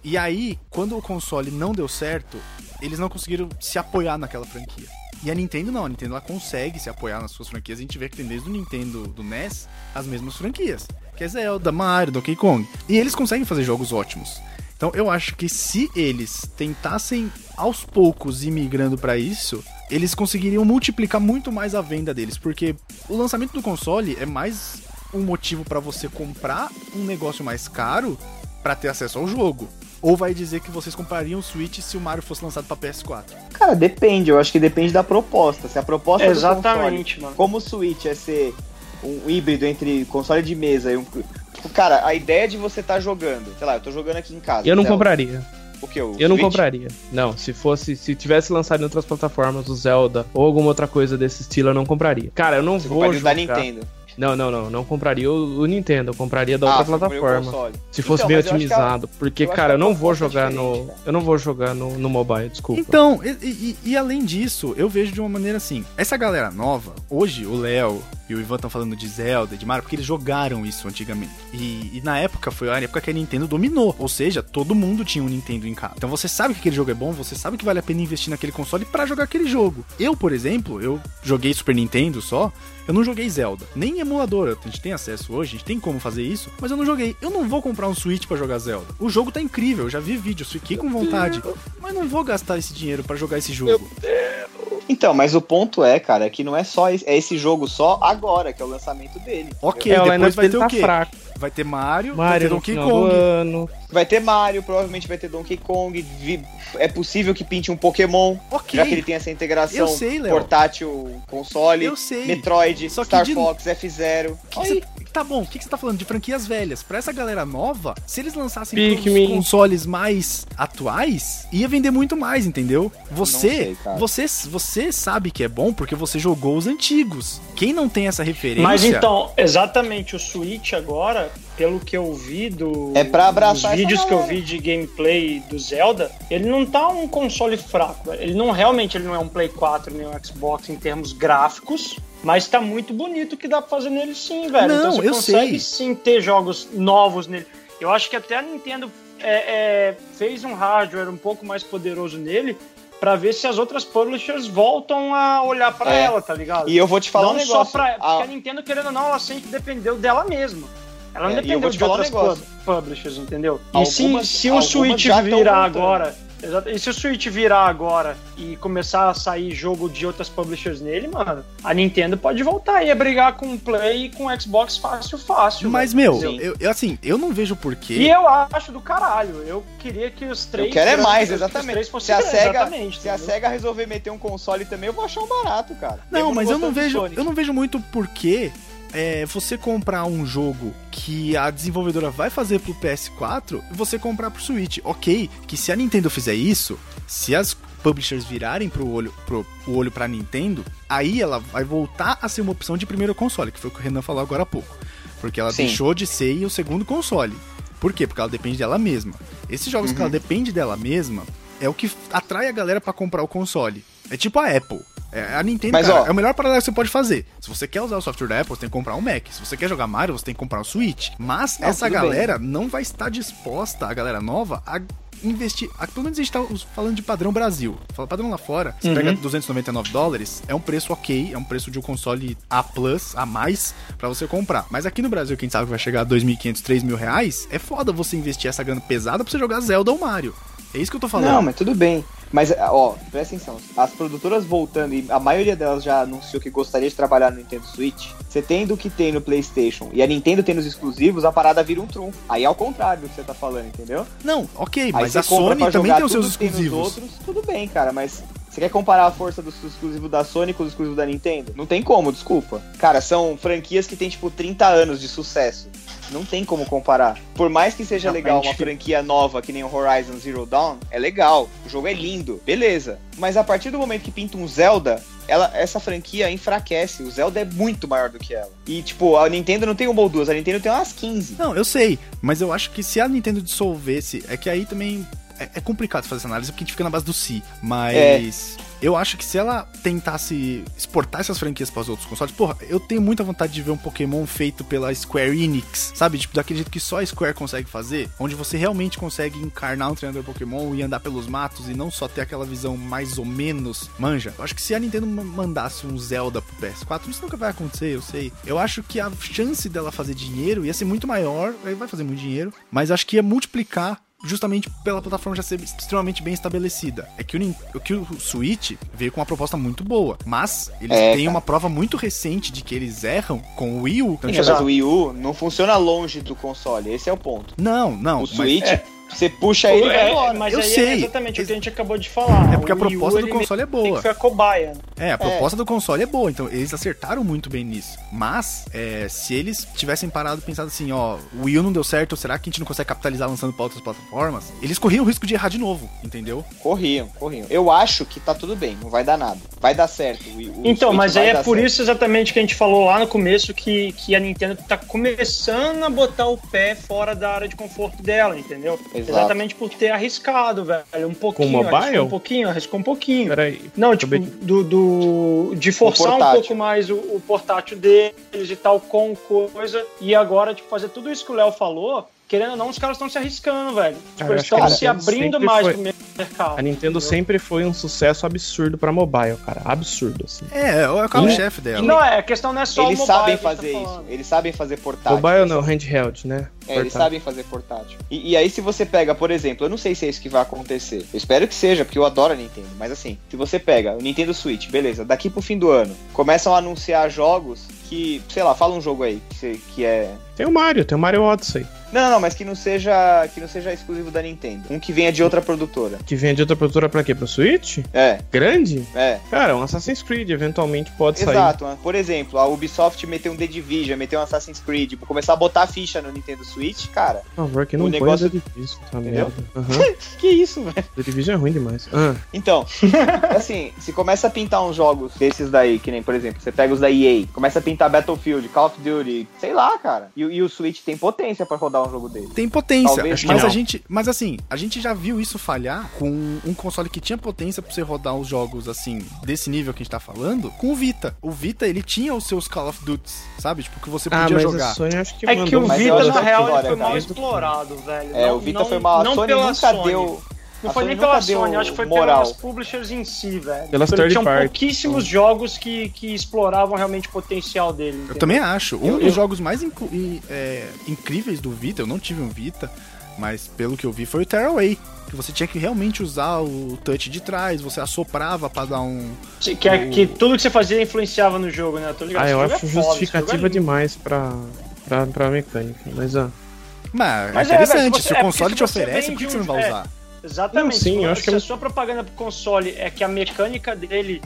E aí, quando o console não deu certo, eles não conseguiram se apoiar naquela franquia. E a Nintendo não, a Nintendo ela consegue se apoiar nas suas franquias. A gente vê que tem desde o Nintendo do NES as mesmas franquias. Que é Zelda, Mario, Donkey Kong. E eles conseguem fazer jogos ótimos. Então eu acho que se eles tentassem aos poucos ir migrando pra isso, eles conseguiriam multiplicar muito mais a venda deles, porque o lançamento do console é mais um motivo pra você comprar um negócio mais caro pra ter acesso ao jogo. Ou vai dizer que vocês comprariam o Switch se o Mario fosse lançado pra PS4.
Cara, depende. Eu acho que depende da proposta. Se a proposta do console
Exatamente, mano.
como o Switch é ser um híbrido entre console de mesa e um. Tipo, cara, a ideia de você tá jogando. Sei lá, eu tô jogando aqui em casa.
Eu não
Zelda.
compraria.
O que? O
Eu não
Switch?
compraria. Não, se fosse, se tivesse lançado em outras plataformas o Zelda ou alguma outra coisa desse estilo, eu não compraria. Cara, eu não
Você
vou
compraria o da
jogar.
Nintendo.
Não, não, não, não compraria o, o Nintendo, eu compraria da outra
Ah, você compraria o
plataforma.
console.
Se fosse
Então,
bem
mas eu acho que ela-
otimizado, porque
eu acho
cara,
que
eu não
ela
vou
é
jogar no,
diferente, cara.
eu não vou jogar no, no mobile, desculpa.
Então, e, e- e além disso, eu vejo de uma maneira assim: essa galera nova, hoje o Léo e o Ivan estão falando de Zelda, de Mario, porque eles jogaram isso antigamente. E, e na época foi a época que a Nintendo dominou, ou seja, todo mundo tinha um Nintendo em casa. Então você sabe que aquele jogo é bom, você sabe que vale a pena investir naquele console pra jogar aquele jogo. Eu, por exemplo, eu joguei Super Nintendo só. Eu não joguei Zelda, nem em emulador. A gente tem acesso hoje, a gente tem como fazer isso, mas eu não joguei. Eu não vou comprar um Switch pra jogar Zelda. O jogo tá incrível, eu já vi vídeos, fiquei com vontade. Mas não vou gastar esse dinheiro pra jogar esse jogo.
Então, mas o ponto é, cara, que não é só esse, é esse jogo só agora, que é o lançamento dele.
Ok,
É, o
depois
lineup
vai
dele
ter
tá
o quê?
fraco.
Vai ter Mario, vai ter
Mario no
Donkey
final do
Kong.
ano.
Vai ter Mario, provavelmente vai ter Donkey Kong. vi- É possível que pinte um Pokémon, já que ele
Ok,
tem essa integração
eu sei, Léo.
portátil, console,
Eu sei.
Metroid,
Só que
Star
de-
Fox, F-Zero.
O que, que você- o que tá bom, o que, que você tá falando de franquias velhas? Pra essa galera nova, se eles lançassem pros
Pikmin.
consoles mais atuais, ia vender muito mais, entendeu? Você,
sei, cara.
você, você sabe que é bom porque você jogou os antigos. Quem não tem essa referência?
Mas então, exatamente, o Switch agora, pelo que eu vi do,
É pra abraçar
dos vídeos
essa
que eu
galera.
vi de gameplay do Zelda, ele não tá um console fraco. velho. Ele não realmente ele não é um Play 4 nem um Xbox em termos gráficos. Mas tá muito bonito o que dá pra fazer nele sim, velho.
Não,
então você
eu sei.
consegue sim ter jogos novos nele. Eu acho que até a Nintendo é, é, fez um hardware um pouco mais poderoso nele pra ver se as outras publishers voltam a olhar pra
É.
ela, tá ligado?
E eu vou te falar
não
um
só
negócio.
pra. Porque
Ah,
a Nintendo, querendo ou não, ela sempre dependeu dela mesma. Ela não
É, e eu
dependeu
vou te
de
falar um
outras
negócio.
pub- publishers, entendeu?
Algumas-
e se, se o
algumas
Switch
já tão
virar
voltando.
agora. Exato. E se o Switch virar agora e começar a sair jogo de outras publishers nele, mano, a Nintendo pode voltar e brigar com o Play e com o Xbox fácil, fácil.
Mas,
velho.
meu,
Entendeu?
eu, eu, assim, eu não vejo porquê.
E eu acho do caralho. Eu queria que os três.
eu quero é mais,
eu queria que os
exatamente.
três
Se a
fossem-
SEGA,
exatamente,
se a
entendeu?
SEGA resolver meter um console também, eu vou achar um barato, cara.
Não,
Mesmo
mas eu não
gostando do
vejo,
Sonic.
eu não vejo muito porquê é, você comprar um jogo que a desenvolvedora vai fazer pro PS4 e você comprar pro Switch. Ok, que se a Nintendo fizer isso, se as publishers virarem pro olho, pro, o olho pra Nintendo, aí ela vai voltar a ser uma opção de primeiro console, que foi o que o Renan falou agora há pouco. Porque ela
Sim.
deixou de ser o segundo console. Por quê? Porque ela depende dela mesma. Esses jogos
Uhum.
que ela depende dela mesma é o que atrai a galera pra comprar o console. É tipo a Apple. É, a Nintendo
Mas,
cara,
ó.
é o melhor paralelo que você pode fazer. Se você quer usar o software da Apple, você tem que comprar um Mac. Se você quer jogar Mario, você tem que comprar um Switch. Mas
Não,
essa
É, tudo bem.
galera não vai estar disposta, a galera nova, a investir. a- pelo menos a gente tá us- falando de padrão Brasil. Fala padrão lá fora, você
Uhum.
pega 299 dólares, é um preço ok, é um preço de um console A, a mais, pra você comprar. Mas aqui no Brasil, quem sabe que vai chegar a 2.500, 3.000 reais, é foda você investir essa grana pesada pra você jogar Zelda ou Mario. É isso que eu tô falando.
Não, mas tudo bem. Mas, ah, ó, presta atenção. As produtoras voltando, e a maioria delas já anunciou que gostaria de trabalhar no Nintendo Switch. Você tendo o que tem no PlayStation e a Nintendo tendo os exclusivos, a parada vira um trunfo. Aí é ao contrário do que você tá falando, entendeu?
Não, ok,
Aí
mas
você
a
compra
Sony
pra
também
jogar
tem os
tudo
seus
que tem nos
exclusivos.
outros, tudo bem, cara, mas você quer comparar a força dos exclusivos da Sony com os exclusivos da Nintendo? Não tem como, desculpa. Cara, são franquias que tem tipo 30 anos de sucesso. Não tem como comparar. Por mais que seja
Realmente.
legal uma franquia nova que nem o Horizon Zero Dawn, é legal. O jogo é lindo, beleza. Mas a partir do momento que pinta um Zelda, ela, essa franquia enfraquece. O Zelda é muito maior do que ela. E, tipo, a Nintendo não tem uma ou duas, a Nintendo tem umas 15.
Não, eu sei, mas eu acho que se a Nintendo dissolvesse, é que aí também é, é complicado fazer essa análise porque a gente fica na base do si,
É.
mas eu acho que se ela tentasse exportar essas franquias para os outros consoles, porra, eu tenho muita vontade de ver um Pokémon feito pela Square Enix, sabe? Tipo, daquele jeito que só a Square consegue fazer, onde você realmente consegue encarnar um treinador Pokémon e andar pelos matos e não só ter aquela visão mais ou menos manja. Eu acho que se a Nintendo ma- mandasse um Zelda pro PS4, isso nunca vai acontecer, eu sei. Eu acho que a chance dela fazer dinheiro ia ser muito maior, aí vai fazer muito dinheiro, mas acho que ia multiplicar justamente pela plataforma já ser extremamente bem estabelecida. É que o, Nin- o que o Switch veio com uma proposta muito boa, mas eles
É,
têm
cara.
uma prova muito recente de que eles erram com o Wii U. Então,
Mas
tipo,
o Wii U não funciona longe do console, esse é o ponto.
não, não.
O
mas-
Switch, você puxa ele e vai
É,
embora.
mas
Eu
aí
sei.
é exatamente o que a gente acabou de falar.
É porque a
O Wii U,
proposta do
ele meio
console é
Tem
boa.
que foi a cobaia. né?
É, a proposta do console é boa, então eles acertaram muito bem nisso. Mas, é, se eles tivessem parado e pensado assim, ó, o Wii U não deu certo, será que a gente não consegue capitalizar lançando pra outras plataformas? Eles corriam o risco de errar de novo, entendeu?
Corriam, corriam. Eu acho que tá tudo bem, não vai dar nada. Vai dar certo. o- o
Então,
Switch
mas
vai
aí é
dar
por
certo.
isso exatamente que a gente falou lá no começo que, que a Nintendo tá começando a botar o pé fora da área de conforto dela, entendeu?
Exato.
Exatamente por ter arriscado, velho. Um pouquinho,
mobile?
arriscou um pouquinho, arriscou um pouquinho.
Peraí.
Não, tipo,
Acabei
do, do- de forçar um
portátil.
pouco mais o, o portátil deles e tal, com coisa. E agora, tipo, fazer tudo isso que o Léo falou, querendo ou não, os caras estão se arriscando, velho. Tipo,
Cara,
eles
acho que
estão
a
se
Nintendo
abrindo
sempre
mais
foi-
pro mercado.
A Nintendo
entendeu?
sempre foi um sucesso absurdo pra mobile, cara. Absurdo, assim.
É, é o carro-chefe dela.
Não, é, a questão não é só o
Eles
mobile
sabem
que a gente tá
fazer isso.
falando.
Eles sabem fazer portátil.
Mobile
eles
não, handheld, né?
É, eles
Portátil.
sabem fazer portátil. E, e aí, se você pega, por exemplo, eu não sei se é isso que vai acontecer. Eu espero que seja, porque eu adoro a Nintendo. Mas assim, se você pega o Nintendo Switch, beleza, daqui pro fim do ano, começam a anunciar jogos que, sei lá, fala um jogo aí que, você- que é.
Tem o Mario, tem o Mario Odyssey.
Não, não, não, mas que não seja que não seja exclusivo da Nintendo. Um que venha de outra produtora.
Que vende outra produtora pra quê? Pro Switch?
É,
Grande?
é.
Cara, um Assassin's Creed eventualmente pode sair.
Exato, né? por exemplo, a Ubisoft meteu um The Division, meteu um Assassin's Creed, tipo, começar a botar ficha no Nintendo Switch, cara.
Por favor, que
O
não põe
negócio-
The Division, tá
Entendeu?
merda. Aham.
Que isso, [LAUGHS] velho?
The Division é ruim demais. Ah,
[LAUGHS]
Então, assim, se começa a pintar uns jogos desses daí, que nem, por exemplo, você pega os da EA, começa a pintar Battlefield, Call of Duty, sei lá, cara. E, o- e o Switch tem potência pra rodar um jogo dele.
Tem potência,
Talvez
que
mas
não.
a gente, mas assim, a gente já viu isso falhar com um console que tinha potência pra você rodar os jogos assim desse nível que a gente tá falando, com o Vita. O Vita ele tinha os seus Call of Duty, sabe? Tipo que você
ah
podia
mas
jogar.
a Sony acho que
É que o
mas eu
Vita,
acho
na
que
real,
agora,
ele foi
cara,
mal
isso-
explorado, velho.
É,
Não-
o Vita
não-
foi mal. A
não
Sony
pela
nunca
Sony.
deu.
Não
a
foi
Sony
nem pela
nunca deu
Sony, eu acho que foi
moral.
pelas publishers em si, velho.
Pelas
Porque
third
Tinham
party.
pouquíssimos jogos que, que exploravam realmente o potencial dele.
Eu
entendeu?
também acho. Um
Eu-
dos
eu-
jogos mais inclu- e, é, incríveis do Vita, eu não tive um Vita, mas pelo que eu vi foi o Tearaway. Que você tinha que realmente usar o touch de trás, você assoprava pra dar um.
Que, que, é- que tudo que você fazia influenciava no jogo, né? Tô ligado,
Ah,
esse
eu
jogo é
acho
foda, esse jogo é
justificativa
lindo.
demais pra, pra, pra mecânica. Mas, ah.
Mas,
Mas
é
é, velho, se
interessante,
você-
se, o
é porque
console
se
te
você
oferece, por
vende
que você não
um-
vai
é.
usar?
Exatamente.
Não, sim,
se
eu acho que
se
é
a
um-
sua propaganda pro console é que a mecânica dele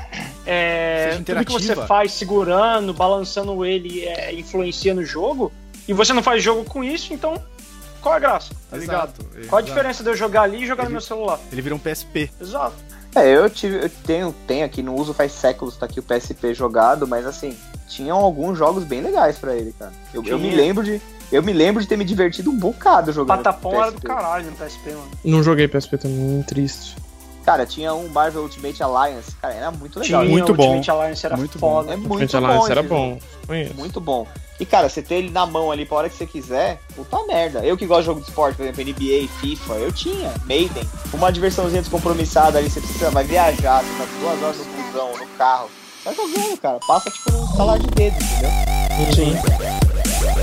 é
Seja
tudo que você
interativa.
faz segurando, balançando ele, é, influencia no jogo, e você não faz jogo com isso, então qual é a graça? Tá ligado?
Exato,
Qual a
exato.
diferença de eu jogar ali e jogar no
Ele-
meu celular?
Ele virou um PSP.
Exato.
É, eu, tive, eu tenho, tenho aqui, não uso faz séculos, tá aqui o PSP jogado, mas assim, tinham alguns jogos bem legais pra ele, cara. Eu, eu me
Tinha.
lembro de. Eu me lembro de ter me divertido um bocado jogando.
Patapão era do
PSP.
caralho no PSP, mano. Tá
Não joguei PSP também, triste.
Cara, tinha um Marvel Ultimate Alliance, cara, era muito legal.
Tinha,
muito
o
bom.
Ultimate Alliance era
Muito bom.
foda.
É
Muito
muito bom.
Alliance era
esse
bom.
jogo.
Conheço.
Muito bom. E, cara, você ter ele na mão ali pra hora que você quiser, puta merda. Eu que gosto de jogo de esporte, por exemplo, NBA, FIFA, eu tinha. Maiden. Uma diversãozinha descompromissada ali, você precisa, vai viajar, você tá duas horas no busão, no carro. Vai jogando, cara. Passa, tipo, num salário de dedo, entendeu?
Sim.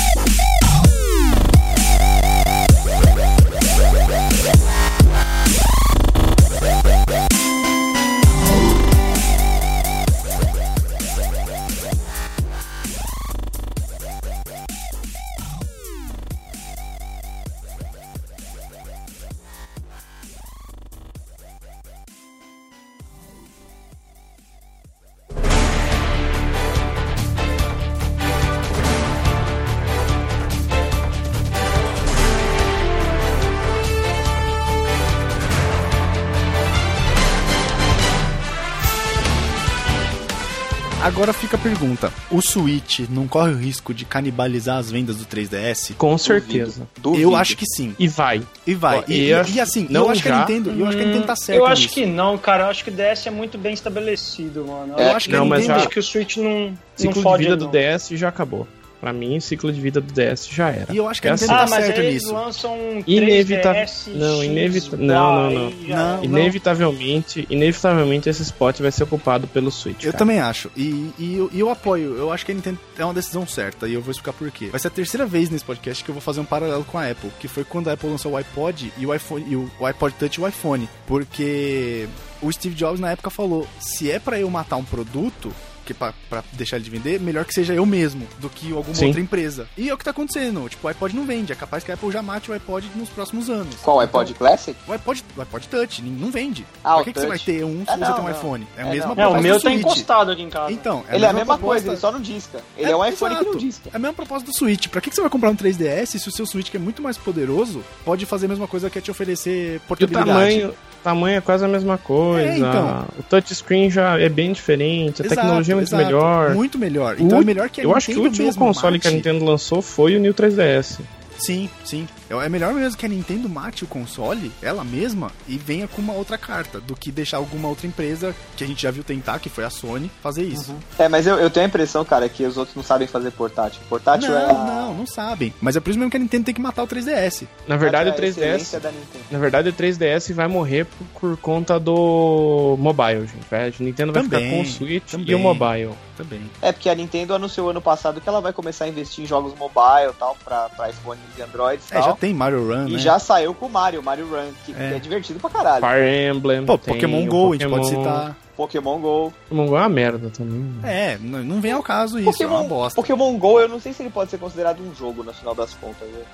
Agora fica a pergunta: o Switch não corre o risco de canibalizar as vendas do 3DS?
Com certeza.
Duvido.
Eu acho que sim.
E vai.
E vai.
Ó,
E,
eu
e-
acho-
e assim,
não
eu acho que a
já.
Nintendo, eu acho que a Nintendo tá certa.
Hum, Eu acho
nisso.
que não, cara. Eu acho que o DS é muito bem estabelecido, mano.
Eu
Eu
É,
acho que
não,
a
mas
Nintendo.
acho que o Switch não, não
Ciclo de
fode
vida
não.
do DS já acabou. Pra mim, ciclo de vida do DS já era.
E eu acho que a
É
Nintendo
assim.
tá
Ah, mas
certa
aí eles
nisso.
lançam um
Inevita-
3DS
não,
X,
inevita-
blá,
não, não,
e já
Não.
era.
Inevitavelmente, inevitavelmente esse spot vai ser ocupado pelo Switch.
Eu
cara.
também acho. E, e eu, e eu apoio. Eu acho que a Nintendo é uma decisão certa. E eu vou explicar por quê. Vai ser a terceira vez nesse podcast que eu vou fazer um paralelo com a Apple. Que foi quando a Apple lançou o iPod e o iPhone e o, o iPod Touch e o iPhone. Porque o Steve Jobs na época falou: se é pra eu matar um produto. Que pra, pra deixar ele de vender, melhor que seja eu mesmo do que alguma
Sim.
outra empresa. E é o que tá acontecendo. Tipo, o iPod não vende. É capaz que a Apple já mate o iPod nos próximos anos.
Qual? iPod Classic?
O iPod, o iPod Touch, não vende.
Ah,
pra
o
que, que você vai
Touch.
ter um se
É,
você
não,
tem um
não.
iPhone? É a
É,
mesma
não.
É, o
proposta
meu
do
tá
Switch.
encostado aqui em casa.
Então,
ele é a mesma
proposta.
coisa, ele só não disca. Ele é, um iPhone que não
exato.
disca.
É a mesma proposta do Switch. Pra que que você vai comprar um 3DS se o seu Switch, que é muito mais poderoso, pode fazer a mesma coisa que é te oferecer
E o
portabilidade?
tamanho, tamanho é quase a mesma coisa.
É, então.
O touchscreen já é bem diferente, a
Exato,
tecnologia é muito
exato.
melhor.
Muito melhor.
O
Então é
ú-
melhor que a
eu acho que o
Nintendo
último
mesmo
console
mate.
que a Nintendo lançou foi o New 3DS.
Sim, sim. É- É melhor mesmo que a Nintendo mate o console, ela mesma, e venha com uma outra carta, do que deixar alguma outra empresa, que a gente já viu tentar, que foi a Sony, fazer isso.
É, mas eu, eu tenho a impressão, cara, que os outros não sabem fazer portátil. Portátil
Não,
é. a-
não, não sabem. Mas é por isso mesmo que a Nintendo tem que matar o 3DS.
Na verdade,
a
o 3DS.
excelência da Nintendo.
Na verdade, o 3DS vai morrer por, por conta do mobile, gente. vai- A Nintendo vai
Também,
ficar com o Switch
também.
e o mobile.
Também.
É, porque a Nintendo anunciou ano passado que ela vai começar a investir em jogos mobile e tal, pra, pra iPhones e Androids e
É, já
tal.
tem Mario Run,
e
né?
já saiu com o Mario, Mario Run, que que é,
É.
divertido pra caralho.
Fire Emblem.
Pô,
tem
Pokémon
o
Go, a gente
Pokémon-
pode citar.
Pokémon GO.
Pokémon Go é uma merda também. né?
É, n- não vem ao caso isso, é uma bosta.
Pokémon GO, eu não sei se ele pode ser considerado um jogo no final das contas. né?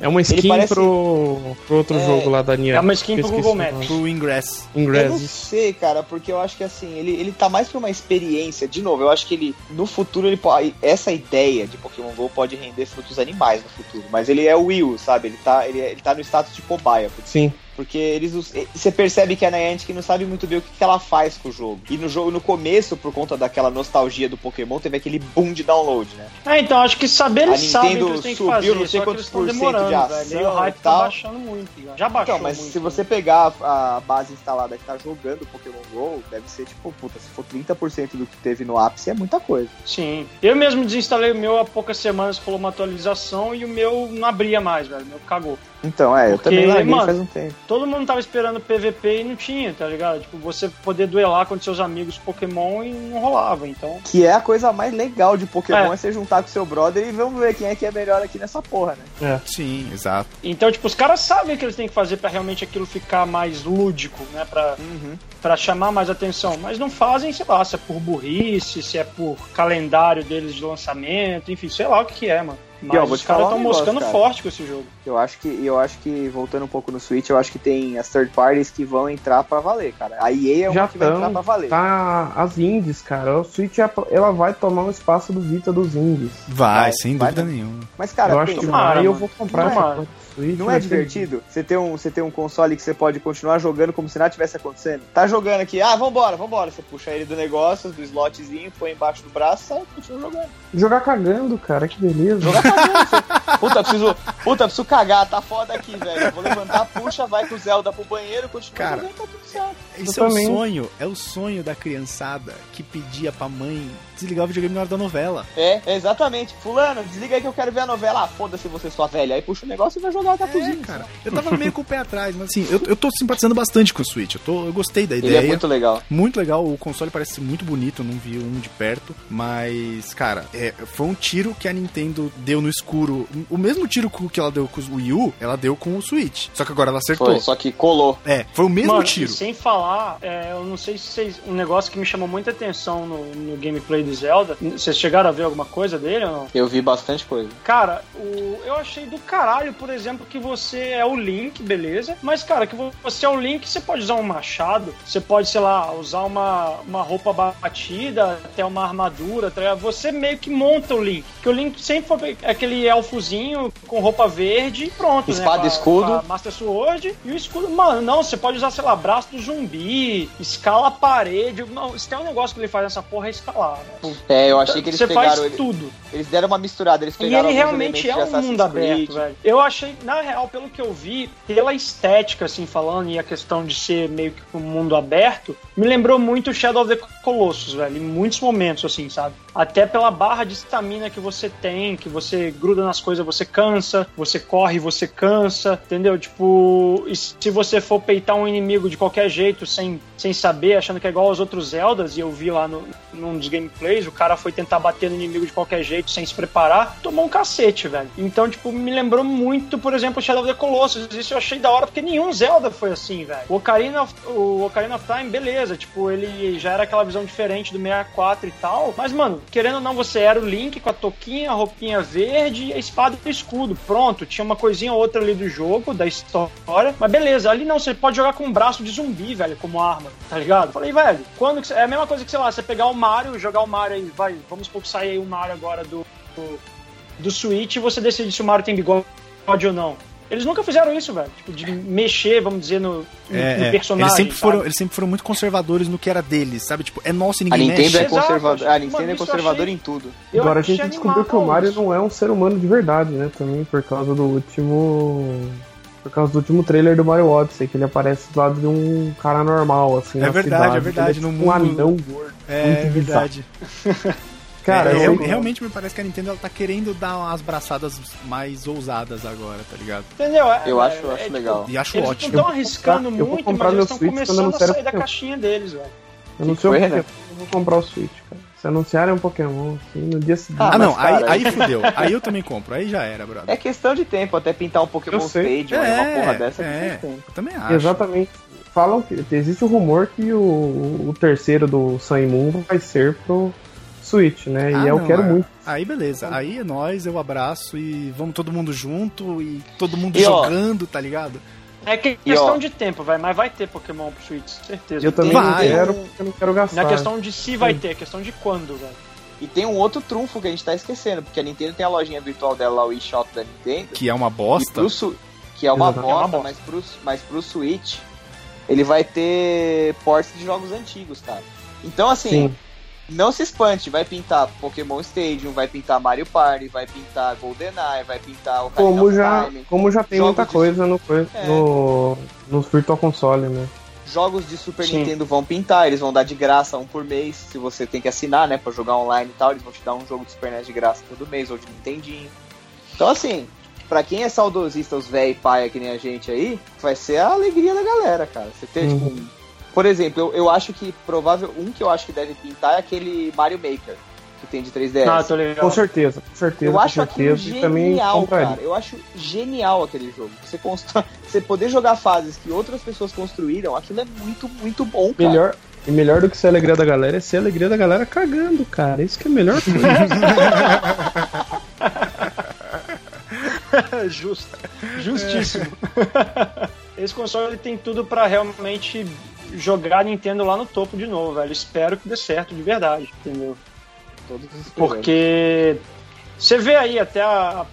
É, é uma skin
parece-
pro, pro outro
É,
jogo lá da Niantic.
é uma skin
que eu
pro
esqueci
Google
o nome.
Pro Ingress.
Eu não
Ingress.
sei, cara, porque eu acho que assim, ele, ele tá mais pra uma experiência. De novo, eu acho que ele, no futuro, ele po- essa ideia de Pokémon GO pode render frutos animais no futuro. Mas ele é o Will, sabe? Ele tá, ele, é- ele tá no status de cobaia. porque-
Sim.
Porque eles. os- e- Você percebe que a Niantic não sabe muito bem o que, que ela faz com o jogo. E no jogo, no começo, por conta daquela nostalgia do Pokémon, teve aquele boom de download, né?
É, então, acho que saber
A
eles sabem o que
Nintendo
eles têm que
subiu
fazer,
não sei
só que
quantos
eles estão
por cento de
demorando,
ação
velho. E o hype
e
tá
tal.
baixando muito, já, já baixou
Então, mas
muito,
se você
né?
pegar a, a base instalada que tá jogando Pokémon GO, deve ser tipo, puta, se for 30% do que teve no ápice é muita coisa.
Sim. Eu mesmo desinstalei o meu há poucas semanas, rolou uma atualização e o meu não abria mais, velho. O meu cagou.
Então, é, eu
Porque,
também larguei
mano,
faz um tempo.
Todo mundo tava esperando PVP e não tinha, tá ligado? Tipo, você poder duelar com seus amigos Pokémon e não rolava, então.
Que é a coisa mais legal de Pokémon,
É.
é. você juntar com seu brother e vamos ver quem é que é melhor aqui nessa porra, né?
Sim, exato.
Então, tipo, os caras sabem o que eles têm que fazer pra realmente aquilo ficar mais lúdico, né? Pra, pra chamar mais atenção. Mas não fazem, sei lá, se é por burrice, se é por calendário deles de lançamento, enfim, sei lá o que, que é, mano. Mas
ó, vou
os
te
caras
falar um
estão
negócio,
moscando
cara.
forte com esse jogo.
Eu acho que, eu acho que voltando um pouco no Switch, eu acho que tem as third parties que vão entrar pra valer, cara. A EA é uma
Já
que vai
tão,
entrar pra valer.
Tá as indies, cara. O Switch é ela vai tomar o espaço do Vita dos indies.
Vai,
Vai,
sem
vai
dúvida
mesmo.
nenhuma.
Mas, cara,
eu acho
pensa,
que
tomara,
vai, eu
mano.
vou comprar essa
Tomara.
porra do Switch.
Não
vai
é
ser-
divertido? Você ter, um, você ter um console que você pode continuar jogando como se nada tivesse acontecendo? Tá jogando aqui, ah, vambora, vambora. Você puxa ele do negócio, do slotzinho, põe embaixo do braço, sai e continua jogando.
Jogar cagando, cara, que beleza.
Jogar cagando. você- [LAUGHS] Puta, preciso, puta, preciso cagar, tá foda aqui, velho. Vou levantar, puxa, vai com o Zelda pro banheiro, continua
Cara.
jogando, tá tudo certo.
Isso
Eu
é o
também.
sonho, é o sonho da criançada que pedia pra mãe desligar o videogame na hora da novela.
É, é exatamente. Fulano, desliga aí que eu quero ver a novela. Ah, foda-se você, sua velha. Aí puxa o negócio e vai jogar o
É,
capuzinho.
cara. Eu tava meio com o pé atrás, mas assim, eu, eu tô simpatizando bastante com o Switch. Eu, tô, eu gostei da
Ele
ideia.
é muito legal.
Muito legal, o console parece muito bonito, eu não vi um de perto, mas, cara, é, foi um tiro que a Nintendo deu no escuro. O mesmo tiro cu- que ela deu com o Wii U, ela deu com o Switch. Só que agora ela acertou.
Foi, só que colou.
É, foi o mesmo
Mano,
tiro.
e sem falar, é, eu não sei se vocês. Um negócio que me chamou muita atenção no, no gameplay do Zelda. Vocês chegaram a ver alguma coisa dele ou não?
Eu vi bastante coisa.
Cara, o- eu achei do caralho, por exemplo, que você é o Link, beleza? Mas, cara, que vo- você é o Link, você pode usar um machado, você pode, sei lá, usar uma, uma roupa batida, até uma armadura, tá ligado? você meio que monta o Link. Porque o Link sempre foi aquele elfozinho com roupa verde e pronto,
Espada,
né? Com a-
escudo.
com a Master Sword e o escudo. Mano, não, você pode usar, sei lá, braço do zumbi, escala a parede. Não, se tem um negócio que ele faz nessa porra, é escalar. né?
É, eu achei que eles
você faz
pegaram ele.
tudo.
Eles deram uma misturada, eles
E
pegaram
ele
alguns
realmente é
elementos de
um
Assassin's
mundo
Creed.
aberto, velho. Eu achei, na real, pelo que eu vi, pela estética, assim, falando, e a questão de ser meio que um mundo aberto, me lembrou muito Shadow of the Colossus, velho, em muitos momentos, assim, sabe? Até pela barra de estamina que você tem, que você gruda nas coisas, você cansa, você corre, você cansa, entendeu? Tipo, e se você for peitar um inimigo de qualquer jeito, sem, sem saber, achando que é igual aos outros Zeldas, e eu vi lá no, num dos gameplays, o cara foi tentar bater no inimigo de qualquer jeito, sem se preparar, tomou um cacete, velho. Então, tipo, me lembrou muito, por exemplo, Shadow of the Colossus. Isso eu achei da hora, porque nenhum Zelda foi assim, velho. O Ocarina of, o Ocarina of Time, beleza, tipo, ele já era aquela visão diferente do 64 e tal, mas, mano, querendo ou não, você era o Link com a touquinha, a roupinha verde e a espada e o escudo. Pronto, tinha uma coisinha ou outra ali do jogo, da história, mas beleza, ali não, você pode jogar com um braço de zumbi, velho, como arma, tá ligado? Falei, velho, quando que cê- É a mesma coisa que, sei lá, você pegar o Mario, jogar o Mario aí, vai, vamos supor que sair aí o Mario agora do, do, do Switch e você decide se o Mario tem bigode ou não. Eles nunca fizeram isso, velho. Tipo, de mexer, vamos dizer, no, no-
É,
no
é.
um, personagem.
Eles sempre,
sabe?
foram, eles sempre foram muito conservadores no que era deles, sabe? Tipo, é nosso e
A
ninguém
Nintendo
mexe.
é
Exato,
conservadora, a
mano,
Nintendo é
isso eu
conservadora
achei-
em tudo.
Eu
Agora a
achei
gente descobriu
animal
que o Mario
isso.
não é um ser humano de verdade, né? Também por causa do último. Por causa do último trailer do Mario Odyssey, que ele aparece do lado de um cara normal, assim.
É
na
verdade,
cidade,
é verdade,
Ele é
no
tipo um
mundo-
anão gordo.
É,
Uhum.
muito
verdade.
Cara,
É,
eu,
um-
real- realmente me parece que a Nintendo ela tá querendo dar umas braçadas mais ousadas agora, tá ligado?
Entendeu? É,
Eu
é,
acho, eu acho
é,
legal.
E acho
Eles não
ótimo.
estão arriscando
Eu vou
muito,
comprar
mas eles
meu
estão
Switch quando
começando a
anunciaram
sair da
Pokémon.
caixinha deles, velho.
eu não
que
sei o
foi,
porquê,
né?
eu vou comprar o Switch, cara. Se anunciarem um Pokémon, assim, no dia seguinte.
Ah,
Ah,
não,
mas, cara,
aí, aí fudeu. Aí eu também compro, aí já era, brother.
É questão de tempo até pintar um Pokémon
Eu sei.
Stadium, uma
É,
porra dessa.
é.
que tem tempo.
Eu também acho.
Exatamente. Falam que existe o rumor que o, o terceiro do Sun Moon vai ser pro Switch, né?
Ah,
e eu
não,
quero
é.
muito.
Aí beleza, aí é nóis, eu abraço e vamos todo mundo junto e todo mundo
E, ó,
jogando, tá ligado?
É que-
E,
questão
ó.
de tempo, vai, mas vai ter Pokémon pro Switch, certeza.
Eu também não
Vai.
quero,
um-
porque eu não quero gastar.
Não é questão de se vai ter, é questão de quando, velho.
E tem um outro trunfo que a gente tá esquecendo, porque a Nintendo tem a lojinha virtual dela lá, o eShop da Nintendo.
Que é uma
E
bosta.
pro Su- que é uma
Exatamente.
É uma
bosta,
bosta.
mas pro, mas pro Switch ele vai ter portes de jogos antigos, cara. Então, assim,
Sim.
não se espante, vai pintar Pokémon Stadium, vai pintar Mario Party, vai pintar GoldenEye, vai pintar o
Como já,
Time,
como já tem
Jogo
muita
tá de-
coisa no, coi-
É.
no, no Virtual Console, né?
jogos de Super
Sim.
Nintendo vão pintar, eles vão dar de graça um por mês, se você tem que assinar, né, pra jogar online e tal, eles vão te dar um jogo de Super NES de graça todo mês, ou de Nintendinho. Então, assim, pra quem é saudosista, os véi e paia que nem a gente aí, vai ser a alegria da galera, cara. Você tem,
Uhum.
tipo, um- por exemplo, eu, eu acho que provável, um que eu acho que deve pintar é aquele Mario Maker, que tem de 3DS.
Ah, tô ligado.
É, Com certeza, com certeza,
Eu
com
acho aquilo
certeza. E também
genial,
compraria.
cara. Eu acho genial aquele jogo. Você, constrói, [LAUGHS] você poder jogar fases que outras pessoas construíram, aquilo é muito, muito bom, cara.
Melhor, e melhor do que ser a alegria da galera é ser a alegria da galera cagando, cara. Isso que é a melhor
[LAUGHS]
coisa.
É [LAUGHS] Justo. Justíssimo. Esse console ele tem tudo pra realmente jogar a Nintendo lá no topo de novo, velho. Espero que dê certo de verdade, entendeu?
Todos os
Porque você vê aí até a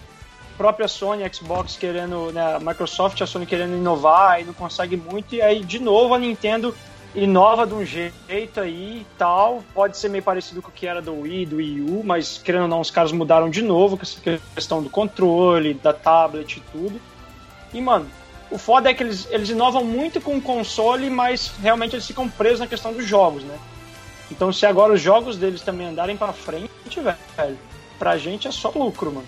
própria Sony, a Xbox querendo, né, a Microsoft, a Sony querendo inovar e não consegue muito e aí de novo a Nintendo inova de um jeito aí e tal. Pode ser meio parecido com o que era do Wii, do Wii U, mas querendo ou não, os caras mudaram de novo com essa questão do controle, da tablet e tudo. E, mano, o foda é que eles, eles inovam muito com o console, mas realmente eles ficam presos na questão dos jogos, né? Então, se agora os jogos deles também andarem pra frente, velho, pra gente é só lucro, mano.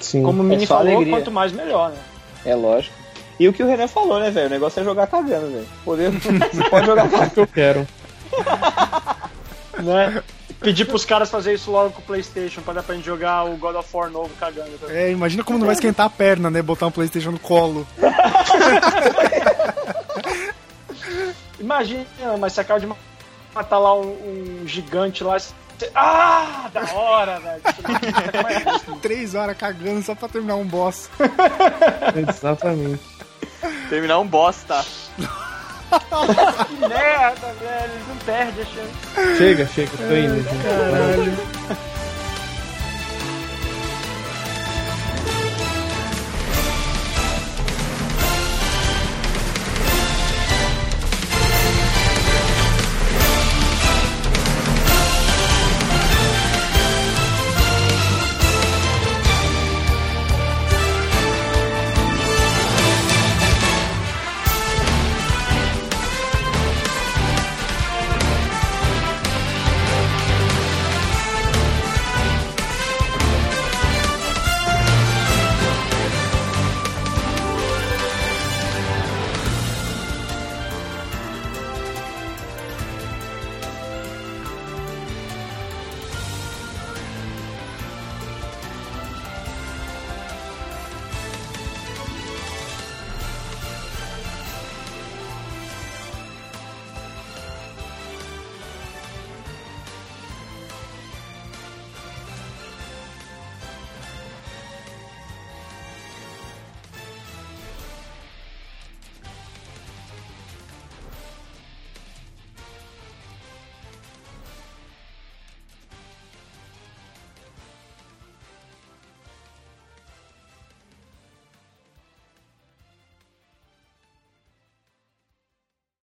Sim.
Como o Mini
É só
falou,
alegria.
quanto mais melhor, né?
É lógico. E o que o Renan falou, né, velho? O negócio é jogar cagando, velho. Poder... Você pode jogar cagando.
que eu quero.
né? Pedir pros caras fazer isso logo com o PlayStation pra dar pra gente jogar o God of War novo cagando. tá?
É, imagina como não vai esquentar a perna, né? Botar um PlayStation no colo.
Imagina, mas você acaba de matar lá um, um gigante lá. você- Ah, da hora, velho.
Três horas cagando só pra terminar um boss.
Exatamente.
[LAUGHS] Terminar um boss, tá?
Que [LAUGHS] merda, velho. Não perde a chance.
Chega, chega, tô indo. gente.
Caralho.